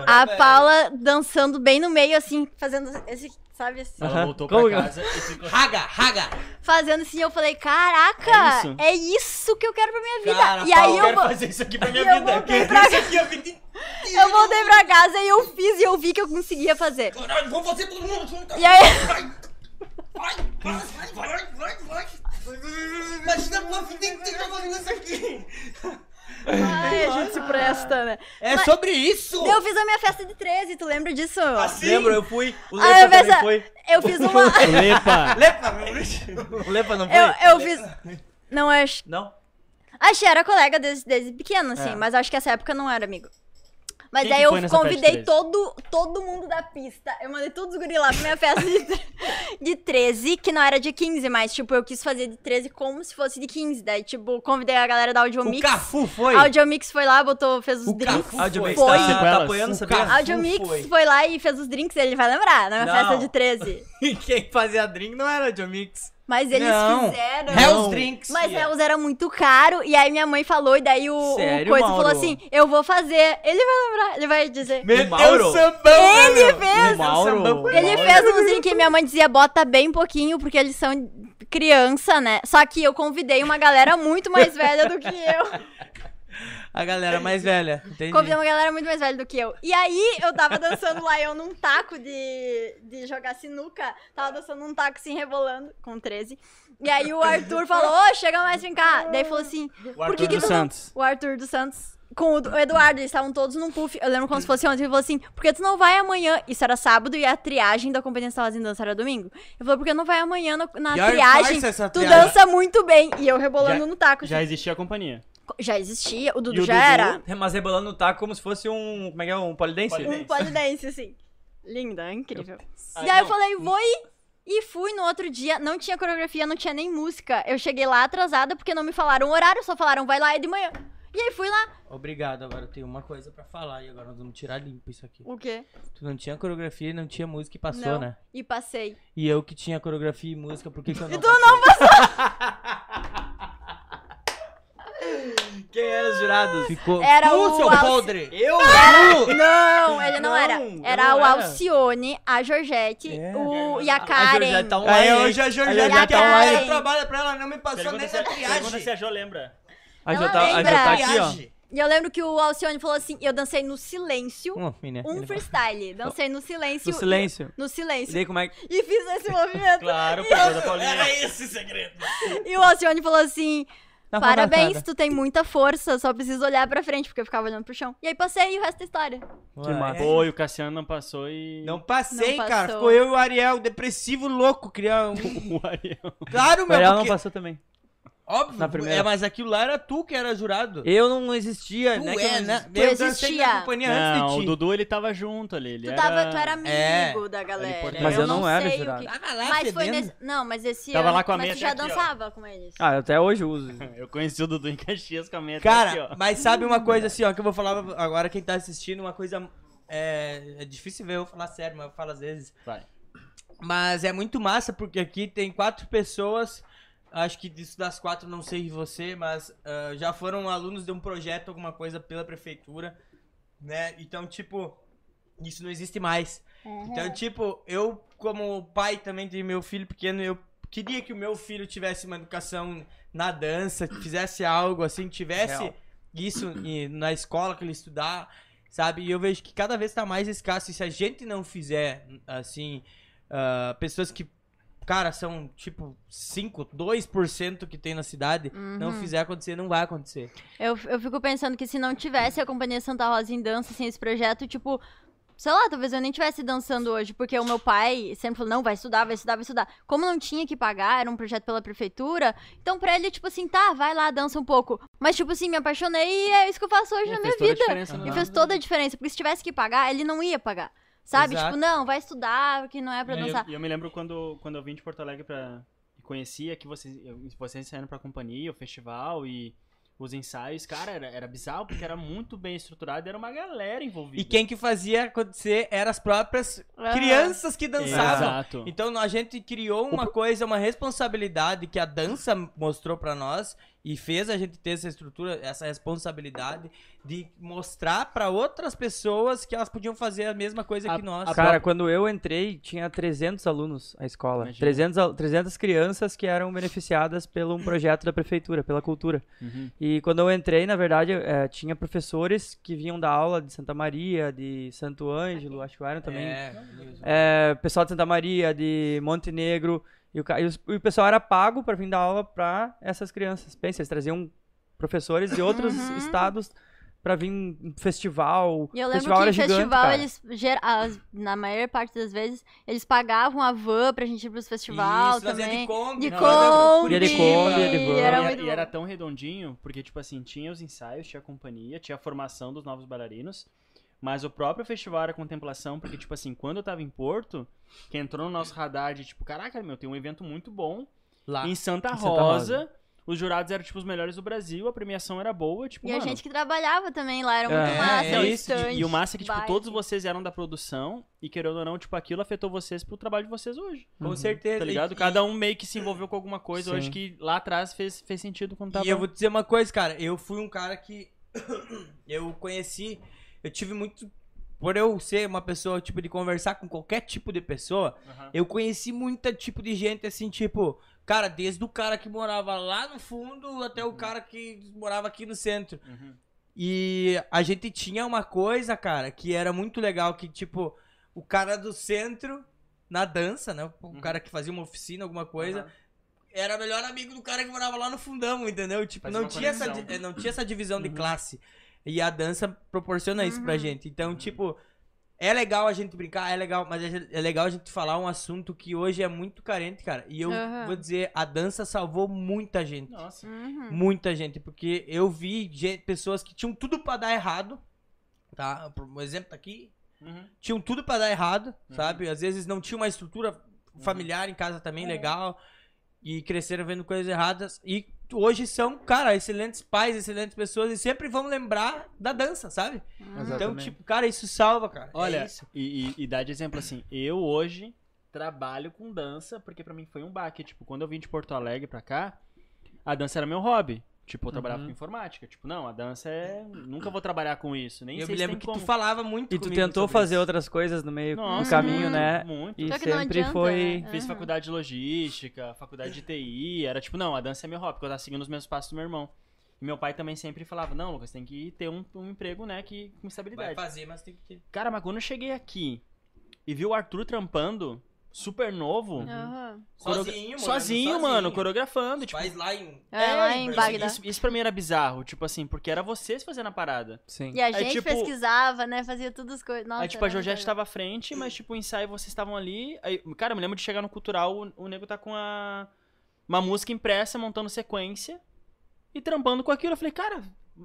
Speaker 1: Boaventura.
Speaker 4: A
Speaker 5: velho.
Speaker 4: Paula dançando bem no meio, assim, fazendo esse, sabe, assim,
Speaker 3: Ela
Speaker 1: Aham.
Speaker 3: voltou
Speaker 1: Como que-
Speaker 3: pra casa e ficou...
Speaker 5: Raga, raga.
Speaker 4: fazendo assim, eu falei,
Speaker 3: É
Speaker 4: caraca,
Speaker 3: isso?
Speaker 4: é isso, que eu quero pra minha vida.
Speaker 5: Cara,
Speaker 4: e aí
Speaker 5: Paula,
Speaker 4: eu,
Speaker 3: Quero
Speaker 4: vo-
Speaker 3: fazer isso aqui pra minha
Speaker 4: eu
Speaker 3: vida.
Speaker 4: voltei pra
Speaker 5: Isso aqui é a vida
Speaker 4: eu voltei pra casa e eu fiz e eu vi que eu conseguia fazer.
Speaker 5: Caralho, vamos fazer todo mundo junto.
Speaker 4: E aí,
Speaker 5: Vai, vai, vai, vai, vai, vai. Imagina a tua vida inteira fazendo isso aqui.
Speaker 4: ai, a gente se presta, né?
Speaker 2: É sobre isso!
Speaker 4: Eu fiz a minha festa de 13, tu lembra disso?
Speaker 5: Assim?
Speaker 1: Lembro, eu fui. O
Speaker 4: Ah,
Speaker 1: Lepa
Speaker 4: eu
Speaker 1: também
Speaker 4: pensa-
Speaker 1: foi.
Speaker 4: Eu fiz uma.
Speaker 3: Lepa!
Speaker 5: Lepa, meu Deus.
Speaker 1: O Lepa não foi?
Speaker 4: Eu, eu fiz. Não, eu acho.
Speaker 1: Não?
Speaker 4: Acho que era colega desde, desde pequena, assim, mas acho que essa época não era amigo. Mas
Speaker 3: Quem
Speaker 4: daí
Speaker 3: que
Speaker 4: eu
Speaker 3: foi nessa festa
Speaker 4: convidei
Speaker 3: de 13?
Speaker 4: todo, todo mundo da pista. Eu mandei todos os guris lá pra minha festa de, tre- de 13, que não era de 15, mas, tipo, eu quis fazer de 13 como se fosse de 15. Daí, tipo, convidei a galera da
Speaker 2: O
Speaker 4: Audiomix.
Speaker 2: Cafu foi!
Speaker 4: A Audiomix foi lá, botou, fez os
Speaker 2: O
Speaker 4: drinks.
Speaker 2: Cafu
Speaker 1: A Audio Mix
Speaker 4: foi.
Speaker 1: tá, tá
Speaker 3: Sequelas.
Speaker 1: apoiando,
Speaker 2: O
Speaker 1: sabia?
Speaker 2: Cafu
Speaker 4: Audiomix
Speaker 2: foi.
Speaker 4: foi. lá e fez os drinks, ele vai lembrar, na minha
Speaker 1: Não.
Speaker 4: festa de 13.
Speaker 1: Quem fazia drink não era a Audio Mix.
Speaker 4: Mas eles
Speaker 1: Não.
Speaker 4: fizeram.
Speaker 2: Hell's Drinks!
Speaker 4: Mas
Speaker 1: é.
Speaker 4: Hells era muito caro, e aí minha mãe falou, e daí o, o
Speaker 1: Sério,
Speaker 4: coisa
Speaker 1: Mauro?
Speaker 4: falou assim: eu vou fazer. Ele vai lembrar, ele vai dizer.
Speaker 1: Meu
Speaker 5: Meteu o sambão.
Speaker 4: ele
Speaker 1: O
Speaker 4: fez!
Speaker 1: Mauro. é
Speaker 4: Ele fez um assim que minha mãe dizia, bota bem pouquinho, porque eles são criança, né? Só que eu convidei uma galera muito mais velha do que eu.
Speaker 2: A galera mais velha, entendi.
Speaker 4: Convidei uma galera muito mais velha do que eu. E aí, eu tava dançando lá, eu num taco de, de jogar sinuca. Tava dançando num taco, assim, rebolando, com 13. E aí o Arthur falou, ô, chega mais, vem cá. Daí falou assim, por que
Speaker 3: Arthur
Speaker 4: que tu
Speaker 3: dos
Speaker 4: não
Speaker 3: Santos.
Speaker 4: o Arthur dos Santos com o o Eduardo, eles estavam todos num puff. Eu lembro como se fosse ontem. Ele falou assim: por que tu não vai amanhã? Isso era sábado e a triagem da companhia Salas em Dança era domingo. Ele falou: por que não vai amanhã na, na
Speaker 2: E aí,
Speaker 4: triagem?
Speaker 2: farsa essa
Speaker 4: Tu
Speaker 2: triagem.
Speaker 4: dança muito bem. E eu rebolando
Speaker 3: Já-
Speaker 4: no taco.
Speaker 3: Já
Speaker 4: Já,
Speaker 3: existia a companhia.
Speaker 4: já existia, o
Speaker 3: E
Speaker 4: Dudu
Speaker 3: o
Speaker 4: já
Speaker 3: Dudu?
Speaker 4: era.
Speaker 1: Mas rebolando tá como se fosse um. Como é que é? Um polidense?
Speaker 4: Um
Speaker 3: Polidense.
Speaker 4: polidense, assim. Linda, incrível.
Speaker 3: Ah,
Speaker 4: e aí eu
Speaker 3: não.
Speaker 4: falei: vou ir. E fui no outro dia, não tinha coreografia, não tinha nem música. Eu cheguei lá atrasada porque não me falaram o horário, só falaram vai lá é de manhã. E aí fui lá.
Speaker 2: Obrigado, agora eu tenho uma coisa pra falar e agora nós vamos tirar limpo isso aqui.
Speaker 4: O quê?
Speaker 2: Tu não tinha coreografia, não tinha música e passou,
Speaker 4: não.
Speaker 2: né?
Speaker 4: E passei.
Speaker 2: E eu que tinha coreografia e música, por que, que eu não
Speaker 4: E tu
Speaker 2: passei?
Speaker 4: não
Speaker 1: Quem eram os jurados?
Speaker 2: Ficou
Speaker 4: Era
Speaker 2: Tu,
Speaker 4: o
Speaker 2: seu
Speaker 4: Alci-
Speaker 2: podre!
Speaker 1: Eu?
Speaker 4: Não, ele não,
Speaker 1: Não,
Speaker 4: era.
Speaker 1: eu
Speaker 4: Era
Speaker 1: não
Speaker 4: o
Speaker 1: era.
Speaker 4: Alcione, a Georgette
Speaker 1: É.
Speaker 4: o, e a
Speaker 1: A
Speaker 4: Karen.
Speaker 1: Georgia tá online.
Speaker 5: Aí
Speaker 1: hein?
Speaker 5: hoje a
Speaker 4: Olha
Speaker 5: Georgia
Speaker 4: lá,
Speaker 5: que
Speaker 1: tá um
Speaker 4: cara.
Speaker 5: é mais trabalha pra ela, não me passou nem
Speaker 3: Pergunta se,
Speaker 5: essa
Speaker 3: a, pergunta se
Speaker 5: triagem.
Speaker 3: a Jo lembra.
Speaker 1: A
Speaker 4: Ela
Speaker 1: Jô tá, a Jô tá aqui, ó.
Speaker 5: Triagem.
Speaker 4: E eu lembro que o Alcione falou assim: eu dancei no silêncio,
Speaker 2: Hum, menina,
Speaker 4: um
Speaker 2: ele vai-
Speaker 4: freestyle. Dancei no silêncio.
Speaker 1: No silêncio.
Speaker 4: No
Speaker 1: E
Speaker 4: silêncio.
Speaker 1: daí como é que.
Speaker 4: E fiz esse movimento.
Speaker 3: Claro, por causa da Paulinha.
Speaker 5: Era esse o segredo.
Speaker 4: E o Alcione falou assim:
Speaker 2: Tá
Speaker 4: parabéns,
Speaker 2: fantasmada.
Speaker 4: tu tem muita força, só precisa olhar pra frente, porque eu ficava olhando pro chão. E aí passei e o resto é história.
Speaker 1: Que massa.
Speaker 3: Pô, e o Cassiano não passou e...
Speaker 5: Não passei,
Speaker 4: Não
Speaker 5: cara.
Speaker 4: passou.
Speaker 5: Ficou eu e o Ariel, depressivo louco, criar um.
Speaker 3: O Ariel.
Speaker 5: Claro,
Speaker 1: O
Speaker 5: meu,
Speaker 1: Ariel não
Speaker 5: porque...
Speaker 1: passou também.
Speaker 5: Óbvio,
Speaker 1: na primeira.
Speaker 5: é, mas aquilo lá era tu que era jurado.
Speaker 1: Eu não existia,
Speaker 5: Tu
Speaker 1: né? que eu
Speaker 5: é,
Speaker 1: não
Speaker 5: né?
Speaker 1: existia.
Speaker 4: Tu
Speaker 5: Eu dancei
Speaker 4: existia.
Speaker 5: na companhia antes
Speaker 3: Não, o
Speaker 5: de ti.
Speaker 3: Dudu, ele tava junto ali. Ele
Speaker 4: Tu,
Speaker 3: era...
Speaker 4: tava, tu era amigo
Speaker 5: É.
Speaker 4: da galera.
Speaker 1: Mas eu
Speaker 4: não,
Speaker 1: não era
Speaker 4: sei o
Speaker 1: jurado.
Speaker 4: que.
Speaker 5: Tava lá,
Speaker 4: Mas foi
Speaker 5: fedendo.
Speaker 4: nesse. Não, mas esse
Speaker 3: Tá Tava
Speaker 4: ano-
Speaker 3: lá com a
Speaker 4: mas
Speaker 3: meia
Speaker 4: tu já
Speaker 3: até aqui, ó.
Speaker 4: dançava com eles.
Speaker 1: Ah, eu até hoje uso.
Speaker 3: Eu conheci o Dudu em Caxias com a minha aqui,
Speaker 2: Cara,
Speaker 3: ó.
Speaker 2: mas sabe uma coisa assim, ó, que eu vou falar agora quem tá assistindo, uma coisa. É, é difícil ver eu falar sério, mas eu falo às vezes.
Speaker 3: Vai.
Speaker 2: Mas é muito massa, porque aqui tem quatro pessoas. Acho que disso das quatro, não sei você, mas ah, já foram alunos de um projeto, alguma coisa pela prefeitura, né? Então, tipo, isso não existe mais. Então, tipo, eu, como pai também de meu filho pequeno, eu queria que o meu filho tivesse uma educação na dança, que fizesse algo assim, tivesse
Speaker 1: Real.
Speaker 2: isso e na escola que ele estudar, sabe? E eu vejo que cada vez tá mais escasso. E se a gente não fizer, assim, ah, pessoas que, cara, são tipo 5, 2% que tem na cidade, não
Speaker 4: Uhum.
Speaker 2: fizer acontecer, não vai acontecer.
Speaker 4: Eu, eu fico pensando que se não tivesse a Companhia Santa Rosa em dança, sem esse projeto, tipo, sei lá, talvez eu nem estivesse dançando hoje, porque o meu pai sempre falou, não, vai estudar, vai estudar, vai estudar. Como não tinha que pagar, era um projeto pela prefeitura, então pra ele, tipo assim, tá, vai lá, dança um pouco. Mas, tipo assim, me apaixonei e é isso que eu faço hoje na
Speaker 3: Fez
Speaker 4: minha
Speaker 3: toda a
Speaker 4: vida.
Speaker 3: diferença no
Speaker 4: E
Speaker 3: ano.
Speaker 4: fez toda a diferença, porque se tivesse que pagar, ele não ia pagar. Sabe?
Speaker 2: Exato.
Speaker 4: Tipo, não, vai estudar, porque não é pra
Speaker 3: E eu-
Speaker 4: dançar.
Speaker 3: E eu, me lembro quando, quando eu vim de é Porto Alegre pra. e Conhecia que vocês, eu- vocês saíram pra companhia, o festival e os ensaios, cara, era, era bizarro porque era muito bem estruturado e era uma galera envolvida.
Speaker 2: E quem que fazia acontecer eram as próprias crianças que dançavam.
Speaker 3: Exato.
Speaker 2: Então a gente criou uma coisa, uma responsabilidade que a dança mostrou pra nós e fez a gente ter essa estrutura, essa responsabilidade de mostrar pra outras pessoas que elas podiam fazer a mesma coisa
Speaker 3: A-
Speaker 2: que nós.
Speaker 3: a
Speaker 1: Cara,
Speaker 3: própria-
Speaker 1: quando eu entrei, tinha 300 alunos a escola.
Speaker 3: Imagina.
Speaker 1: 300, al- 300 crianças que eram beneficiadas pelo um projeto da prefeitura, pela cultura.
Speaker 3: Uhum.
Speaker 1: E quando eu entrei, na verdade, eu, eh, tinha professores que vinham da aula de Santa Maria, de Santo Ângelo, acho que eram também.
Speaker 2: É,
Speaker 1: É, pessoal de Santa Maria, de Montenegro. E o, ca- e os- e o pessoal era pago para vir dar aula para essas crianças. Pensa, eles traziam professores de outros
Speaker 4: Uhum.
Speaker 1: estados para vir em festival.
Speaker 4: E eu
Speaker 1: O
Speaker 4: lembro
Speaker 1: festival
Speaker 4: que
Speaker 1: era
Speaker 4: no
Speaker 1: gigante,
Speaker 4: festival,
Speaker 1: cara.
Speaker 4: eles, ger- as- na maior parte das vezes, eles pagavam a van pra gente ir pros festival
Speaker 2: Isso, nós ia
Speaker 4: também.
Speaker 2: de Kombi.
Speaker 4: é De
Speaker 2: nós ia
Speaker 4: Kombi.
Speaker 1: E ele come, ele
Speaker 4: E era
Speaker 1: vai.
Speaker 3: e,
Speaker 4: muito
Speaker 3: e era
Speaker 4: bom.
Speaker 3: tão redondinho, porque, tipo assim, tinha os ensaios, tinha a companhia, tinha a formação dos novos bailarinos, mas o próprio festival era contemplação, porque, tipo assim, quando eu tava em Porto, que entrou no nosso radar de, tipo, caraca, meu, tem um evento muito bom
Speaker 2: Lá.
Speaker 3: em Santa
Speaker 1: Santa
Speaker 3: Rosa. Os jurados eram, tipo, os melhores do Brasil, a premiação era boa, tipo,
Speaker 4: E a
Speaker 3: mano,
Speaker 4: gente que trabalhava também lá, era muito
Speaker 1: É,
Speaker 4: massa.
Speaker 2: é
Speaker 4: o
Speaker 2: isso,
Speaker 4: stand,
Speaker 3: E o massa é que, tipo,
Speaker 4: bike.
Speaker 3: todos vocês eram da produção e, querendo ou não, tipo, aquilo afetou vocês pro trabalho de vocês hoje.
Speaker 2: Com certeza.
Speaker 3: Tá
Speaker 2: E-
Speaker 3: ligado?
Speaker 2: e-
Speaker 3: Cada um meio que se envolveu com alguma coisa
Speaker 1: Sim.
Speaker 3: hoje que lá atrás fez, fez sentido quando um tava.
Speaker 2: E eu vou te dizer uma coisa, cara. Eu fui um cara que eu conheci, eu tive muito. Por eu ser uma pessoa, tipo, de conversar com qualquer tipo de pessoa,
Speaker 3: Aham.
Speaker 2: eu conheci muita tipo de gente, assim, tipo, cara, desde o cara que morava lá no fundo até o cara que morava aqui no centro.
Speaker 3: Uhum.
Speaker 2: E a gente tinha uma coisa, cara, que era muito legal, que, tipo, o cara do centro, na dança, né? O
Speaker 3: Uhum.
Speaker 2: cara que fazia uma oficina, alguma coisa,
Speaker 3: Aham.
Speaker 2: era melhor amigo do cara que morava lá no fundão, entendeu? Tipo,
Speaker 3: Fazia
Speaker 2: não
Speaker 3: uma
Speaker 2: tinha, essa,
Speaker 3: conexão. Uhum.
Speaker 2: di- eh, não tinha essa divisão de classe. E a dança proporciona isso pra
Speaker 4: Uhum.
Speaker 2: gente. Então, tipo, é legal a gente brincar, é legal, mas é é legal a gente falar um assunto que hoje é muito carente, cara. E eu
Speaker 4: Aham.
Speaker 2: vou dizer, a dança salvou muita gente.
Speaker 3: Nossa.
Speaker 4: Uhum.
Speaker 2: Muita gente, porque eu vi gente- pessoas que tinham tudo pra dar errado, tá? Por- Um exemplo tá aqui,
Speaker 3: Uhum.
Speaker 2: tinham tudo pra dar errado,
Speaker 3: Uhum.
Speaker 2: sabe? Às vezes não tinha uma estrutura familiar em casa também
Speaker 3: É.
Speaker 2: legal e cresceram vendo coisas erradas e hoje são, cara, excelentes pais, excelentes pessoas e sempre vão lembrar da dança, sabe? Então,
Speaker 1: Exatamente.
Speaker 2: tipo, cara, isso salva, cara. É
Speaker 3: Olha,
Speaker 2: isso.
Speaker 3: e, e, e dá de exemplo assim, eu hoje trabalho com dança, porque pra mim foi um baque. Tipo, quando eu vim de Porto Alegre pra cá, a dança era meu hobby. Tipo, eu trabalhava
Speaker 1: Uhum.
Speaker 3: com informática. Tipo, não, a dança é. Nunca vou trabalhar com isso. Nem
Speaker 2: eu
Speaker 3: sei
Speaker 2: me
Speaker 3: se
Speaker 2: lembro
Speaker 3: tem
Speaker 2: que
Speaker 3: como.
Speaker 2: tu falava muito
Speaker 1: E tu
Speaker 2: comigo
Speaker 1: tentou
Speaker 2: sobre
Speaker 1: fazer
Speaker 2: isso.
Speaker 1: outras coisas no meio do
Speaker 3: Nossa,
Speaker 1: caminho,
Speaker 4: Uhum.
Speaker 1: né?
Speaker 3: Muito.
Speaker 1: E
Speaker 4: Só que não
Speaker 1: sempre
Speaker 4: adianta,
Speaker 1: foi.
Speaker 4: né?
Speaker 3: Fiz
Speaker 4: Uhum.
Speaker 3: faculdade de logística, faculdade de TI, era tipo, não, a dança é meu hobby, porque eu tava seguindo os mesmos passos do meu irmão. E meu pai também sempre falava, não, Lucas, tem que ter um, um emprego, né, que, com
Speaker 2: Vai
Speaker 3: estabilidade.
Speaker 2: fazer, mas tem que
Speaker 3: Cara, mas quando eu cheguei aqui e vi o Arthur trampando, super novo,
Speaker 4: Uhum. Aham.
Speaker 3: coreo-
Speaker 2: Sozinho, morando
Speaker 3: sozinho, mano, coreografando, tipo...
Speaker 2: Faz lá em um.
Speaker 4: É, lá em
Speaker 3: isso-
Speaker 4: Bagdá.
Speaker 3: Isso, isso pra mim era bizarro, tipo assim, porque era vocês fazendo a parada.
Speaker 1: Sim.
Speaker 4: E a
Speaker 3: Aí,
Speaker 4: gente
Speaker 3: tipo-
Speaker 4: pesquisava, né? Fazia todas as coisas. Nossa,
Speaker 3: aí, tipo, a
Speaker 4: era muito
Speaker 3: Georgette
Speaker 4: legal.
Speaker 3: tava à frente, mas, tipo, o ensaio vocês estavam ali. Aí, cara, eu me lembro de chegar no cultural, o, o nego tá com a, uma música impressa, montando sequência e trampando com aquilo. Eu falei, cara,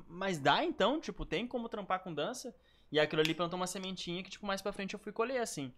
Speaker 3: mas dá então? Tipo, tem como trampar com dança? E aquilo ali plantou uma sementinha que, tipo, mais pra frente eu fui colher, assim.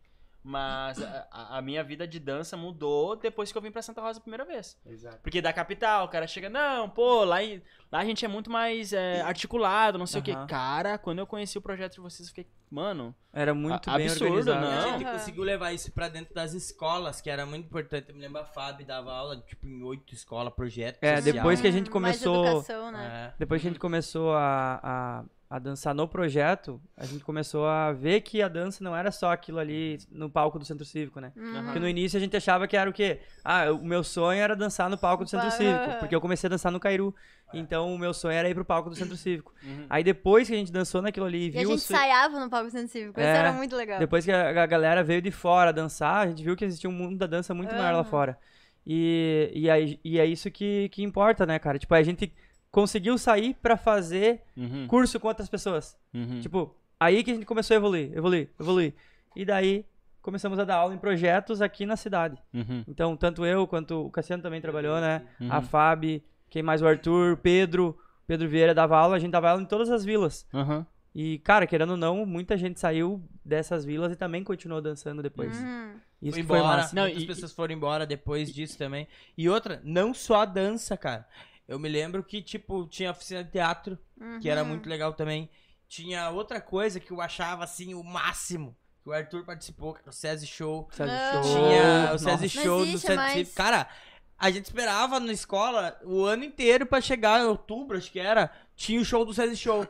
Speaker 3: Mas a, a- a minha vida de dança mudou depois que eu vim pra Santa Rosa a primeira vez.
Speaker 2: Exato.
Speaker 3: Porque da capital, o cara chega, não, pô, lá, em- lá a gente é muito mais é, articulado, não sei o
Speaker 1: Aham.
Speaker 3: quê. Cara, quando eu conheci o projeto de vocês, eu fiquei, mano,
Speaker 1: Era muito
Speaker 3: A-
Speaker 1: bem
Speaker 3: absurdo,
Speaker 1: organizado.
Speaker 3: né?
Speaker 2: A
Speaker 3: Não.
Speaker 2: gente
Speaker 4: Aham.
Speaker 2: conseguiu levar isso pra dentro das escolas, que era muito importante. Eu me lembro a FAB dava aula, tipo, em oito escolas, projetos. É.
Speaker 1: É, depois que a gente
Speaker 4: Hum,
Speaker 1: começou-
Speaker 4: Mais educação,
Speaker 3: É.
Speaker 4: né?
Speaker 1: Depois que a gente começou a, a, a dançar no projeto, a gente começou a ver que a dança não era só aquilo ali no palco do Centro Cívico, né?
Speaker 4: Uhum.
Speaker 1: Porque no início a gente achava que era o quê? Ah, o meu sonho era dançar no palco do Centro
Speaker 4: Bah.
Speaker 1: Cívico, porque eu comecei a dançar no Cairu. Então o meu sonho era ir pro palco do Centro Cívico.
Speaker 3: Uhum.
Speaker 1: Aí depois que a gente dançou naquilo ali e
Speaker 4: E
Speaker 1: viu
Speaker 4: a gente
Speaker 1: o su-
Speaker 4: ensaiava no palco científico.
Speaker 1: É.
Speaker 4: Isso era muito legal.
Speaker 1: Depois que a, a galera veio de fora dançar, a gente viu que existia um mundo da dança muito maior lá
Speaker 4: Aham.
Speaker 1: fora. E, e, aí- e é isso que, que importa, né, cara? Tipo, a gente conseguiu sair pra fazer
Speaker 3: Uhum.
Speaker 1: curso com outras pessoas.
Speaker 3: Uhum.
Speaker 1: Tipo, aí que a gente começou a evoluir, evoluir, evoluir. E daí começamos a dar aula em projetos aqui na cidade.
Speaker 3: Uhum.
Speaker 1: Então, tanto eu quanto o Cassiano também trabalhou, né?
Speaker 3: Uhum.
Speaker 1: A Fábio, quem mais? O Arthur, Pedro. Pedro Vieira dava aula, a gente dava aula em todas as vilas.
Speaker 3: Uhum.
Speaker 4: Então,
Speaker 1: E, cara, querendo ou não, muita gente saiu dessas vilas e também continuou dançando depois.
Speaker 4: Uhum.
Speaker 1: Isso
Speaker 2: Foi
Speaker 1: que foi
Speaker 2: embora,
Speaker 1: massa.
Speaker 3: Não,
Speaker 2: muitas
Speaker 3: e-
Speaker 2: pessoas foram embora depois disso também. E outra, não só a dança, cara. Eu me lembro que, tipo, tinha oficina de teatro, que
Speaker 4: Uhum.
Speaker 2: era muito legal também. Tinha outra coisa que eu achava, assim, o máximo. Que o Arthur participou, que era o SESI Show.
Speaker 4: Ah.
Speaker 2: Tinha o
Speaker 1: Nossa.
Speaker 2: SESI Show do
Speaker 4: existe
Speaker 2: Centro
Speaker 4: mais.
Speaker 2: Cívico. Cara, a gente esperava na escola o ano inteiro pra chegar em outubro, acho que era. Tinha o show do SESI Show,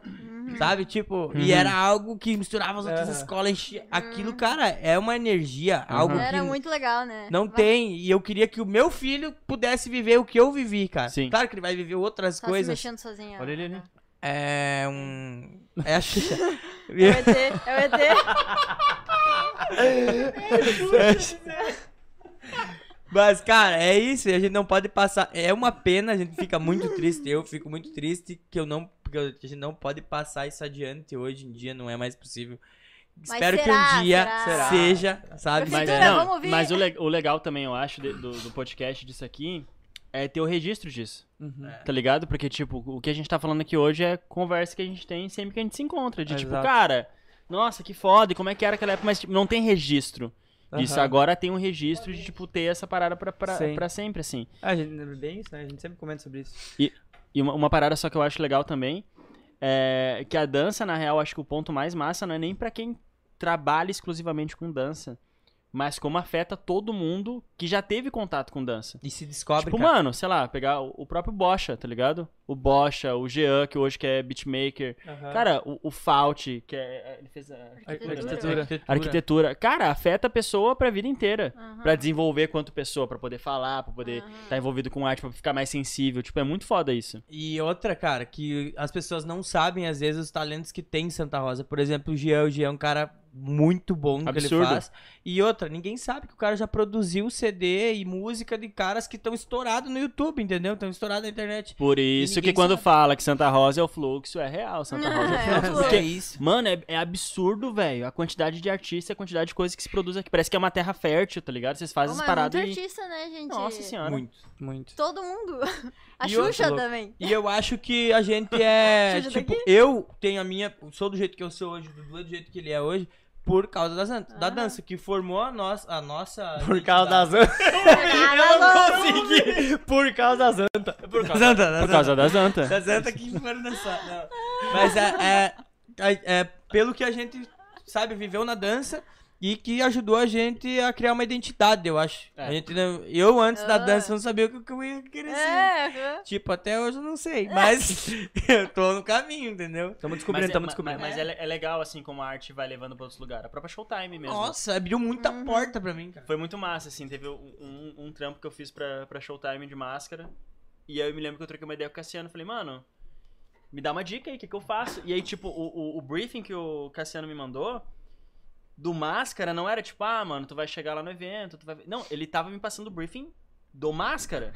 Speaker 2: sabe? Tipo, e
Speaker 3: Uhum. É.
Speaker 2: era algo que misturava as outras
Speaker 1: Aham.
Speaker 2: escolas. enchia- Aquilo, cara, é uma energia,
Speaker 3: Uhum.
Speaker 2: algo que
Speaker 4: Uhum. Era muito legal, né?
Speaker 2: não
Speaker 4: Vai-
Speaker 2: tem. E eu queria que o meu filho pudesse viver o que eu vivi, cara.
Speaker 3: Sim.
Speaker 2: Claro que ele vai viver outras
Speaker 4: Tá se
Speaker 2: coisas.
Speaker 4: mexendo sozinha.
Speaker 3: Olha ele ali. né?
Speaker 2: É um. É a Xuxa.
Speaker 4: É o ET, é o ET.
Speaker 2: Mas, cara, é isso. e A gente não pode passar. É uma pena, a gente fica muito triste. Eu fico muito triste que eu não. Porque a gente não pode passar isso adiante hoje em dia, não é mais possível.
Speaker 4: Mas
Speaker 2: Espero que
Speaker 4: será?
Speaker 2: um dia
Speaker 4: Será?
Speaker 2: seja, sabe?
Speaker 3: Mas,
Speaker 4: Prefeitura,
Speaker 3: não,
Speaker 4: então, vamos ouvir.
Speaker 3: mas o, le- o legal também, eu acho, de- do, do podcast disso aqui, é ter o registro disso.
Speaker 1: Uhum.
Speaker 3: Tá ligado? Porque, tipo, o que a gente tá falando aqui hoje é conversa que a gente tem sempre que a gente se encontra. De, tipo,
Speaker 1: Exato.
Speaker 3: cara, nossa, que foda, e como é que era aquela época? Mas, tipo, não tem registro
Speaker 2: Uhum.
Speaker 3: disso.
Speaker 1: Aham.
Speaker 3: Agora tem um registro de, tipo, ter essa parada pra, pra,
Speaker 1: Sim.
Speaker 3: pra sempre, assim.
Speaker 1: A gente lembra bem isso, né? A gente sempre comenta sobre isso.
Speaker 3: E uma, uma parada só que eu acho legal também é que a dança, na real, acho que o ponto mais massa não é nem pra quem trabalha exclusivamente com dança, mas como afeta todo mundo que já teve contato com dança.
Speaker 2: E se descobre.
Speaker 3: Tipo,
Speaker 2: cara.
Speaker 3: mano, sei lá, pegar o o próprio Bocha, tá ligado? O Bocha, o Jean, que hoje que é beatmaker. Cara, o, o Fault, que é, é- ele fez a
Speaker 1: Arquitetura.
Speaker 3: arquitetura. Cara, afeta a pessoa pra vida inteira.
Speaker 4: Aham.
Speaker 3: Pra desenvolver quanto pessoa, pra poder falar, pra poder estar
Speaker 4: Aham.
Speaker 3: envolvido com arte, pra ficar mais sensível. Tipo, é muito foda isso.
Speaker 2: E outra, cara, que as pessoas não sabem, às vezes, os talentos que tem em Santa Rosa. Por exemplo, o Jean. O Jean é um cara muito bom no que ele
Speaker 3: Absurdo.
Speaker 2: faz. E outra, ninguém sabe que o cara já produziu CD e música de caras que estão estourados no YouTube, entendeu? Estão estourados na internet.
Speaker 3: Por isso que
Speaker 2: ninguém
Speaker 3: quando
Speaker 2: sabe.
Speaker 3: fala que Santa Rosa é o fluxo, é real, Santa Rosa é o fluxo.
Speaker 2: É isso.
Speaker 3: Mano, é, é absurdo, velho. A quantidade de artista, a quantidade de coisa que se produz aqui. Parece que é uma terra fértil, tá ligado? Vocês
Speaker 4: Pô,
Speaker 3: fazem
Speaker 4: mas
Speaker 3: as
Speaker 4: é
Speaker 3: paradas
Speaker 4: muito
Speaker 3: e.
Speaker 4: artista, né, gente?
Speaker 3: Nossa senhora.
Speaker 2: Muito, muito.
Speaker 4: Todo mundo. A
Speaker 2: E outro
Speaker 4: Xuxa
Speaker 2: louco.
Speaker 4: também.
Speaker 2: E eu acho que a gente é.
Speaker 4: Xuxa
Speaker 2: tipo, eu tenho a minha. Sou do jeito que eu sou hoje, o Dudu é do jeito que ele é hoje, por causa da, zan- da
Speaker 4: Ah.
Speaker 2: dança, que formou a nossa. A nossa
Speaker 1: Por causa das
Speaker 4: Ela
Speaker 1: consegui! Por causa das anta.
Speaker 2: É
Speaker 1: Por causa
Speaker 2: Zanta,
Speaker 3: Por causa das antas.
Speaker 2: Da Zanta que foram dançar. Não. Mas é, é, é- é pelo que a gente, sabe, viveu na dança e que ajudou a gente a criar uma identidade, eu acho.
Speaker 3: É.
Speaker 2: A gente não- eu antes da
Speaker 4: Ah.
Speaker 2: dança não sabia o que que eu ia querer ser.
Speaker 4: É, aham.
Speaker 2: Tipo, até hoje eu não sei, mas eu tô no caminho, entendeu?
Speaker 1: Estamos descobrindo, estamos
Speaker 3: mas,
Speaker 1: descobrindo.
Speaker 3: mas é, le- é legal, assim, como a arte vai levando pra outros lugares. A própria Showtime mesmo.
Speaker 2: Nossa, abriu muita porta pra mim, cara.
Speaker 3: Foi muito massa, assim. Teve um, um- um trampo que eu fiz pra, pra Showtime de máscara. E aí eu me lembro que eu troquei uma ideia com o Cassiano. Falei, mano, me dá uma dica aí, o que, que eu faço? E aí, tipo, o, o- o briefing que o Cassiano me mandou do máscara não era tipo, ah, mano, tu vai chegar lá no evento, tu vai. Não, ele tava me passando o briefing do máscara.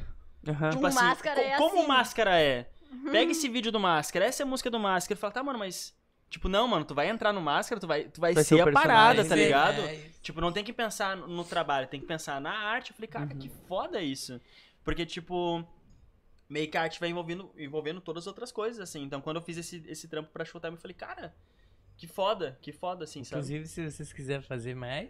Speaker 1: Aham.
Speaker 2: um
Speaker 3: Tipo
Speaker 4: O
Speaker 3: assim,
Speaker 4: Máscara
Speaker 3: co-
Speaker 4: é
Speaker 3: como
Speaker 4: assim. Uhum.
Speaker 3: o máscara é? Pega esse vídeo do máscara, essa é a música do máscara. Ele fala, tá, mano, mas. Tipo, não, mano, tu vai entrar no máscara, tu vai, tu vai,
Speaker 1: Vai ser
Speaker 3: ser,
Speaker 1: o
Speaker 3: a
Speaker 1: personagem.
Speaker 3: parada, tá
Speaker 2: É,
Speaker 3: ligado?
Speaker 2: é isso.
Speaker 3: Tipo, não tem que pensar no- no trabalho, tem que pensar na arte. Eu falei, cara, que foda isso. Porque, tipo, meio que a arte vai envolvendo, envolvendo todas as outras coisas, assim. Então, quando eu fiz esse, esse trampo pra Showtime, eu falei, cara, que foda, que foda, assim, sabe?
Speaker 2: Inclusive, se vocês quiserem fazer mais,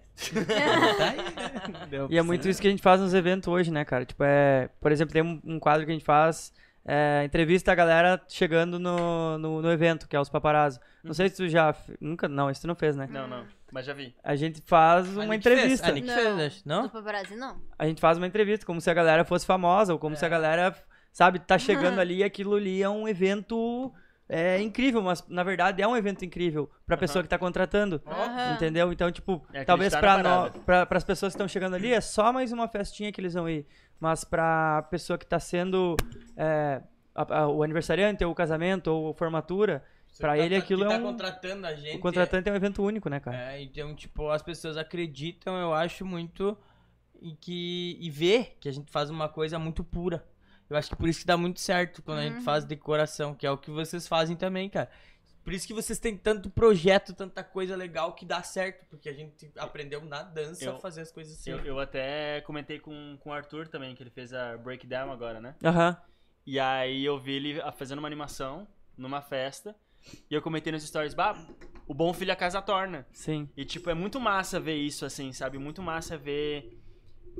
Speaker 2: tá aí.
Speaker 1: E é muito isso que a gente faz nos eventos hoje, né, cara? Tipo, é. Por exemplo, tem um, um quadro que a gente faz. É, entrevista a galera chegando no, no, no evento, que é os paparazzo.
Speaker 2: Uhum.
Speaker 1: Não sei se tu já. f- Nunca. Não, isso tu não fez, né?
Speaker 3: Não, não, mas já vi.
Speaker 1: A gente faz
Speaker 2: A
Speaker 1: uma
Speaker 2: Nick fez,
Speaker 1: entrevista.
Speaker 2: a Nick fez,
Speaker 4: Não.
Speaker 2: acho, não?
Speaker 4: Do paparazzi, não.
Speaker 1: a gente faz uma entrevista, como se a galera fosse famosa, ou como
Speaker 3: É.
Speaker 1: se a galera, sabe, tá chegando ali e aquilo ali é um evento é, incrível, mas na verdade é um evento incrível pra pessoa que tá contratando.
Speaker 4: Aham.
Speaker 1: Entendeu? Então, tipo,
Speaker 3: É
Speaker 1: talvez pra,
Speaker 3: acreditar na
Speaker 1: nó-
Speaker 3: parada.
Speaker 1: pra, pras pessoas que estão chegando ali é só mais uma festinha que eles vão ir. Mas pra pessoa que tá sendo é, a- a- o aniversariante, ou o casamento, ou formatura, pra ele aquilo
Speaker 2: que
Speaker 1: é
Speaker 2: tá
Speaker 1: um.
Speaker 2: contratando a gente.
Speaker 1: O contratante é um evento único, né, cara?
Speaker 2: É, então, tipo, as pessoas acreditam, eu acho, muito em que. e vê que a gente faz uma coisa muito pura. Eu acho que por isso que dá muito certo quando a gente faz de coração, que é o que vocês fazem também, cara. Por isso que vocês têm tanto projeto, tanta coisa legal que dá certo, porque a gente aprendeu na dança
Speaker 3: Eu-
Speaker 2: a fazer as coisas assim.
Speaker 3: Eu, eu até comentei com, com o Arthur também, que ele fez a Breakdown agora, né?
Speaker 1: Aham.
Speaker 3: E aí eu vi ele a- fazendo uma animação numa festa. E eu comentei nos stories, bah, o bom filho a casa torna.
Speaker 1: Sim.
Speaker 3: E, tipo, é muito massa ver isso, assim, sabe? Muito massa ver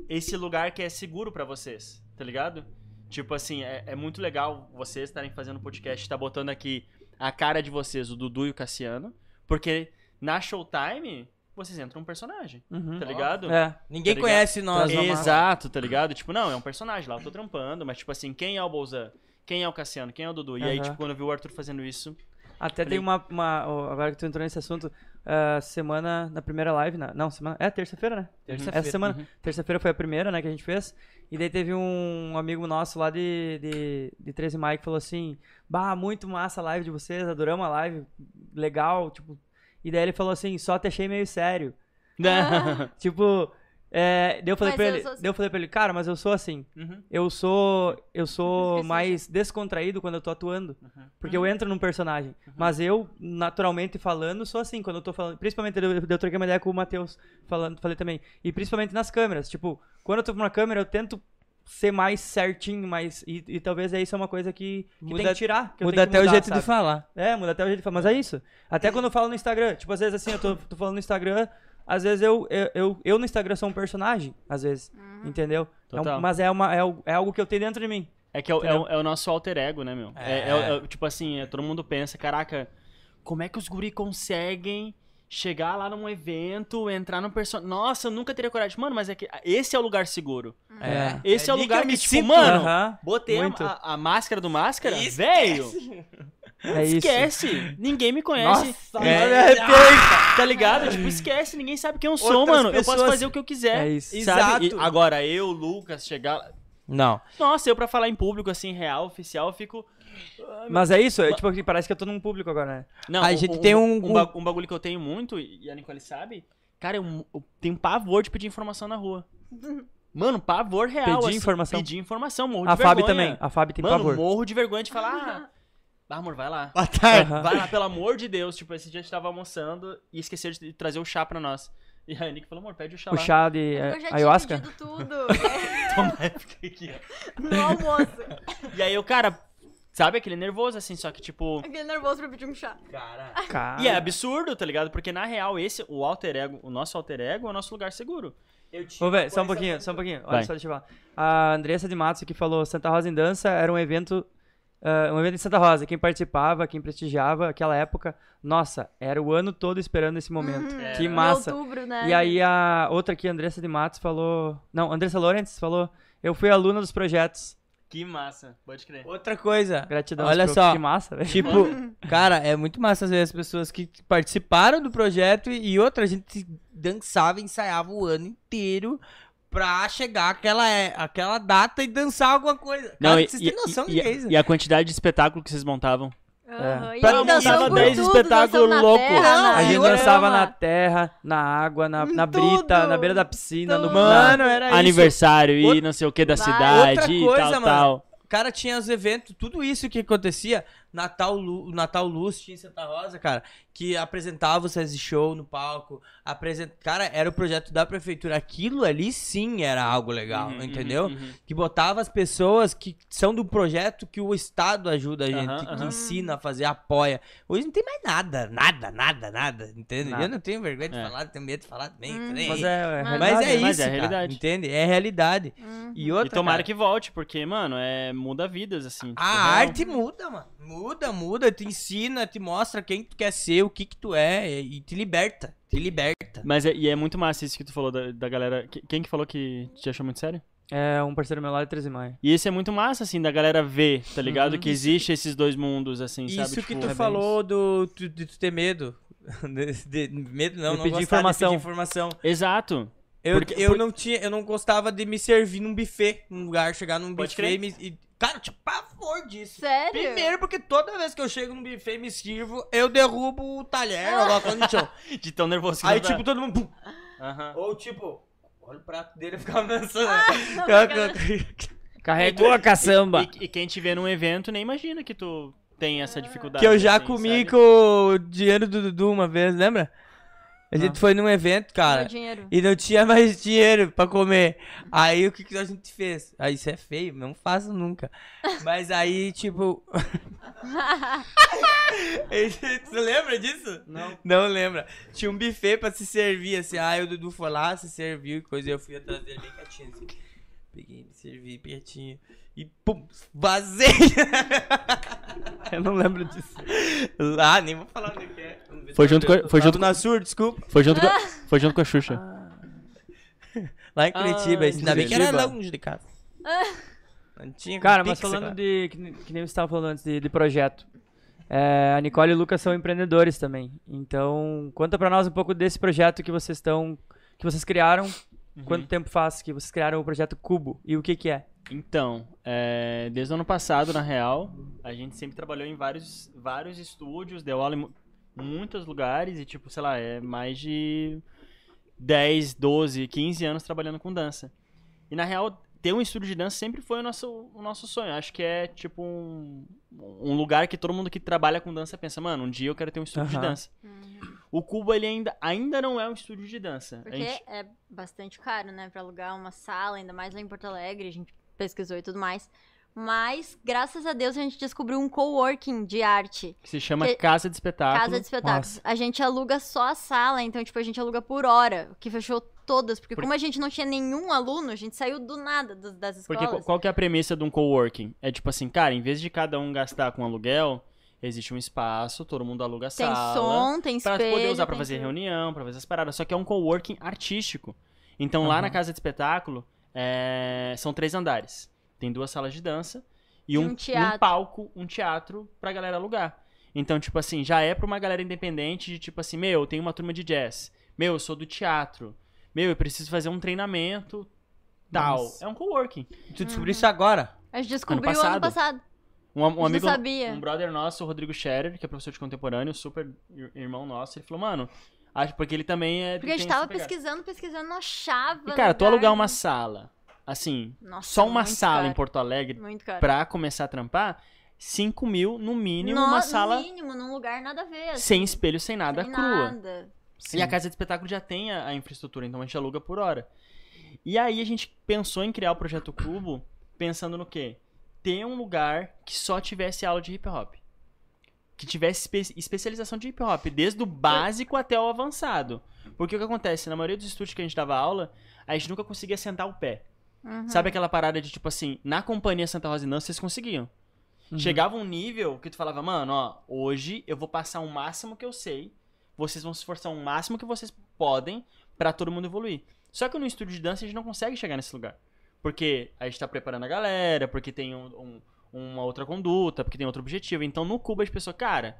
Speaker 3: esse lugar que é seguro pra vocês, tá ligado? Tipo assim, é, é muito legal vocês estarem fazendo podcast, tá botando aqui a cara de vocês, o Dudu e o Cassiano, porque na Showtime vocês entram um personagem, tá ligado?
Speaker 1: É.
Speaker 2: Ninguém
Speaker 3: Tá ligado?
Speaker 2: conhece nós.
Speaker 1: Transformar.
Speaker 3: Exato, tá ligado? Tipo, não, é um personagem lá, eu tô trampando, mas tipo assim, quem é o Bolzan? Quem é o Cassiano? Quem é o Dudu? E aí,
Speaker 1: Aham.
Speaker 3: tipo, quando eu vi o Arthur fazendo isso,
Speaker 1: Até
Speaker 3: Falei.
Speaker 1: tem uma, uma- ó, Agora que tu entrou nesse assunto, ah, semana, na primeira live. na- não, semana. É, terça-feira, né?
Speaker 2: Terça-feira.
Speaker 1: Essa semana. Terça-feira foi a primeira, né, que a gente fez. E daí teve um amigo nosso lá de, de, de 13 Maio que falou assim: Bah, muito massa a live de vocês, adoramos a live, legal, tipo. E daí ele falou assim: só te achei meio sério. Tipo. É, daí eu falei
Speaker 4: Mas
Speaker 1: pra
Speaker 4: eu
Speaker 1: ele,
Speaker 4: sou assim.
Speaker 1: daí eu falei pra ele, cara, mas eu sou assim.
Speaker 3: Uhum.
Speaker 1: Eu sou, eu sou
Speaker 4: Esqueci
Speaker 1: mais descontraído quando eu tô atuando, porque eu entro num personagem. Mas eu, naturalmente falando, sou assim quando eu tô falando. Principalmente eu, eu troquei uma ideia com o Matheus falando, falei também. E principalmente nas câmeras, tipo, quando eu tô numa câmera eu tento ser mais certinho, mais e, e talvez isso é uma coisa que, que
Speaker 2: Muda-
Speaker 1: tem que tirar. que eu
Speaker 2: Muda
Speaker 1: tenho que
Speaker 2: até o
Speaker 1: mudar,
Speaker 2: jeito
Speaker 1: sabe?
Speaker 2: de falar.
Speaker 1: É, muda até o jeito de falar. Mas é isso. Até quando eu falo no Instagram. Tipo, às vezes assim, eu tô, tô falando no Instagram. Às vezes eu, eu, eu, eu no Instagram sou um personagem. Às vezes.
Speaker 3: Uhum.
Speaker 1: Entendeu? É um-
Speaker 3: Total.
Speaker 1: mas é, uma, é, o- é algo que eu tenho dentro de mim.
Speaker 3: É que é, o- é o, é o nosso alter ego, né, meu? É.
Speaker 2: É.
Speaker 3: é o- é o- tipo assim, é, todo mundo pensa, caraca, como é que os guri conseguem chegar lá num evento, entrar num personagem. Nossa, eu nunca teria coragem. Mano, mas é que esse é o lugar seguro.
Speaker 2: É.
Speaker 3: Esse é, o
Speaker 2: ali
Speaker 3: lugar
Speaker 2: eu
Speaker 3: que,
Speaker 2: me
Speaker 3: tipo,
Speaker 2: sinto.
Speaker 3: mano,
Speaker 1: Aham,
Speaker 3: botei a-
Speaker 1: muito.
Speaker 3: a, a máscara do máscara, velho,
Speaker 1: É isso.
Speaker 3: esquece. Ninguém me conhece.
Speaker 1: Nossa,
Speaker 3: É,
Speaker 1: agora me arrepiei.
Speaker 3: Tá ligado? Tipo, esquece, ninguém sabe quem eu sou,
Speaker 1: Outras
Speaker 3: mano. Eu posso
Speaker 1: pessoas-
Speaker 3: fazer o que eu quiser.
Speaker 1: É isso.
Speaker 3: Sabe? E
Speaker 2: Exato.
Speaker 3: agora, eu, Lucas, chegar.
Speaker 2: Não.
Speaker 3: Nossa, eu pra falar em público, assim, real, oficial, eu fico.
Speaker 1: Mas é isso. É, tipo, que parece que eu tô num público agora, né?
Speaker 3: Não,
Speaker 2: A
Speaker 3: um-
Speaker 2: gente
Speaker 3: um,
Speaker 2: tem
Speaker 3: um,
Speaker 2: um-
Speaker 3: ba- um bagulho que eu tenho muito, e a Nicole sabe, cara, eu, eu tenho pavor de pedir informação na rua. Mano, pavor real.
Speaker 1: Pedir
Speaker 3: assim,
Speaker 1: informação?
Speaker 3: Pedir informação, morro
Speaker 1: A
Speaker 3: de
Speaker 1: Fábio
Speaker 3: vergonha.
Speaker 1: também. A Fábio tem
Speaker 3: Mano,
Speaker 1: pavor.
Speaker 3: morro de vergonha de falar, ah, amor, vai lá.
Speaker 2: Boa tarde.
Speaker 1: Aham.
Speaker 3: Vai lá, pelo amor de Deus. Tipo, esse dia a gente tava almoçando e esqueceram de trazer o chá pra nós. E a Nick falou, amor, pede o chá
Speaker 1: O
Speaker 3: tá lá.
Speaker 1: chá de é,
Speaker 4: Eu já
Speaker 1: ayahuasca?
Speaker 4: tinha pedido tudo
Speaker 3: Toma, fica aqui, ó.
Speaker 4: no almoço.
Speaker 3: E aí o cara, sabe, aquele nervoso, assim, só que tipo...
Speaker 4: Fiquei nervoso pra pedir um chá.
Speaker 2: Cara.
Speaker 1: Cara.
Speaker 3: E é absurdo, tá ligado? Porque na real, esse, o alter ego, o nosso alter ego é o nosso lugar seguro.
Speaker 2: Eu te
Speaker 1: Ô, velho, só um pouquinho, só um pouquinho. Olha
Speaker 3: Vai.
Speaker 1: só, deixa eu falar. A Andressa de Matos que falou Santa Rosa em Dança era um evento. ah, um evento em Santa Rosa. Quem participava, quem prestigiava aquela época, nossa, era o ano todo esperando esse momento.
Speaker 4: Uhum.
Speaker 1: Que
Speaker 3: Era.
Speaker 1: massa.
Speaker 4: Em outubro, né?
Speaker 1: E aí a outra aqui, Andressa de Matos, falou. Não, Andressa Lawrence falou. Eu fui aluna dos projetos.
Speaker 3: Que massa, pode crer.
Speaker 2: Outra coisa.
Speaker 1: Gratidão.
Speaker 2: Olha
Speaker 1: prof.
Speaker 2: só.
Speaker 1: Que massa, velho.
Speaker 2: Tipo, cara, é muito massa às vezes as pessoas que participaram do projeto e e outra, a gente dançava, ensaiava o ano inteiro pra chegar àquela, é- àquela data e dançar alguma coisa. Cara, vocês têm noção do que é isso?
Speaker 3: a quantidade de espetáculo que vocês montavam?
Speaker 4: Aham. E
Speaker 1: Pra
Speaker 4: eles
Speaker 1: mim,
Speaker 4: dançam
Speaker 1: dava
Speaker 4: por
Speaker 1: 10
Speaker 4: tudo,
Speaker 3: espetáculo
Speaker 4: dançam na
Speaker 3: louco.
Speaker 4: terra,
Speaker 2: Não,
Speaker 4: na
Speaker 1: A gente
Speaker 2: eu era-
Speaker 1: dançava na
Speaker 4: grama.
Speaker 1: terra, na água, na,
Speaker 4: Em
Speaker 1: na brita,
Speaker 4: tudo.
Speaker 1: na beira da piscina, no
Speaker 4: Tudo.
Speaker 1: mano.
Speaker 2: era
Speaker 3: Aniversário e
Speaker 2: É Outra-
Speaker 3: não sei o que da
Speaker 4: Vai.
Speaker 3: cidade
Speaker 2: Outra
Speaker 3: e
Speaker 2: coisa,
Speaker 3: tal,
Speaker 2: mano.
Speaker 3: tal.
Speaker 2: O cara tinha os eventos, tudo isso que acontecia. Natal, Lu- Natal Luz tinha em Santa Rosa, cara, que apresentava o SESI Show no palco. Apresent... Cara, era o projeto da prefeitura. Aquilo ali sim era algo legal,
Speaker 3: Uhum,
Speaker 2: entendeu?
Speaker 3: uhum, uhum.
Speaker 2: que botava as pessoas que são do projeto que o Estado ajuda a gente,
Speaker 3: Aham,
Speaker 2: que
Speaker 3: aham.
Speaker 2: ensina a fazer, apoia. Hoje não tem mais nada, nada, nada, nada, entende?
Speaker 1: Nada.
Speaker 2: Eu não tenho vergonha de
Speaker 3: É.
Speaker 2: falar, tenho medo de falar também.
Speaker 4: Hum.
Speaker 2: também.
Speaker 1: Mas é, é
Speaker 4: Mas
Speaker 2: Mas
Speaker 1: realidade,
Speaker 2: é
Speaker 1: né?
Speaker 2: isso,
Speaker 3: mas é
Speaker 2: cara,
Speaker 3: realidade.
Speaker 2: entende? É realidade.
Speaker 4: Uhum.
Speaker 2: E
Speaker 3: E
Speaker 2: outra,
Speaker 3: tomara
Speaker 2: cara,
Speaker 3: que volte, porque, mano, é, muda vidas, assim.
Speaker 2: a arte muda, mano. Muda, muda, te ensina, te mostra quem tu quer ser, o que que tu é e e te liberta, te liberta.
Speaker 3: Mas é, e é muito massa isso que tu falou da, da galera. que- Quem que falou que te achou muito sério?
Speaker 1: É, um parceiro meu lá de 13 de maio.
Speaker 3: E isso é muito massa, assim, da galera ver, tá ligado? Que existe esses dois mundos, assim, sabe?
Speaker 2: Uhum. Isso que
Speaker 3: Tipo,
Speaker 2: tu
Speaker 1: é bem
Speaker 2: falou do, tu- de tu ter medo. De- de- medo não,
Speaker 1: De
Speaker 2: não
Speaker 1: pedir
Speaker 2: gostar
Speaker 1: informação.
Speaker 2: De pedir informação.
Speaker 3: Exato.
Speaker 2: Eu,
Speaker 3: Porque-
Speaker 2: eu
Speaker 3: por-
Speaker 2: não tinha, eu não gostava de me servir num buffet, num lugar, chegar num buffet
Speaker 3: Pode
Speaker 2: e,
Speaker 3: crer.
Speaker 2: me, e- cara, eu tinha pavor disso.
Speaker 4: Sério?
Speaker 2: Primeiro porque toda vez que eu chego num buffet e me sirvo, eu derrubo o talher, alguma coisa no chão.
Speaker 3: De tão nervoso que
Speaker 2: Aí
Speaker 3: tu
Speaker 2: tipo
Speaker 3: tá.
Speaker 2: todo mundo, pum.
Speaker 3: Aham.
Speaker 2: ou tipo, olha o prato dele e ficava pensando.
Speaker 4: Ah, Não,
Speaker 1: Carregou a caçamba.
Speaker 3: E, e quem te vê num evento nem imagina que tu tem essa dificuldade.
Speaker 2: que eu já
Speaker 3: assim,
Speaker 2: comi
Speaker 3: sabe?
Speaker 2: com o dinheiro do Dudu uma vez, lembra? A
Speaker 1: Não.
Speaker 2: gente foi num evento, cara.
Speaker 4: Meu dinheiro.
Speaker 2: E não tinha mais dinheiro pra comer. Aí o que, que a gente fez? Aí isso é feio, não faço nunca. Mas aí, tipo. Você lembra disso? Não. Não lembra. Tinha um buffet pra se servir, assim. Aí o Dudu foi lá, se serviu e coisa. e Eu fui atrás dele bem quietinho, assim. Peguei, me servi quietinho. E pum, vazei.
Speaker 3: Eu não lembro disso.
Speaker 2: Lá, Ah, nem vou falar onde que é. Vamos ver se
Speaker 3: Foi
Speaker 2: eu
Speaker 3: junto
Speaker 2: lembro.
Speaker 3: com a- foi
Speaker 2: Lá
Speaker 3: junto
Speaker 2: do
Speaker 3: com-
Speaker 2: Nassur, desculpa.
Speaker 3: Foi junto, com, a- foi junto com a Xuxa.
Speaker 2: Lá em Curitiba.
Speaker 3: Ah,
Speaker 2: Ainda bem que
Speaker 3: Curitiba.
Speaker 2: era longe de casa.
Speaker 4: Ah.
Speaker 2: Não tinha
Speaker 1: Cara,
Speaker 2: com
Speaker 1: mas
Speaker 2: pixel,
Speaker 1: falando
Speaker 2: cara.
Speaker 1: de. Que, ne- que nem você estava falando antes de, de projeto. É, a Nicole e o Lucas são empreendedores também. Então, conta pra nós um pouco desse projeto que vocês estão. que vocês criaram.
Speaker 3: Uhum.
Speaker 2: Uhum.
Speaker 1: Quanto tempo faz que vocês criaram o projeto Cubo? E o que que é?
Speaker 3: Então, é, desde o ano passado, na real, a gente sempre trabalhou em vários, vários estúdios, deu aula em mu- muitos lugares e, tipo, sei lá, é mais de 10, 12, 15 anos trabalhando com dança. E, na real, ter um estúdio de dança sempre foi o nosso, o nosso sonho. Acho que é, tipo, um, um lugar que todo mundo que trabalha com dança pensa, mano, um dia eu quero ter um estúdio de
Speaker 1: Aham.
Speaker 3: dança. O Cubo, ele ainda, ainda não é um estúdio de dança. A
Speaker 4: Porque
Speaker 3: gente-
Speaker 4: é bastante caro, né? Pra alugar uma sala, ainda mais lá em Porto Alegre, a gente pesquisou e tudo mais. Mas, graças a Deus, a gente descobriu um coworking de arte.
Speaker 3: que se chama
Speaker 4: que-
Speaker 3: Casa de Espetáculo.
Speaker 4: É, Casa de espetáculos.
Speaker 1: Nossa.
Speaker 4: A gente aluga só a sala, então, tipo, a gente aluga por hora, o que fechou todas. Porque
Speaker 3: Por-
Speaker 4: como a gente não tinha nenhum aluno, a gente saiu do nada do- das
Speaker 3: Porque qu-
Speaker 4: escolas.
Speaker 3: qual que é a premissa de um coworking? É tipo assim, cara, em vez de cada um gastar com aluguel, existe um espaço, todo mundo aluga a
Speaker 4: Tem
Speaker 3: sala.
Speaker 4: som, tem
Speaker 3: pra
Speaker 4: espelho.
Speaker 3: poder usar pra
Speaker 4: tem
Speaker 3: fazer
Speaker 4: tudo.
Speaker 3: reunião, pra fazer as paradas. Só que é um coworking artístico. Então lá
Speaker 1: Aham.
Speaker 3: na casa de espetáculo é, são três andares. Tem duas salas de dança e um,
Speaker 4: um teatro.
Speaker 3: um palco, um teatro pra galera alugar. Então, tipo assim, já é pra uma galera independente de tipo assim, meu, eu tenho uma turma de jazz. Meu, eu sou do teatro. Meu, eu preciso fazer um treinamento tal.
Speaker 1: Nossa.
Speaker 3: É um coworking.
Speaker 2: Tu descobriu isso agora?
Speaker 4: A gente descobriu
Speaker 3: passado.
Speaker 4: ano passado.
Speaker 3: Um, am- um
Speaker 4: a gente
Speaker 3: amigo,
Speaker 4: não sabia.
Speaker 3: um brother nosso, o Rodrigo Scherer, que é professor de contemporâneo, super ir- irmão nosso, ele falou, mano, acho porque ele também é.
Speaker 4: Porque a gente
Speaker 3: tem
Speaker 4: tava
Speaker 3: essa pegada.
Speaker 4: pesquisando, pesquisando, não achava.
Speaker 3: E, cara, tu
Speaker 4: lugar.
Speaker 3: alugar uma sala, assim,
Speaker 4: Nossa,
Speaker 3: só uma
Speaker 4: muito
Speaker 3: sala em
Speaker 4: caro,
Speaker 3: Porto Alegre
Speaker 4: Muito caro.
Speaker 3: pra começar a trampar, 5 mil no mínimo,
Speaker 4: No-
Speaker 3: uma
Speaker 4: no
Speaker 3: sala
Speaker 4: mínimo, num lugar nada a ver. assim,
Speaker 3: sem espelho, sem nada,
Speaker 4: sem
Speaker 3: crua.
Speaker 4: nada.
Speaker 3: E a casa de espetáculo já tem a, a infraestrutura, então a gente aluga por hora. E aí a gente pensou em criar o projeto Cubo, pensando no quê? Ter um lugar que só tivesse aula de hip hop. Que tivesse espe- especialização de hip hop, desde o básico até o avançado. Porque o que acontece? Na maioria dos estúdios que a gente dava aula, a gente nunca conseguia sentar o pé.
Speaker 4: Uhum.
Speaker 3: Sabe aquela parada de tipo assim, na companhia Santa Rosa e Nan, vocês conseguiam.
Speaker 1: Uhum.
Speaker 3: Chegava um nível que tu falava, mano, ó, hoje eu vou passar o máximo que eu sei, vocês vão se esforçar o máximo que vocês podem pra todo mundo evoluir. Só que no estúdio de dança a gente não consegue chegar nesse lugar. Porque a gente tá preparando a galera, porque tem um- um- uma outra conduta, porque tem outro objetivo. Então no Cuba as pessoas, cara,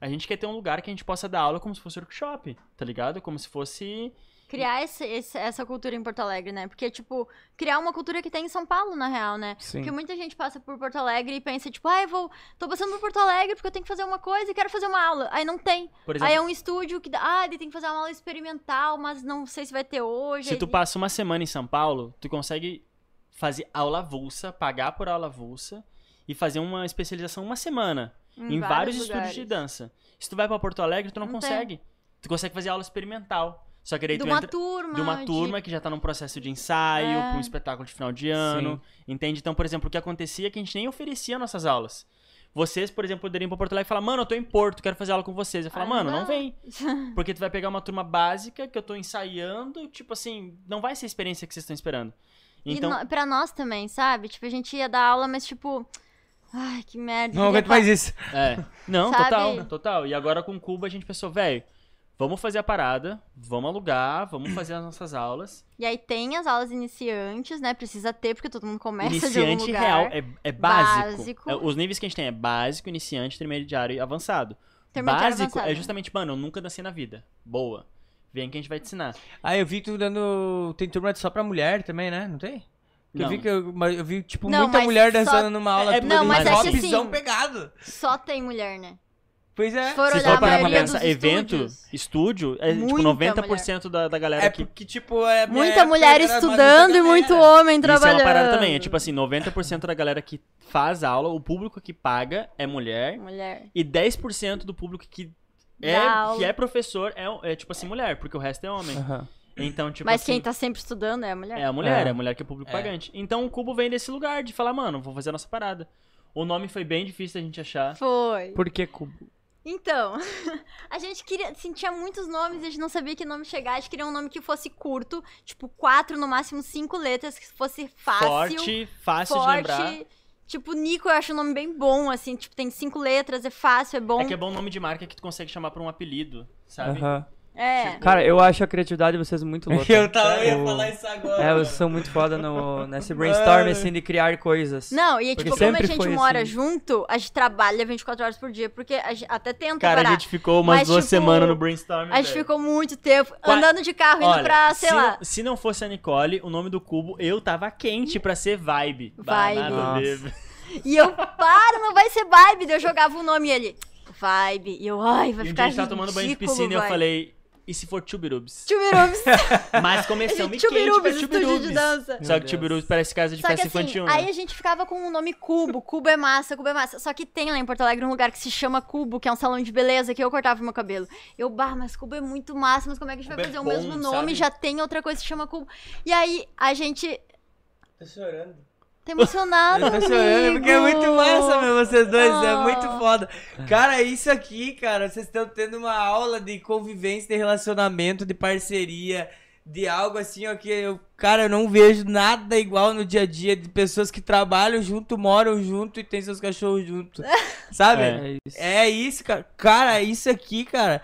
Speaker 3: a gente quer ter um lugar que a gente possa dar aula como se fosse workshop, tá ligado? Como se fosse.
Speaker 4: Criar esse- esse- essa cultura em Porto Alegre, né? Porque, tipo, criar uma cultura que tem em São Paulo, na real, né? Porque
Speaker 1: Sim.
Speaker 4: muita gente passa por Porto Alegre e pensa, tipo, ah, eu vou. tô passando por Porto Alegre porque eu tenho que fazer uma coisa e quero fazer uma aula. Aí não tem.
Speaker 3: Por
Speaker 4: Aí
Speaker 3: exemplo,
Speaker 4: é um estúdio que. dá- Ah, ele tem que fazer uma aula experimental, mas não sei se vai ter hoje.
Speaker 3: Se
Speaker 4: aí
Speaker 3: tu passa uma semana em São Paulo, tu consegue fazer aula avulsa, pagar por aula avulsa e fazer uma especialização uma semana em, vários, estúdios de
Speaker 4: lugares.
Speaker 3: dança. Se tu vai pra Porto Alegre, tu não,
Speaker 4: Não tem.
Speaker 3: consegue. Tu consegue fazer aula experimental. Só que daí
Speaker 4: De
Speaker 3: tu
Speaker 4: uma
Speaker 3: entra
Speaker 4: turma.
Speaker 3: de uma turma que já tá num processo de ensaio,
Speaker 4: É.
Speaker 3: pra um espetáculo de final de ano, entende? Então, por exemplo, o que acontecia é que a gente nem oferecia nossas aulas. Vocês, por exemplo, poderiam ir pra Porto Alegre e falar, mano, eu tô em Porto, quero fazer aula com vocês. Eu falo,
Speaker 4: Ah,
Speaker 3: mano, não
Speaker 4: não."
Speaker 3: vem. Porque tu vai pegar uma turma básica que eu tô ensaiando, tipo assim, não vai ser a experiência que vocês estão esperando. Então,
Speaker 4: E no, pra nós também, sabe? Tipo, a gente ia dar aula, mas tipo. Ai, que merda.
Speaker 1: Não
Speaker 4: ia
Speaker 1: aguento
Speaker 4: pa-
Speaker 1: mais isso.
Speaker 3: é. Não,
Speaker 4: Sabe?
Speaker 3: total, total. E agora com Cuba a gente pensou, velho, vamos fazer a parada, vamos alugar, vamos fazer as nossas aulas.
Speaker 4: E aí tem as aulas iniciantes, né? Precisa ter, porque todo mundo começa de algum
Speaker 3: iniciante
Speaker 4: lugar.
Speaker 3: real é, é básico.
Speaker 4: Básico.
Speaker 3: É, os níveis que a gente tem é básico, iniciante, intermediário e avançado.
Speaker 4: Intermediário
Speaker 3: básico é
Speaker 4: avançado.
Speaker 3: justamente, mano, eu nunca dancei na vida. Boa. Vem que a gente vai te ensinar.
Speaker 2: Ah, eu vi tu dando. Tem turma só pra mulher também, né? Não tem?
Speaker 3: Não.
Speaker 2: Eu vi que eu, mas eu vi, tipo,
Speaker 4: Não,
Speaker 2: muita
Speaker 4: mas
Speaker 2: mulher
Speaker 4: só-
Speaker 2: dançando numa aula
Speaker 3: é-
Speaker 2: tua
Speaker 4: não,
Speaker 2: de
Speaker 4: mas é
Speaker 2: hip hop,
Speaker 4: que assim-
Speaker 2: visão pegado.
Speaker 4: Só tem mulher, né?
Speaker 2: Pois é.
Speaker 4: Se for
Speaker 3: Se
Speaker 4: olhar
Speaker 3: for
Speaker 4: a
Speaker 3: parar pra
Speaker 4: maioria dos
Speaker 3: pensar, evento,
Speaker 4: estúdios,
Speaker 3: estúdio, é tipo
Speaker 4: Muita
Speaker 3: 90% da, da galera
Speaker 2: É
Speaker 3: que
Speaker 2: porque, tipo, é. minha
Speaker 4: Muita
Speaker 2: época
Speaker 4: mulher
Speaker 2: era mais né?
Speaker 4: estudando e
Speaker 2: outra
Speaker 4: muito
Speaker 2: galera.
Speaker 4: homem
Speaker 3: Isso é
Speaker 4: trabalhando.
Speaker 3: uma parada também. É tipo assim, 90% da galera que faz aula, o público que paga é mulher.
Speaker 4: Mulher.
Speaker 3: E 10% do público que é,
Speaker 4: Dá aula.
Speaker 3: que é professor é, é, tipo assim, mulher, porque o resto é homem.
Speaker 1: Aham.
Speaker 3: Então, tipo
Speaker 4: Mas
Speaker 3: assim.
Speaker 4: quem tá sempre estudando é a mulher.
Speaker 3: É a mulher, é,
Speaker 1: É.
Speaker 3: a mulher que é público
Speaker 2: É.
Speaker 3: pagante. Então o cubo vem desse lugar É. de falar, mano, vou fazer a nossa parada. O nome foi bem difícil da gente achar.
Speaker 4: Foi.
Speaker 1: Por que Cubo?
Speaker 4: Então, a gente queria. Assim, tinha muitos nomes e a gente não sabia que nome chegar. A gente queria um nome que fosse curto, tipo quatro, no máximo cinco letras, que fosse fácil.
Speaker 3: Forte, fácil de lembrar. É
Speaker 4: Tipo, Nico, eu acho um nome bem bom, assim, tipo, tem cinco letras, é fácil, é bom.
Speaker 3: É que é bom nome de marca que tu consegue chamar pra um apelido, sabe?
Speaker 1: Aham.
Speaker 4: É.
Speaker 1: Cara, eu acho a criatividade de vocês muito louca.
Speaker 2: Eu tava, eu ia
Speaker 1: O-
Speaker 2: falar isso agora.
Speaker 1: É, vocês são muito foda no, nesse brainstorm, assim, de criar coisas.
Speaker 4: Não, e é,
Speaker 1: Porque
Speaker 4: tipo, como a
Speaker 1: sempre
Speaker 4: gente
Speaker 1: foi
Speaker 4: mora
Speaker 1: assim.
Speaker 4: junto, a gente trabalha 24 horas por dia, porque a gente até tenta
Speaker 3: Cara,
Speaker 4: parar.
Speaker 3: a gente ficou umas
Speaker 4: Mas,
Speaker 3: duas
Speaker 4: tipo,
Speaker 3: semanas no brainstorm.
Speaker 4: A gente
Speaker 3: velho.
Speaker 4: ficou muito tempo
Speaker 3: Qua-
Speaker 4: andando de carro, indo
Speaker 3: Olha,
Speaker 4: pra, sei
Speaker 3: se,
Speaker 4: lá.
Speaker 3: Não, se não fosse a Nicole, o nome do cubo, eu tava quente pra ser Vibe. Bah,
Speaker 4: Vibe.
Speaker 3: nada a ver.
Speaker 4: E eu, para, não vai ser vibe. Daí eu jogava o nome e ele, vibe. E eu,
Speaker 3: E
Speaker 4: ai, vai
Speaker 3: um dia
Speaker 4: ficar
Speaker 3: a gente tava tomando banho de
Speaker 4: ridículo,
Speaker 3: piscina e eu
Speaker 4: vai."
Speaker 3: falei, e se for Tchubirubs?
Speaker 4: Tchubirubs.
Speaker 3: Mas começamos
Speaker 4: Gente,
Speaker 3: quente pra
Speaker 4: Tchubirubs, estúdio de
Speaker 3: Tchubirubs.
Speaker 1: Meu
Speaker 3: Só
Speaker 4: dança.
Speaker 3: que
Speaker 1: Deus.
Speaker 3: Tchubirubs parece casa de
Speaker 4: Só que
Speaker 3: festa
Speaker 4: assim,
Speaker 3: infantil,
Speaker 4: aí
Speaker 3: né?
Speaker 4: a gente ficava com o nome Cubo, Cubo é massa, Cubo é massa. Só que tem lá em Porto Alegre um lugar que se chama Cubo, que é um salão de beleza, que eu cortava meu cabelo. Eu, bah, mas Cubo é muito massa, mas como é que a gente
Speaker 3: Cubo
Speaker 4: vai
Speaker 3: é
Speaker 4: fazer o
Speaker 3: bom,
Speaker 4: mesmo nome?
Speaker 3: sabe?
Speaker 4: Já tem outra coisa que se chama Cubo. E aí, a gente...
Speaker 2: Tô chorando.
Speaker 4: Tá emocionado,
Speaker 2: Eu tô chorando porque é muito
Speaker 4: amigo.
Speaker 2: massa, meu, vocês dois. É
Speaker 4: Ah.
Speaker 2: muito foda. Cara, isso aqui, cara, vocês estão tendo uma aula de convivência, de relacionamento, de parceria, de algo assim, ó, que eu, cara, eu não vejo nada igual no dia a dia de pessoas que trabalham junto, moram junto e têm seus cachorros junto. Sabe?
Speaker 1: É isso.
Speaker 2: É isso, cara. Cara, isso aqui, cara.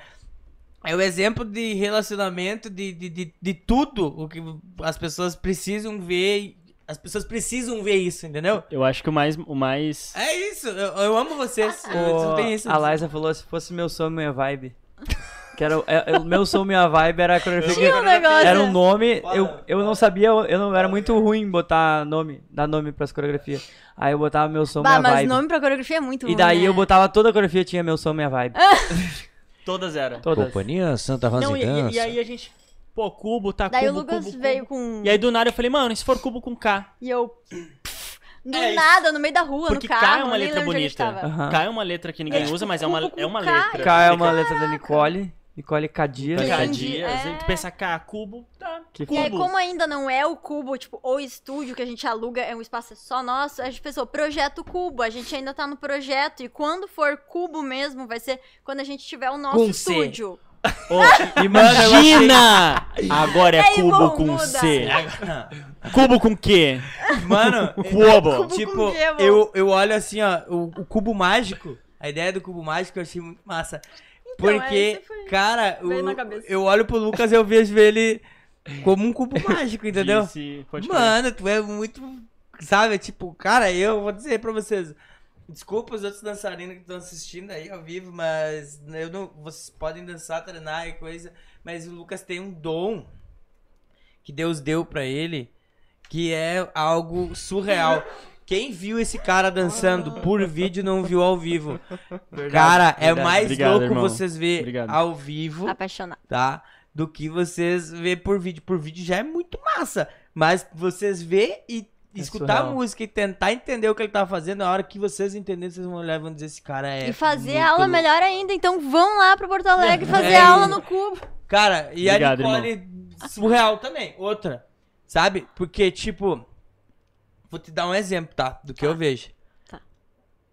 Speaker 2: É o exemplo de relacionamento, de, de, de, de tudo o que as pessoas precisam ver. As pessoas precisam ver isso, entendeu?
Speaker 3: Eu acho que o mais... O mais...
Speaker 2: É isso, eu, eu amo vocês. Eu,
Speaker 1: Pô,
Speaker 2: não tem isso.
Speaker 1: a Liza falou, se fosse meu som, minha vibe. Que era, o- é- é- o meu som, minha vibe era a
Speaker 4: Tinha um
Speaker 1: coreografia.
Speaker 4: negócio.
Speaker 1: Era um nome,
Speaker 2: Fala,
Speaker 1: eu, eu não sabia, eu eu não era muito ruim botar nome, dar nome pras coreografias. Aí eu botava meu som,
Speaker 4: Bah,
Speaker 1: minha
Speaker 4: mas
Speaker 1: vibe.
Speaker 4: nome pra coreografia é muito
Speaker 1: E
Speaker 4: ruim,
Speaker 1: daí
Speaker 4: né? Ah.
Speaker 1: eu botava toda a coreografia, tinha meu som, minha vibe.
Speaker 3: Todas eram.
Speaker 1: Todas.
Speaker 6: Companhia Santa Rosa
Speaker 3: Não,
Speaker 6: e
Speaker 3: e, e-
Speaker 6: Dança.
Speaker 3: e aí a gente... Pô, cubo, tá
Speaker 4: Daí
Speaker 3: cubo,
Speaker 4: o Lucas
Speaker 3: cubo,
Speaker 4: veio
Speaker 3: cubo.
Speaker 4: com...
Speaker 3: E aí do nada eu falei, mano, e se for cubo com K?
Speaker 4: E eu... pff, Do
Speaker 3: É isso.
Speaker 4: nada, no meio da rua,
Speaker 3: Porque
Speaker 4: no carro,
Speaker 3: K é uma
Speaker 4: nem
Speaker 3: letra
Speaker 4: lembro onde a gente
Speaker 3: bonita.
Speaker 4: tava.
Speaker 1: Aham.
Speaker 3: K é uma letra que ninguém
Speaker 4: É,
Speaker 3: usa,
Speaker 4: tipo,
Speaker 3: mas é uma,
Speaker 4: cubo com
Speaker 3: é uma
Speaker 4: K,
Speaker 3: letra.
Speaker 1: K é uma letra da Nicole, Nicole Cadias.
Speaker 4: Cadias.
Speaker 3: Cada
Speaker 4: Grande,
Speaker 3: dia,
Speaker 4: é.
Speaker 3: assim, tu pensa K, cubo, tá.
Speaker 1: Que
Speaker 4: E
Speaker 3: cubo.
Speaker 4: aí, como ainda não é o cubo, tipo, o estúdio que a gente aluga, é um espaço só nosso, a gente pensou, projeto cubo, a gente ainda tá no projeto, e quando for cubo mesmo, vai ser quando a gente tiver o nosso
Speaker 1: Com C.
Speaker 4: estúdio.
Speaker 3: Ô, imagina! Agora é
Speaker 4: Aí,
Speaker 3: cubo
Speaker 4: bom,
Speaker 3: com
Speaker 4: muda.
Speaker 3: C. Cubo com quê?
Speaker 2: Mano,
Speaker 3: Cubo.
Speaker 4: com
Speaker 2: tipo,
Speaker 4: gelo.
Speaker 2: eu, eu olho assim, ó, o, o cubo mágico, a ideia do cubo mágico eu achei muito massa. Porque,
Speaker 4: essa foi-
Speaker 2: cara,
Speaker 4: veio
Speaker 2: o-
Speaker 4: na cabeça.
Speaker 2: eu olho pro Lucas e eu vejo ele como um cubo mágico, entendeu?
Speaker 3: Esse- pode crer.
Speaker 2: Mano, tu é muito. Sabe, tipo, cara, eu vou dizer pra vocês. Desculpa os outros dançarinos que estão assistindo aí ao vivo, mas eu não. Vocês podem dançar, treinar e coisa. Mas o Lucas tem um dom que Deus deu pra ele, que é algo surreal. Quem viu esse cara dançando por vídeo não viu ao vivo. cara, é
Speaker 1: verdade.
Speaker 2: mais
Speaker 3: Obrigado,
Speaker 2: louco
Speaker 3: irmão.
Speaker 2: vocês ver
Speaker 3: Obrigado.
Speaker 2: ao vivo
Speaker 4: Apaixonado.
Speaker 2: tá? Do que vocês vê por vídeo. Por vídeo já é muito massa, mas vocês vê e
Speaker 1: É
Speaker 2: escutar a
Speaker 1: surreal.
Speaker 2: música e tentar entender o que ele tá fazendo, a hora que vocês entenderem, vocês vão olhar e vão dizer esse cara é
Speaker 4: e fazer
Speaker 2: muito
Speaker 4: aula
Speaker 2: louco."
Speaker 4: melhor ainda, então vão lá pro Porto Alegre fazer
Speaker 2: É
Speaker 4: aula
Speaker 2: isso.
Speaker 4: no cubo.
Speaker 2: Cara, e
Speaker 3: Obrigado,
Speaker 2: a Nicole surreal também, outra. Sabe? Porque tipo, vou te dar um exemplo, tá? Do que eu vejo.
Speaker 4: Tá.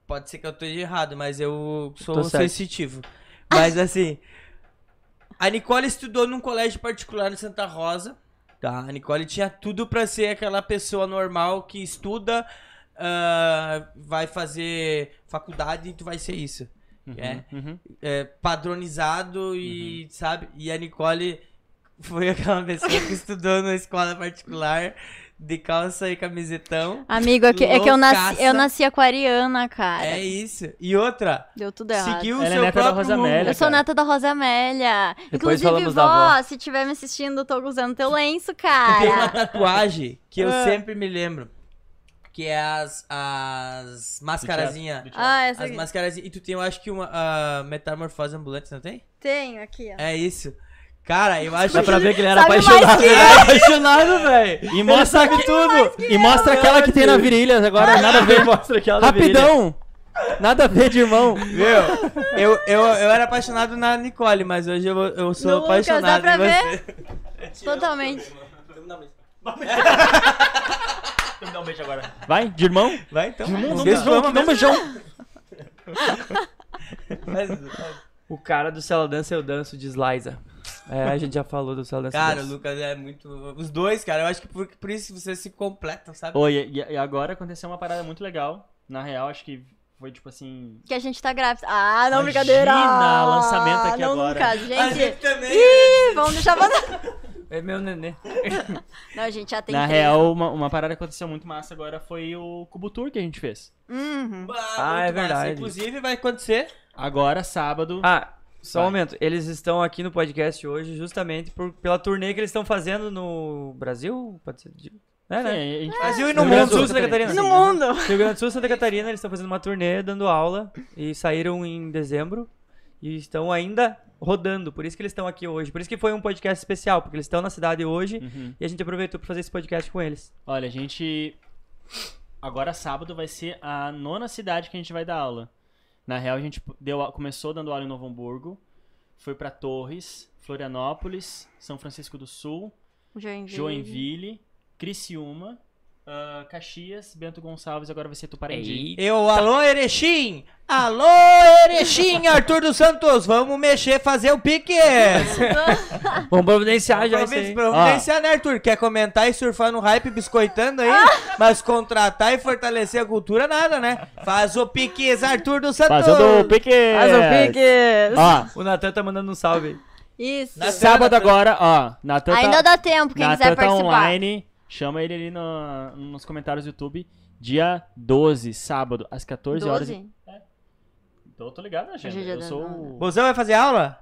Speaker 2: Pode ser que eu esteja errado, mas eu sou
Speaker 1: Tô certo.
Speaker 2: sensitivo. Mas assim, a Nicole estudou num colégio particular em Santa Rosa. Tá, a Nicole tinha tudo pra ser aquela pessoa normal que estuda, ah, vai fazer faculdade e tu vai ser isso. É,
Speaker 3: Uhum.
Speaker 2: é, padronizado e, sabe? E a Nicole foi aquela pessoa que estudou na escola particular de calça e camisetão.
Speaker 4: Amigo, é que, é que eu, nasci,
Speaker 2: Loucaça.
Speaker 4: eu nasci aquariana, cara.
Speaker 2: É isso. E outra,
Speaker 4: Deu tudo errado.
Speaker 2: seguiu o
Speaker 3: Ela é
Speaker 2: seu
Speaker 3: neta da
Speaker 2: próprio
Speaker 3: Rosa
Speaker 2: rumo.
Speaker 3: Amélia.
Speaker 4: Eu sou
Speaker 3: cara.
Speaker 4: neta da Rosa Amélia.
Speaker 1: Depois
Speaker 4: Inclusive,
Speaker 1: falamos da avó.
Speaker 4: vó, se estiver me assistindo, tô usando teu lenço, cara. Ah.
Speaker 2: Tem uma tatuagem que eu sempre me lembro. Que é as, as mascarazinhas.
Speaker 3: Do teatro.
Speaker 4: Ah, essa
Speaker 2: As
Speaker 4: aqui.
Speaker 2: mascarazinhas. E tu tem, eu acho que uma a metamorfose ambulante, não tem?
Speaker 4: Tenho aqui, ó.
Speaker 2: É isso. Cara, eu acho
Speaker 1: Dá pra ver que ele era
Speaker 4: Sabe mais
Speaker 1: apaixonado,
Speaker 4: que
Speaker 1: ele era apaixonado, velho.
Speaker 3: E mostra que tudo! E mostra aquela que tem na virilha
Speaker 1: Ah,
Speaker 3: agora, nada a ver.
Speaker 1: Mostra aquela da virilha.
Speaker 3: Rapidão! Nada a ver de irmão.
Speaker 2: Meu, eu, eu, eu era apaixonado na Nicole, mas hoje eu, eu sou
Speaker 4: No Lucas,
Speaker 2: apaixonado
Speaker 4: dá pra
Speaker 2: em você.
Speaker 4: Totalmente.
Speaker 3: Me dá um beijo agora. Vai, de irmão?
Speaker 2: Vai então.
Speaker 3: Não, é
Speaker 2: Um
Speaker 3: não,
Speaker 2: beijo
Speaker 3: não,
Speaker 2: pra
Speaker 3: não, beijão.
Speaker 2: Mas,
Speaker 1: O cara do Cela Dança Eu Danço diz Liza. É, a gente já falou do Cela Dança. eu
Speaker 2: cara, o
Speaker 1: danço.
Speaker 2: Lucas é muito. Os dois, cara, eu acho que por, por isso vocês se completam, sabe?
Speaker 3: Oi, e, e agora aconteceu uma parada muito legal. Na real, acho que foi tipo assim.
Speaker 4: Que a gente tá grávida. Ah, não,
Speaker 3: Imagina,
Speaker 4: brincadeira!
Speaker 3: lançamento aqui
Speaker 4: não,
Speaker 3: agora.
Speaker 4: Lucas,
Speaker 2: A
Speaker 4: gente.
Speaker 2: gente também. é
Speaker 4: Ih, vamos deixar mandar.
Speaker 1: É meu nenê.
Speaker 4: Não, a gente já tem
Speaker 3: na
Speaker 4: três.
Speaker 3: real, uma, uma parada que aconteceu muito massa agora foi o Cubo Tour que a gente fez.
Speaker 4: Uhum.
Speaker 1: Ah, é
Speaker 2: muito massa.
Speaker 1: verdade.
Speaker 2: Inclusive, vai acontecer.
Speaker 3: Agora, sábado.
Speaker 1: Ah, só um
Speaker 3: Vai.
Speaker 1: momento. Eles estão aqui no podcast hoje justamente por, pela turnê que eles estão fazendo no Brasil? Pode ser. de- É,
Speaker 3: sim,
Speaker 1: né?
Speaker 3: a gente fez-
Speaker 1: Brasil e no
Speaker 3: Rio Grande
Speaker 1: mundo,
Speaker 3: do Sul,
Speaker 1: Santa Catarina.
Speaker 4: No mundo!
Speaker 1: Rio Grande do Sul, Santa Catarina, eles estão fazendo uma turnê, dando aula, e saíram em dezembro, e estão ainda rodando, por isso que eles estão aqui hoje. Por isso que foi um podcast especial, porque eles estão na cidade hoje,
Speaker 3: Uhum.
Speaker 1: e a gente aproveitou pra fazer esse podcast com eles.
Speaker 3: Olha, a gente. Agora sábado vai ser a nona cidade que a gente vai dar aula. Na real, a gente deu, a- começou dando aula em Novo Hamburgo, foi pra Torres, Florianópolis, São Francisco do Sul,
Speaker 4: Joinville.
Speaker 3: Joinville, Criciúma, ah, Caxias, Bento Gonçalves, agora vai ser Tuparendi.
Speaker 2: Eu, alô, Erechim! Alô, Erechim, Arthur dos Santos, vamos mexer, fazer o pique!
Speaker 1: Vamos providenciar já isso
Speaker 2: Providência,
Speaker 1: aí.
Speaker 2: providencia, né, Arthur? Quer comentar e surfar no hype, biscoitando aí?
Speaker 1: Ah!
Speaker 2: mas contratar e fortalecer a cultura, nada, né? Faz o piques, Arthur dos Santos!
Speaker 3: pique! Ó,
Speaker 1: O Natan tá mandando um salve. aí.
Speaker 4: Isso.
Speaker 2: Na-
Speaker 3: sábado agora, ó, Natan tá-
Speaker 4: Ainda dá tempo, quem
Speaker 3: Natan tá
Speaker 4: quiser participar.
Speaker 3: online. Chama ele ali no- nos comentários do YouTube. Dia 12, sábado, às 14 horas.
Speaker 4: 12?
Speaker 3: Então eu tô ligado, né, gente?
Speaker 4: Hoje é dia
Speaker 3: Eu
Speaker 4: da
Speaker 3: sou
Speaker 4: nona.
Speaker 3: o.
Speaker 2: Bozão vai fazer aula?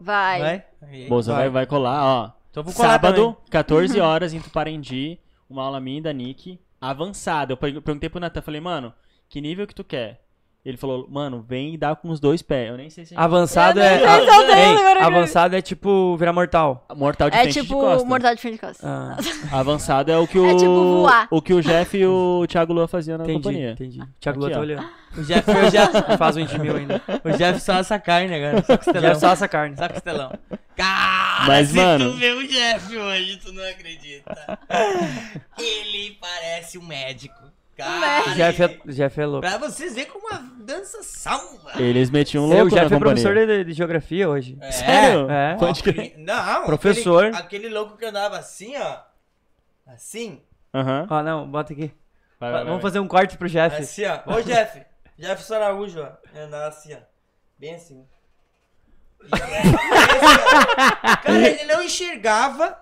Speaker 4: Vai.
Speaker 3: é? Bolsa vai, vai colar, ó.
Speaker 2: Então vou colar
Speaker 3: Sábado,
Speaker 2: também.
Speaker 3: 14
Speaker 1: Uhum.
Speaker 3: horas, em Tuparendi. Uma aula minha e da Nick. Avançada. Eu pergu- perguntei pro Natan, falei, mano, que nível que tu quer? Ele falou, mano, vem e dá com os dois pés. Eu nem sei se a gente...
Speaker 1: Avançado
Speaker 4: Eu nem
Speaker 1: é.
Speaker 4: sei se eu tenho,
Speaker 1: Hein,
Speaker 4: agora que-
Speaker 1: avançado é tipo virar mortal.
Speaker 3: Mortal de
Speaker 4: É
Speaker 3: frente
Speaker 4: tipo
Speaker 3: de costa.
Speaker 4: mortal de frente de costas.
Speaker 1: Ah,
Speaker 3: Avançado é o que o...
Speaker 4: É tipo voar.
Speaker 3: O que o Jeff e o Thiago Lua faziam na
Speaker 1: entendi,
Speaker 3: companhia.
Speaker 1: entendi. Tiago Lua
Speaker 3: Aqui,
Speaker 1: tá
Speaker 3: ó.
Speaker 1: olhando.
Speaker 2: O Jeff, o Jeff,
Speaker 1: Faz 20 mil ainda.
Speaker 2: o Jeff só essa carne agora, só
Speaker 1: Já é
Speaker 2: costelão.
Speaker 1: só essa carne.
Speaker 2: Só costelão. Cara,
Speaker 3: Mas,
Speaker 2: se
Speaker 3: mano-
Speaker 2: tu vê o Jeff hoje, tu não acredita. Ele parece um médico. Cara,
Speaker 1: O Jeff
Speaker 2: ele-
Speaker 1: é, o Jeff é louco.
Speaker 2: Pra vocês verem como a dança salva.
Speaker 3: Eles metiam um
Speaker 1: Seu, o
Speaker 3: louco na
Speaker 1: Jeff é
Speaker 3: companhia.
Speaker 1: professor de, de geografia hoje.
Speaker 2: É.
Speaker 3: Sério?
Speaker 1: É.
Speaker 3: Pode crer.
Speaker 2: Não.
Speaker 1: Professor.
Speaker 2: Aquele, aquele louco que andava assim, ó. Assim.
Speaker 3: Aham.
Speaker 1: Ah, não, bota aqui.
Speaker 3: Vai, vai, vai.
Speaker 1: Vamos fazer um corte pro Jeff.
Speaker 2: Assim, ó. Ô, Jeff. Jeff Araújo, ó. Ele Andava assim, ó. Bem assim. E- é assim, Cara, ele não enxergava,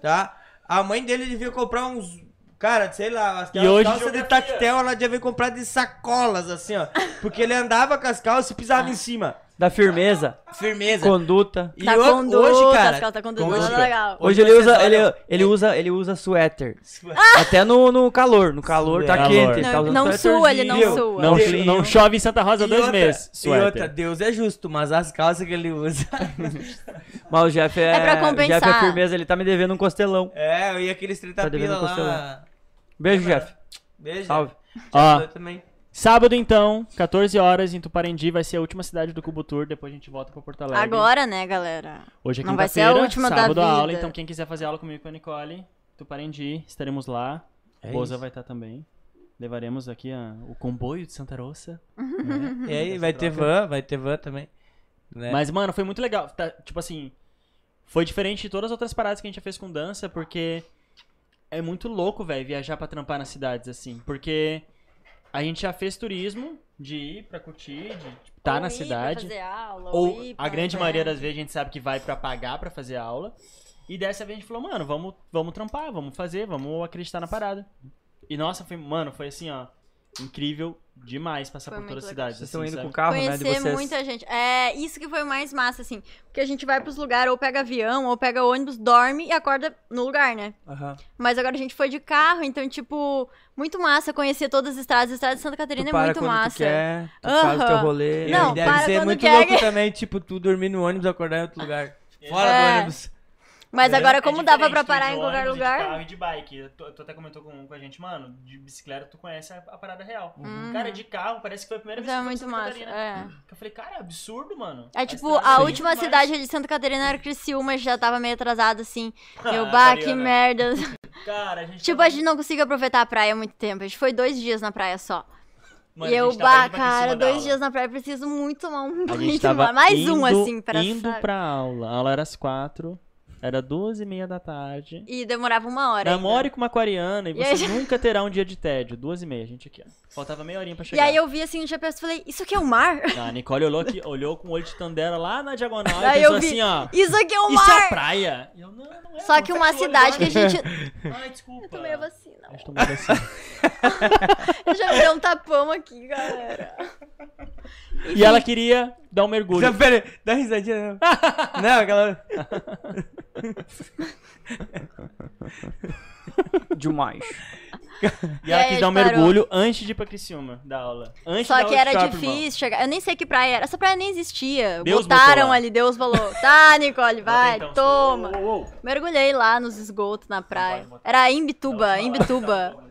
Speaker 2: tá? A mãe dele devia comprar uns... Cara, sei lá, as
Speaker 3: E hoje-
Speaker 2: calças de tactel, ela devia comprar de sacolas, assim, ó. Porque ele andava com as calças e pisava em cima.
Speaker 1: Da firmeza,
Speaker 2: Firmeza.
Speaker 1: conduta.
Speaker 2: E
Speaker 4: Ah. Tá
Speaker 2: ho-
Speaker 4: conduta,
Speaker 2: hoje,
Speaker 4: as
Speaker 2: cara.
Speaker 4: calças tá conduta,
Speaker 2: hoje,
Speaker 4: tá legal.
Speaker 1: Hoje ele usa, ele, é- ele usa, ele usa suéter. Até no, no calor, no calor tá
Speaker 3: Calor.
Speaker 1: quente.
Speaker 4: Não,
Speaker 1: tá usando
Speaker 4: não
Speaker 1: suéterzinho.
Speaker 4: sua, ele não
Speaker 1: Viu?
Speaker 4: sua.
Speaker 3: Não,
Speaker 2: Ele-
Speaker 3: cho- não chove em Santa Rosa há dois meses.
Speaker 2: E
Speaker 3: Suéter.
Speaker 2: outra, Deus é justo, mas as calças que ele usa.
Speaker 1: Mas o Jeff é,
Speaker 4: É pra compensar.
Speaker 1: o Jeff é firmeza, ele tá me devendo um costelão.
Speaker 2: é, e aqueles 30
Speaker 1: Tá devendo
Speaker 2: pila lá.
Speaker 1: costelão. Beijo, Jeff.
Speaker 2: Beijo.
Speaker 1: Salve.
Speaker 3: Ó,
Speaker 2: Eu também.
Speaker 3: sábado então, 14 horas em Tuparendi, vai ser a última cidade do Cubo Tour, depois a gente volta pra Porto Alegre.
Speaker 4: Agora, né, galera?
Speaker 3: Hoje é
Speaker 4: não vai ser a
Speaker 3: quinta-feira,
Speaker 4: última da
Speaker 3: sábado a aula,
Speaker 4: vida.
Speaker 3: então quem quiser fazer aula comigo e com a Nicole, Tuparendi, estaremos lá.
Speaker 2: É
Speaker 3: Boza
Speaker 2: isso.
Speaker 3: vai estar também. Levaremos aqui a- o comboio de Santa Rosa.
Speaker 2: E aí, vai ter van, vai ter van também. Né?
Speaker 3: É. Mas, mano, foi muito legal. Tá, tipo assim, foi diferente de todas as outras paradas que a gente já fez com dança, porque é muito louco, velho, viajar pra trampar nas cidades, assim. Porque a gente já fez turismo de ir pra curtir, de tipo, tá
Speaker 4: Ou
Speaker 3: na
Speaker 4: ir pra
Speaker 3: cidade.
Speaker 4: fazer aula,
Speaker 3: Ou
Speaker 4: ir pra
Speaker 3: a grande
Speaker 4: um
Speaker 3: maioria
Speaker 4: evento.
Speaker 3: das vezes a gente sabe que vai pra pagar pra fazer aula. E dessa vez a gente falou, mano, vamos, vamos trampar, vamos fazer, vamos acreditar na parada. E nossa, foi, mano, foi assim, ó, incrível demais passar
Speaker 4: Foi
Speaker 3: por todas as
Speaker 4: muito legal.
Speaker 3: cidades.
Speaker 1: Vocês estão
Speaker 3: assim,
Speaker 1: indo
Speaker 3: sabe?
Speaker 1: com o carro, né, de
Speaker 4: Conhecer
Speaker 1: vocês.
Speaker 4: muita gente. É, isso que foi o mais massa, assim. Porque a gente vai pros lugares, ou pega avião, ou pega ônibus, dorme e acorda no lugar, né?
Speaker 1: Aham.
Speaker 4: Mas agora a gente foi de carro, então, tipo, muito massa conhecer todas as estradas. A estrada de Santa
Speaker 1: Tu
Speaker 4: Catarina é
Speaker 1: para
Speaker 4: muito
Speaker 1: quando
Speaker 4: massa.
Speaker 1: tu quer, tu faz o teu
Speaker 4: Aham.
Speaker 1: rolê.
Speaker 4: Não,
Speaker 2: e deve
Speaker 4: para
Speaker 2: ser
Speaker 4: quando
Speaker 2: muito
Speaker 4: quer.
Speaker 2: louco também, tipo, tu dormir no ônibus, acordar em outro lugar. Fora do
Speaker 4: É.
Speaker 2: ônibus.
Speaker 4: Mas
Speaker 3: É,
Speaker 4: agora,
Speaker 3: é
Speaker 4: como dava
Speaker 3: diferente
Speaker 4: pra
Speaker 3: tu ir
Speaker 4: parar
Speaker 3: de
Speaker 4: em qualquer
Speaker 3: ônibus e De carro
Speaker 4: lugar.
Speaker 3: e de bike. Tu, tu até comentou com, com a gente, mano, de bicicleta tu conhece a, a parada real. Um Cara, de carro, parece que foi a primeira vez
Speaker 4: Então Uhum. é
Speaker 3: que eu fui
Speaker 4: muito
Speaker 3: pra Santa
Speaker 4: massa.
Speaker 3: Catarina.
Speaker 4: É.
Speaker 3: Que Eu falei, cara, é absurdo, mano.
Speaker 4: É tipo,
Speaker 3: estrada
Speaker 4: a
Speaker 3: é
Speaker 4: última
Speaker 3: muito
Speaker 4: cidade de Santa Catarina era Criciúma, já tava meio atrasado, assim.
Speaker 3: Ah,
Speaker 4: Eu, bah, que
Speaker 3: Mariana.
Speaker 4: merda.
Speaker 3: mais- Cara, a gente.
Speaker 4: Tipo,
Speaker 3: tava-
Speaker 4: a gente não conseguiu aproveitar a praia há muito tempo. A gente foi dois dias na praia só.
Speaker 2: Mano,
Speaker 4: e
Speaker 2: a
Speaker 4: eu,
Speaker 2: gente tava
Speaker 4: bah,
Speaker 2: indo pra cima
Speaker 4: cara,
Speaker 2: da
Speaker 4: dois
Speaker 2: aula.
Speaker 4: dias na praia, preciso muito tomar um
Speaker 3: A
Speaker 4: banho
Speaker 3: gente
Speaker 4: de
Speaker 3: tava
Speaker 4: mar. Mais
Speaker 3: indo,
Speaker 4: um, assim, pra
Speaker 3: Indo
Speaker 4: sabe?
Speaker 3: pra aula. A aula era às quatro. Era duas e meia da tarde.
Speaker 4: E demorava uma hora. ainda.
Speaker 3: Namore com uma aquariana e
Speaker 4: E
Speaker 3: você
Speaker 4: aí-
Speaker 3: nunca terá um dia de tédio. Duas e meia, gente aqui, ó. Faltava meia horinha pra
Speaker 4: E
Speaker 3: chegar.
Speaker 4: aí eu vi assim no GPS e falei, isso aqui é o mar?
Speaker 3: Ah, A Nicole olhou, aqui, olhou com o olho de Tandera lá na diagonal e
Speaker 4: Daí
Speaker 3: pensou
Speaker 4: eu vi.
Speaker 3: assim, ó.
Speaker 4: Isso aqui é o
Speaker 3: Isso é a
Speaker 4: mar!
Speaker 3: praia? E eu, não, não é.
Speaker 4: Só que uma cidade que a gente. é
Speaker 3: Ai, desculpa.
Speaker 4: Eu tomei a vacina.
Speaker 3: Acho que tomou a vacina.
Speaker 4: Eu já me deu um tapão aqui, galera.
Speaker 3: E ela queria dar um mergulho.
Speaker 1: Não, pera, aí, dá risadinha
Speaker 2: né?
Speaker 1: não. não, aquela. Demais.
Speaker 3: E ela
Speaker 4: E aí
Speaker 3: quis dar um
Speaker 4: parou.
Speaker 3: mergulho antes de ir pra Criciúma da aula. Antes da
Speaker 4: Só
Speaker 3: aula
Speaker 4: que
Speaker 3: de
Speaker 4: era
Speaker 3: shopping,
Speaker 4: difícil
Speaker 3: irmão.
Speaker 4: chegar. Eu nem sei que praia era. Essa praia nem existia.
Speaker 3: Deus botou
Speaker 4: Botaram
Speaker 3: lá.
Speaker 4: ali, Deus falou: tá, Nicole, vai,
Speaker 3: Bota então,
Speaker 4: toma.
Speaker 3: uou, uou, uou.
Speaker 4: Mergulhei lá nos esgotos na praia. Era Imbituba, Imbituba.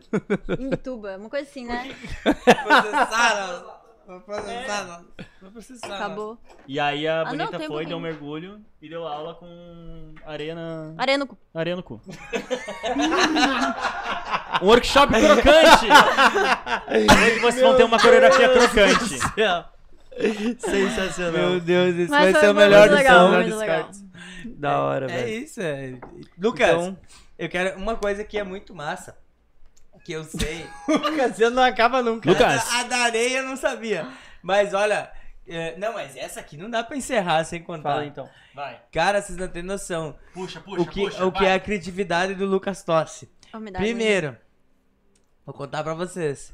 Speaker 4: Imbituba, uma coisa assim, né?
Speaker 2: Processaram. Foi processado. Foi processado.
Speaker 4: Acabou.
Speaker 3: E aí a
Speaker 4: não,
Speaker 3: bonita
Speaker 4: tem um
Speaker 3: foi, deu
Speaker 4: pouquinho.
Speaker 3: um mergulho e deu aula com areia, na...
Speaker 4: Areia no cu.
Speaker 3: areia no cu. um workshop crocante! Hoje vocês vão ter uma coreografia crocante.
Speaker 1: Sensacional. Meu Deus, isso
Speaker 4: Mas
Speaker 1: vai
Speaker 4: foi
Speaker 1: ser o
Speaker 4: muito
Speaker 1: melhor dos
Speaker 4: legal,
Speaker 1: melhor
Speaker 4: muito
Speaker 1: dos
Speaker 4: legal.
Speaker 1: cards. Da hora,
Speaker 2: É
Speaker 1: velho.
Speaker 2: isso, é. Lucas,
Speaker 1: Então-
Speaker 2: eu quero uma coisa que é muito massa. Que eu sei.
Speaker 1: Lucas, você não acaba nunca.
Speaker 3: Lucas,
Speaker 2: A, da- a da areia eu não sabia. Mas olha. é, não, mas essa aqui não dá pra encerrar sem contar.
Speaker 1: Fala então.
Speaker 3: vai.
Speaker 2: Cara, vocês não têm noção.
Speaker 3: Puxa, puxa,
Speaker 2: o que,
Speaker 3: puxa.
Speaker 2: o que é a criatividade do Lucas Tossi.
Speaker 4: Vou me dar
Speaker 2: Primeiro, vou contar pra vocês.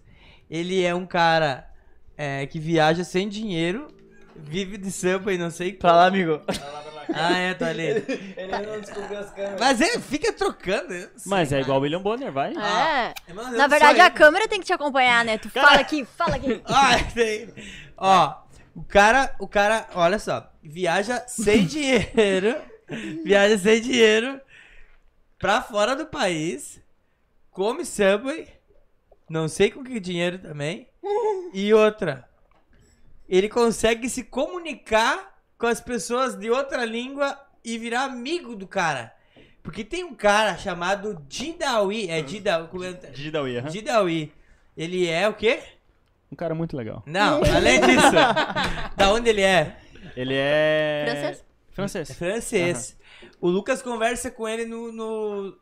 Speaker 2: Ele é um cara é, que viaja sem dinheiro, vive de sampa e não sei
Speaker 1: Pra lá, amigo.
Speaker 2: Ah, é, tá ali.
Speaker 1: Ele não descobriu as câmeras.
Speaker 2: Mas ele fica trocando. eu não sei,
Speaker 3: Mas é
Speaker 2: cara.
Speaker 3: igual o William Bonner, vai.
Speaker 4: É.
Speaker 2: Mano, eu sou
Speaker 4: Na verdade,
Speaker 2: eu.
Speaker 4: a câmera tem que te acompanhar, né? Tu fala aqui, fala aqui.
Speaker 2: Ah, tem. Ó, o cara, o cara, olha só, viaja sem dinheiro, viaja sem dinheiro pra fora do país, come Subway, não sei com que dinheiro também, e outra, ele consegue se comunicar com as pessoas de outra língua e virar amigo do cara. Porque tem um cara chamado Didawi, é Didawi, como é?
Speaker 3: Digital erra.
Speaker 2: Didawi. Ele é o quê?
Speaker 3: Um cara muito legal.
Speaker 2: Não, além disso, da onde ele é?
Speaker 3: Ele é.
Speaker 4: Francês?
Speaker 2: É
Speaker 3: Francês.
Speaker 2: francês. O Lucas conversa com ele no. no-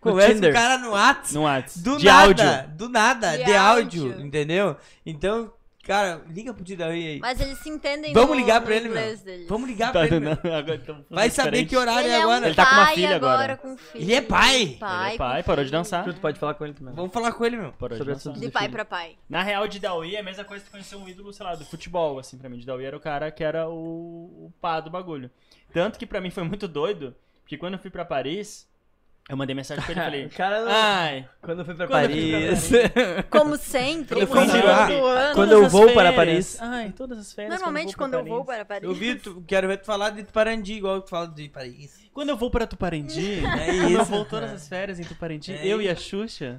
Speaker 2: conversa com
Speaker 1: Tinder.
Speaker 2: o cara no Whats.
Speaker 3: No Whats.
Speaker 2: Do
Speaker 3: De
Speaker 2: nada.
Speaker 3: áudio.
Speaker 2: Do nada, de,
Speaker 4: De
Speaker 2: áudio.
Speaker 4: áudio.
Speaker 2: entendeu? Então, cara, liga pro Didaí aí.
Speaker 4: Mas eles se entendem
Speaker 2: Vamos
Speaker 4: no-
Speaker 2: ligar
Speaker 4: no
Speaker 2: pra ele, meu.
Speaker 4: inglês deles.
Speaker 2: Vamos ligar
Speaker 3: Tá
Speaker 2: pra ele.
Speaker 3: dando-
Speaker 2: meu.
Speaker 3: agora tamo
Speaker 2: Vai
Speaker 3: fazendo
Speaker 2: saber que
Speaker 3: diferente.
Speaker 2: horário
Speaker 4: Ele
Speaker 2: é
Speaker 4: é um
Speaker 2: agora.
Speaker 3: Ele tá com uma
Speaker 4: pai
Speaker 3: filha agora.
Speaker 4: com filho.
Speaker 2: Ele é pai.
Speaker 4: Pai,
Speaker 3: Ele é
Speaker 4: com
Speaker 3: pai, parou de
Speaker 4: filho.
Speaker 3: dançar.
Speaker 1: Tu pode falar com ele também.
Speaker 2: Vamos falar com ele, meu.
Speaker 3: Parou de
Speaker 1: Sobre
Speaker 3: dançar.
Speaker 1: essas-
Speaker 4: De pai pra pai.
Speaker 3: Na real, de Dawi é a mesma coisa que conhecer um ídolo, sei lá, do futebol, assim, pra mim. De Dawi era o cara que era o, o pá do bagulho. Tanto que pra mim foi muito doido, porque quando eu fui pra Paris, eu mandei mensagem pra ele e
Speaker 1: O
Speaker 3: falei...
Speaker 1: cara, não-
Speaker 3: Ai,
Speaker 1: quando eu fui pra
Speaker 3: quando eu fui pra
Speaker 1: Paris.
Speaker 4: Como sempre,
Speaker 3: Eu
Speaker 4: como
Speaker 3: fui girar.
Speaker 4: todo ano.
Speaker 1: Quando
Speaker 3: todas
Speaker 1: eu
Speaker 3: as
Speaker 1: vou para
Speaker 3: férias,
Speaker 1: Paris.
Speaker 3: Ai, todas as férias.
Speaker 4: Normalmente, quando eu vou para Paris.
Speaker 2: Eu vi, tu, quero ver tu falar de Tuparandi, igual tu fala de Paris.
Speaker 3: Quando eu vou pra Tuparendi,
Speaker 2: É
Speaker 3: quando eu
Speaker 2: isso,
Speaker 3: vou todas
Speaker 2: cara.
Speaker 3: as férias em Tuparendi,
Speaker 2: É
Speaker 3: eu e a Xuxa,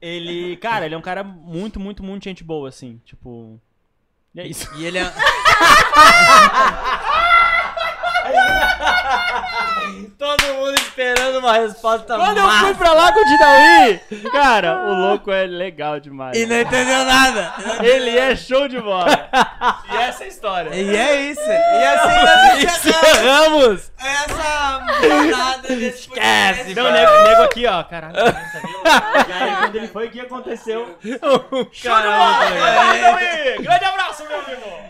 Speaker 3: ele... Cara, ele é um cara muito, muito, muito gente boa, assim, tipo... E é isso.
Speaker 2: E ele é.
Speaker 1: Todo mundo esperando uma resposta.
Speaker 2: é
Speaker 3: Quando eu fui pra lá com o Didaí, cara, o louco é legal demais.
Speaker 2: e não é entendeu nada.
Speaker 3: Ele é show de bola. E essa é a história.
Speaker 2: E é isso. E assim nós encerramos
Speaker 1: Encerramos!
Speaker 2: É essa parada desse podcast. né?
Speaker 3: Não, nego, nego aqui, ó. Caralho, tá vendo? E aí, quando ele foi, o que aconteceu?
Speaker 2: Caralho,
Speaker 3: Daí, grande abraço, meu irmão.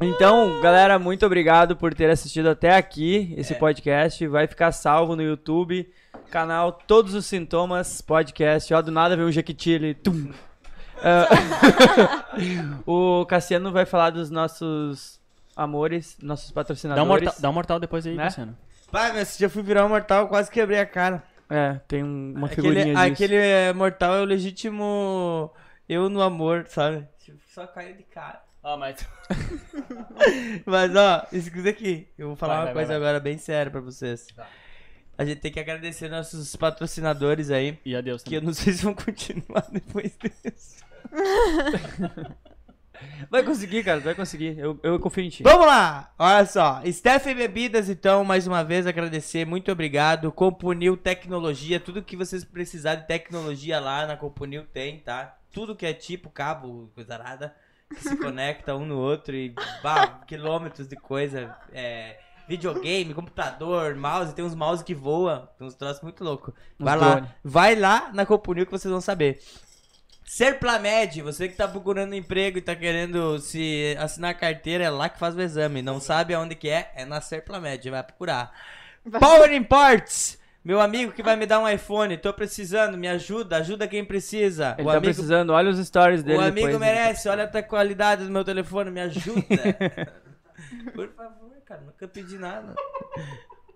Speaker 1: Então, galera, muito obrigado por ter assistido até aqui esse
Speaker 3: É.
Speaker 1: podcast. Vai ficar salvo no YouTube, canal Todos os Sintomas Podcast. Ó, do nada veio um Jequiti ali. Tum. Ah, o Cassiano vai falar dos nossos amores, nossos
Speaker 3: Dá um,
Speaker 1: patrocinadores.
Speaker 3: mortal, dá um mortal depois aí,
Speaker 1: Né?
Speaker 3: Luciano.
Speaker 2: Pai, meu, esse dia eu fui virar um mortal, eu quase quebrei a cara.
Speaker 1: É, tem um- uma
Speaker 2: Aquele,
Speaker 1: figurinha disso.
Speaker 2: aquele eh, mortal é o legítimo eu no amor, sabe? Tipo, Só caiu de cara.
Speaker 3: Ó, mas
Speaker 2: Mas ó, escuta aqui. Eu vou falar
Speaker 3: Vai,
Speaker 2: uma
Speaker 3: vai,
Speaker 2: coisa
Speaker 3: vai, vai.
Speaker 2: agora bem séria pra vocês. A gente tem que agradecer nossos patrocinadores aí.
Speaker 3: E adeus
Speaker 2: Que
Speaker 3: também.
Speaker 2: eu não sei se vão continuar depois disso.
Speaker 1: Vai conseguir, cara, tu vai conseguir. Eu, eu confio em ti.
Speaker 2: Vamos lá! Olha só, Steph Bebidas, então, mais uma vez agradecer, muito obrigado. Compunil Tecnologia, tudo que vocês precisarem de tecnologia lá na Compunil tem, tá? Tudo que é tipo cabo, coisa nada, que se conecta um no outro e bah, quilômetros de coisa. É, videogame, computador, mouse, tem uns mouse que voam, tem uns troços muito loucos. Vai
Speaker 3: drone.
Speaker 2: lá, vai lá na Compunil que vocês vão saber. Serplamed, você que tá procurando emprego e tá querendo se assinar carteira, é lá que faz o exame. Não sabe aonde que é, é na Serplamed, vai procurar. Power Imports, meu amigo que vai me dar um iPhone, tô precisando, me ajuda, ajuda quem precisa.
Speaker 1: Ele
Speaker 2: o
Speaker 1: tá
Speaker 2: amigo,
Speaker 1: precisando, olha os stories dele
Speaker 2: o amigo
Speaker 1: depois, né?
Speaker 2: merece, olha a qualidade do meu telefone, me ajuda. Por favor, cara, nunca pedi nada.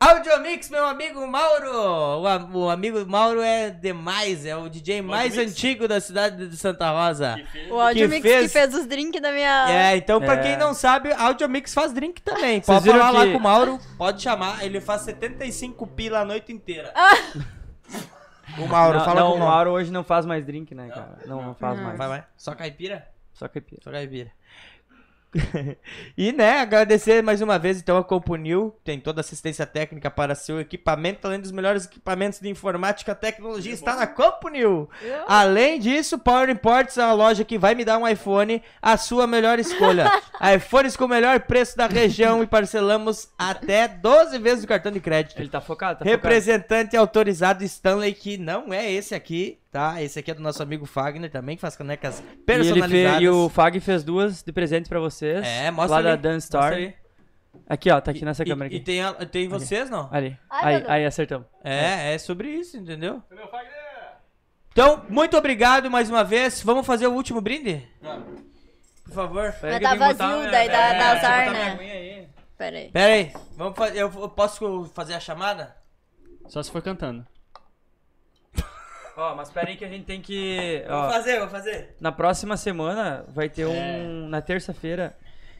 Speaker 2: Audiomix, meu amigo Mauro! O, a- o amigo Mauro é demais, é o DJ mais
Speaker 3: Audiomix.
Speaker 2: antigo da cidade de Santa Rosa.
Speaker 4: O Audiomix que fez...
Speaker 2: fez-
Speaker 4: os drinks da minha.
Speaker 2: É, então pra
Speaker 1: É.
Speaker 2: quem não sabe, Audiomix faz drink também.
Speaker 1: Vocês
Speaker 2: Pode
Speaker 1: viram
Speaker 2: falar lá
Speaker 1: que-
Speaker 2: com o Mauro, pode chamar, ele faz 75 pila a noite inteira. o Mauro,
Speaker 1: Ah. não,
Speaker 2: fala
Speaker 1: não,
Speaker 2: com o
Speaker 1: o
Speaker 2: Mauro.
Speaker 1: Mauro hoje não faz mais drink, né, cara? Não, não faz
Speaker 4: Não.
Speaker 1: mais.
Speaker 2: Vai, vai. Só caipira?
Speaker 1: Só é caipira.
Speaker 2: Só caipira. e, né, agradecer mais uma vez, então, a Compunil, tem toda assistência técnica para seu equipamento, além dos melhores equipamentos de informática, tecnologia, está na Compunil.
Speaker 4: Eu?
Speaker 2: Além disso, Power Imports é a loja que vai me dar um iPhone, a sua melhor escolha. iPhones com o melhor preço da região e parcelamos até 12 vezes o cartão de crédito.
Speaker 1: Ele tá focado, tá focado.
Speaker 2: Representante autorizado Stanley, que não é esse aqui, tá? Esse aqui é do nosso amigo Fagner também, que faz canecas
Speaker 1: E, ele
Speaker 2: personalizadas.
Speaker 1: fez, e o Fag fez duas de presente pra vocês.
Speaker 2: É, mostra
Speaker 1: Lá da
Speaker 2: ali,
Speaker 1: Dance
Speaker 2: Mostra
Speaker 1: Story.
Speaker 2: aí.
Speaker 1: Aqui, ó, tá aqui nessa câmera
Speaker 2: E, e
Speaker 1: aqui.
Speaker 2: tem, a- tem vocês, não?
Speaker 1: Ali.
Speaker 4: Ai,
Speaker 1: Aí,
Speaker 4: meu Deus.
Speaker 1: aí, acertamos.
Speaker 2: É, é sobre isso, entendeu? Então, muito obrigado mais uma vez. Vamos fazer o último brinde? Por favor.
Speaker 1: Pera
Speaker 4: Mas
Speaker 1: que
Speaker 4: tá
Speaker 1: eu vim botar
Speaker 4: vazio,
Speaker 1: uma-
Speaker 4: daí dá,
Speaker 1: é,
Speaker 4: dá
Speaker 1: deixa eu
Speaker 4: azar,
Speaker 1: botar minha
Speaker 4: né?
Speaker 1: aguinha aí.
Speaker 4: Pera aí.
Speaker 2: Pera aí, vamos fa- eu eu posso fazer a chamada?
Speaker 3: Só se for cantando.
Speaker 1: Ó, mas pera aí que a gente tem que... ó,
Speaker 2: Vou fazer, vou fazer.
Speaker 1: na próxima semana vai
Speaker 2: É.
Speaker 1: ter um... Na terça-feira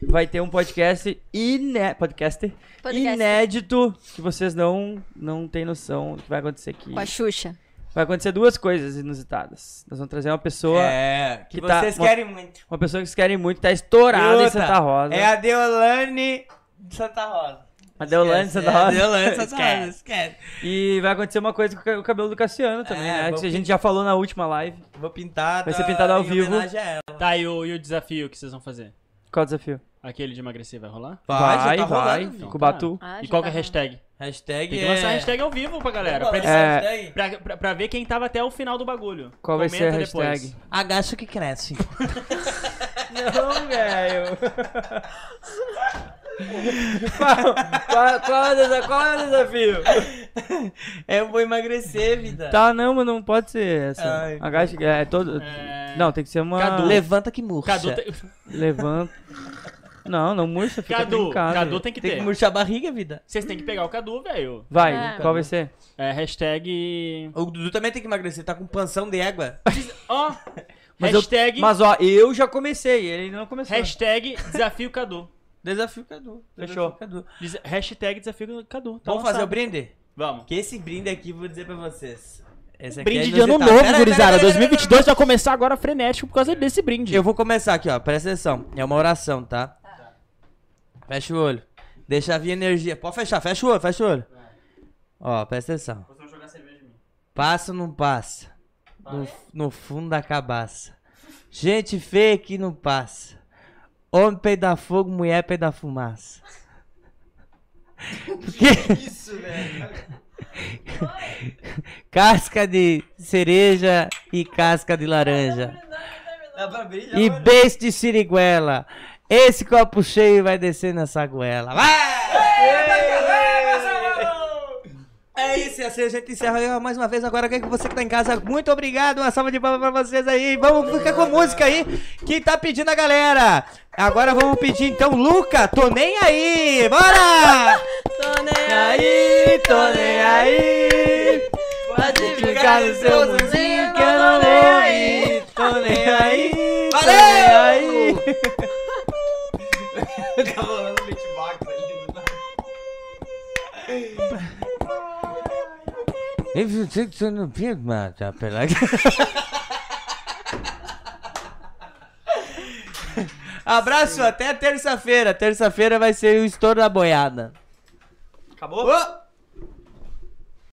Speaker 1: vai ter um podcast iné... Podcast?
Speaker 4: Podcast.
Speaker 1: Inédito que vocês não, não têm noção do que vai acontecer aqui.
Speaker 4: Com a Xuxa.
Speaker 1: Vai acontecer duas coisas inusitadas. Nós vamos trazer uma pessoa...
Speaker 2: É, que,
Speaker 1: que tá-
Speaker 2: vocês querem muito.
Speaker 1: Uma pessoa que vocês querem muito, tá estourada em
Speaker 2: Outra,
Speaker 1: Santa Rosa.
Speaker 2: É a Deolane de Santa Rosa.
Speaker 1: A Deolane de
Speaker 2: Esquece,
Speaker 1: Santa
Speaker 2: é a
Speaker 1: Rosa.
Speaker 2: Deolane de Santa Rosa,
Speaker 1: Esquece.
Speaker 2: esquece.
Speaker 1: E vai acontecer uma coisa com o ca- o cabelo do Cassiano também,
Speaker 2: É,
Speaker 1: né?
Speaker 2: vou
Speaker 1: Que a gente já falou na última live.
Speaker 2: Vou pintar.
Speaker 1: Vai
Speaker 2: tá,
Speaker 1: ser pintado ao
Speaker 2: em
Speaker 1: vivo.
Speaker 2: homenagem a ela.
Speaker 3: Tá, e o, e o desafio que vocês vão fazer?
Speaker 1: Qual o desafio?
Speaker 3: Aquele de emagrecer vai rolar?
Speaker 2: Vai, já
Speaker 1: vai.
Speaker 2: tá
Speaker 1: vai.
Speaker 2: rolando,
Speaker 3: filho.
Speaker 1: com o Batu.
Speaker 4: Ah,
Speaker 3: e
Speaker 4: já
Speaker 3: qual que
Speaker 4: tá
Speaker 3: é a
Speaker 4: bom.
Speaker 3: hashtag?
Speaker 2: Hashtag
Speaker 3: Tem que
Speaker 2: é...
Speaker 3: lançar a hashtag ao vivo pra galera.
Speaker 2: Vamos
Speaker 3: Pra,
Speaker 2: lançar a
Speaker 1: É.
Speaker 2: hashtag.
Speaker 3: pra, pra- pra ver quem tava até o final do bagulho.
Speaker 1: Qual vai ser a
Speaker 3: Comenta
Speaker 1: hashtag?
Speaker 3: Depois.
Speaker 2: Agacha que cresce.
Speaker 1: Não, velho. qual, qual, qual é o desa- qual é o desafio?
Speaker 2: Eu vou emagrecer, vida.
Speaker 1: Tá, não, mas não pode ser essa.
Speaker 2: Ai,
Speaker 1: Agacha, é todo...
Speaker 3: É,
Speaker 1: Não, tem que ser uma...
Speaker 3: Cadu.
Speaker 2: Levanta que murcha.
Speaker 3: Cadu, tem-
Speaker 1: Levanta. Não, não murcha, fica
Speaker 3: Cadu,
Speaker 1: brincado.
Speaker 3: Cadu tem que
Speaker 2: Tem que
Speaker 3: ter.
Speaker 2: murchar a barriga, vida.
Speaker 3: Vocês têm que pegar o Cadu, velho.
Speaker 1: Vai,
Speaker 4: É.
Speaker 1: qual vai ser?
Speaker 3: É, hashtag.
Speaker 2: O Dudu também tem que emagrecer, tá com pansão de égua.
Speaker 3: Ó!
Speaker 1: Mas eu-
Speaker 3: hashtag.
Speaker 1: Mas ó, eu já comecei, ele não começou.
Speaker 3: Hashtag desafio Cadu.
Speaker 2: Desafio Cadu. Desafio
Speaker 1: Fechou.
Speaker 2: Cadu.
Speaker 3: Des- Hashtag desafio Cadu. Tá
Speaker 2: Vamos
Speaker 3: lançado.
Speaker 2: fazer o brinde?
Speaker 3: Vamos.
Speaker 2: Que esse brinde aqui, vou dizer pra vocês. Esse aqui
Speaker 3: Brinde
Speaker 2: é
Speaker 3: de ano
Speaker 2: inusitado. Pera
Speaker 3: novo,
Speaker 2: aí,
Speaker 3: gurizada.
Speaker 2: pera aí, pera aí, pera aí,
Speaker 3: 2022 vai começar agora frenético por causa desse brinde.
Speaker 2: Eu vou começar aqui, ó. Presta atenção. É uma oração, tá? Fecha o olho. Deixa vir energia. Pode fechar, fecha o olho, fecha o olho. Ó, presta atenção. Passa ou não passa? No, no fundo da cabaça. Gente feia que não passa. Homem peida fogo, mulher peida fumaça. Porque
Speaker 5: Isso, velho.
Speaker 2: casca de cereja e casca de laranja.
Speaker 5: Dá pra brilhar.
Speaker 2: E beijo de siriguela. Esse copo cheio vai descer nessa goela. Vai! É isso, e assim a gente encerra aí, ó, mais uma vez agora. Quem que você que tá em casa, muito obrigado. Uma salva de palmas pra vocês aí. Vamos ficar com música aí que tá pedindo a galera. Agora vamos pedir então, Luca, tô nem aí. Bora!
Speaker 4: Tô nem
Speaker 2: aí, tô nem aí. Pode ficar no seu luzinho que eu não nem aí. Tô nem aí. Tô nem aí.
Speaker 5: Tá rolando beatbox aí. tá. do nada.
Speaker 2: Eu sei que você não fez, mas tá pela... Abraço, até terça-feira. Terça-feira vai ser o estouro da boiada.
Speaker 1: Acabou?
Speaker 2: Ô!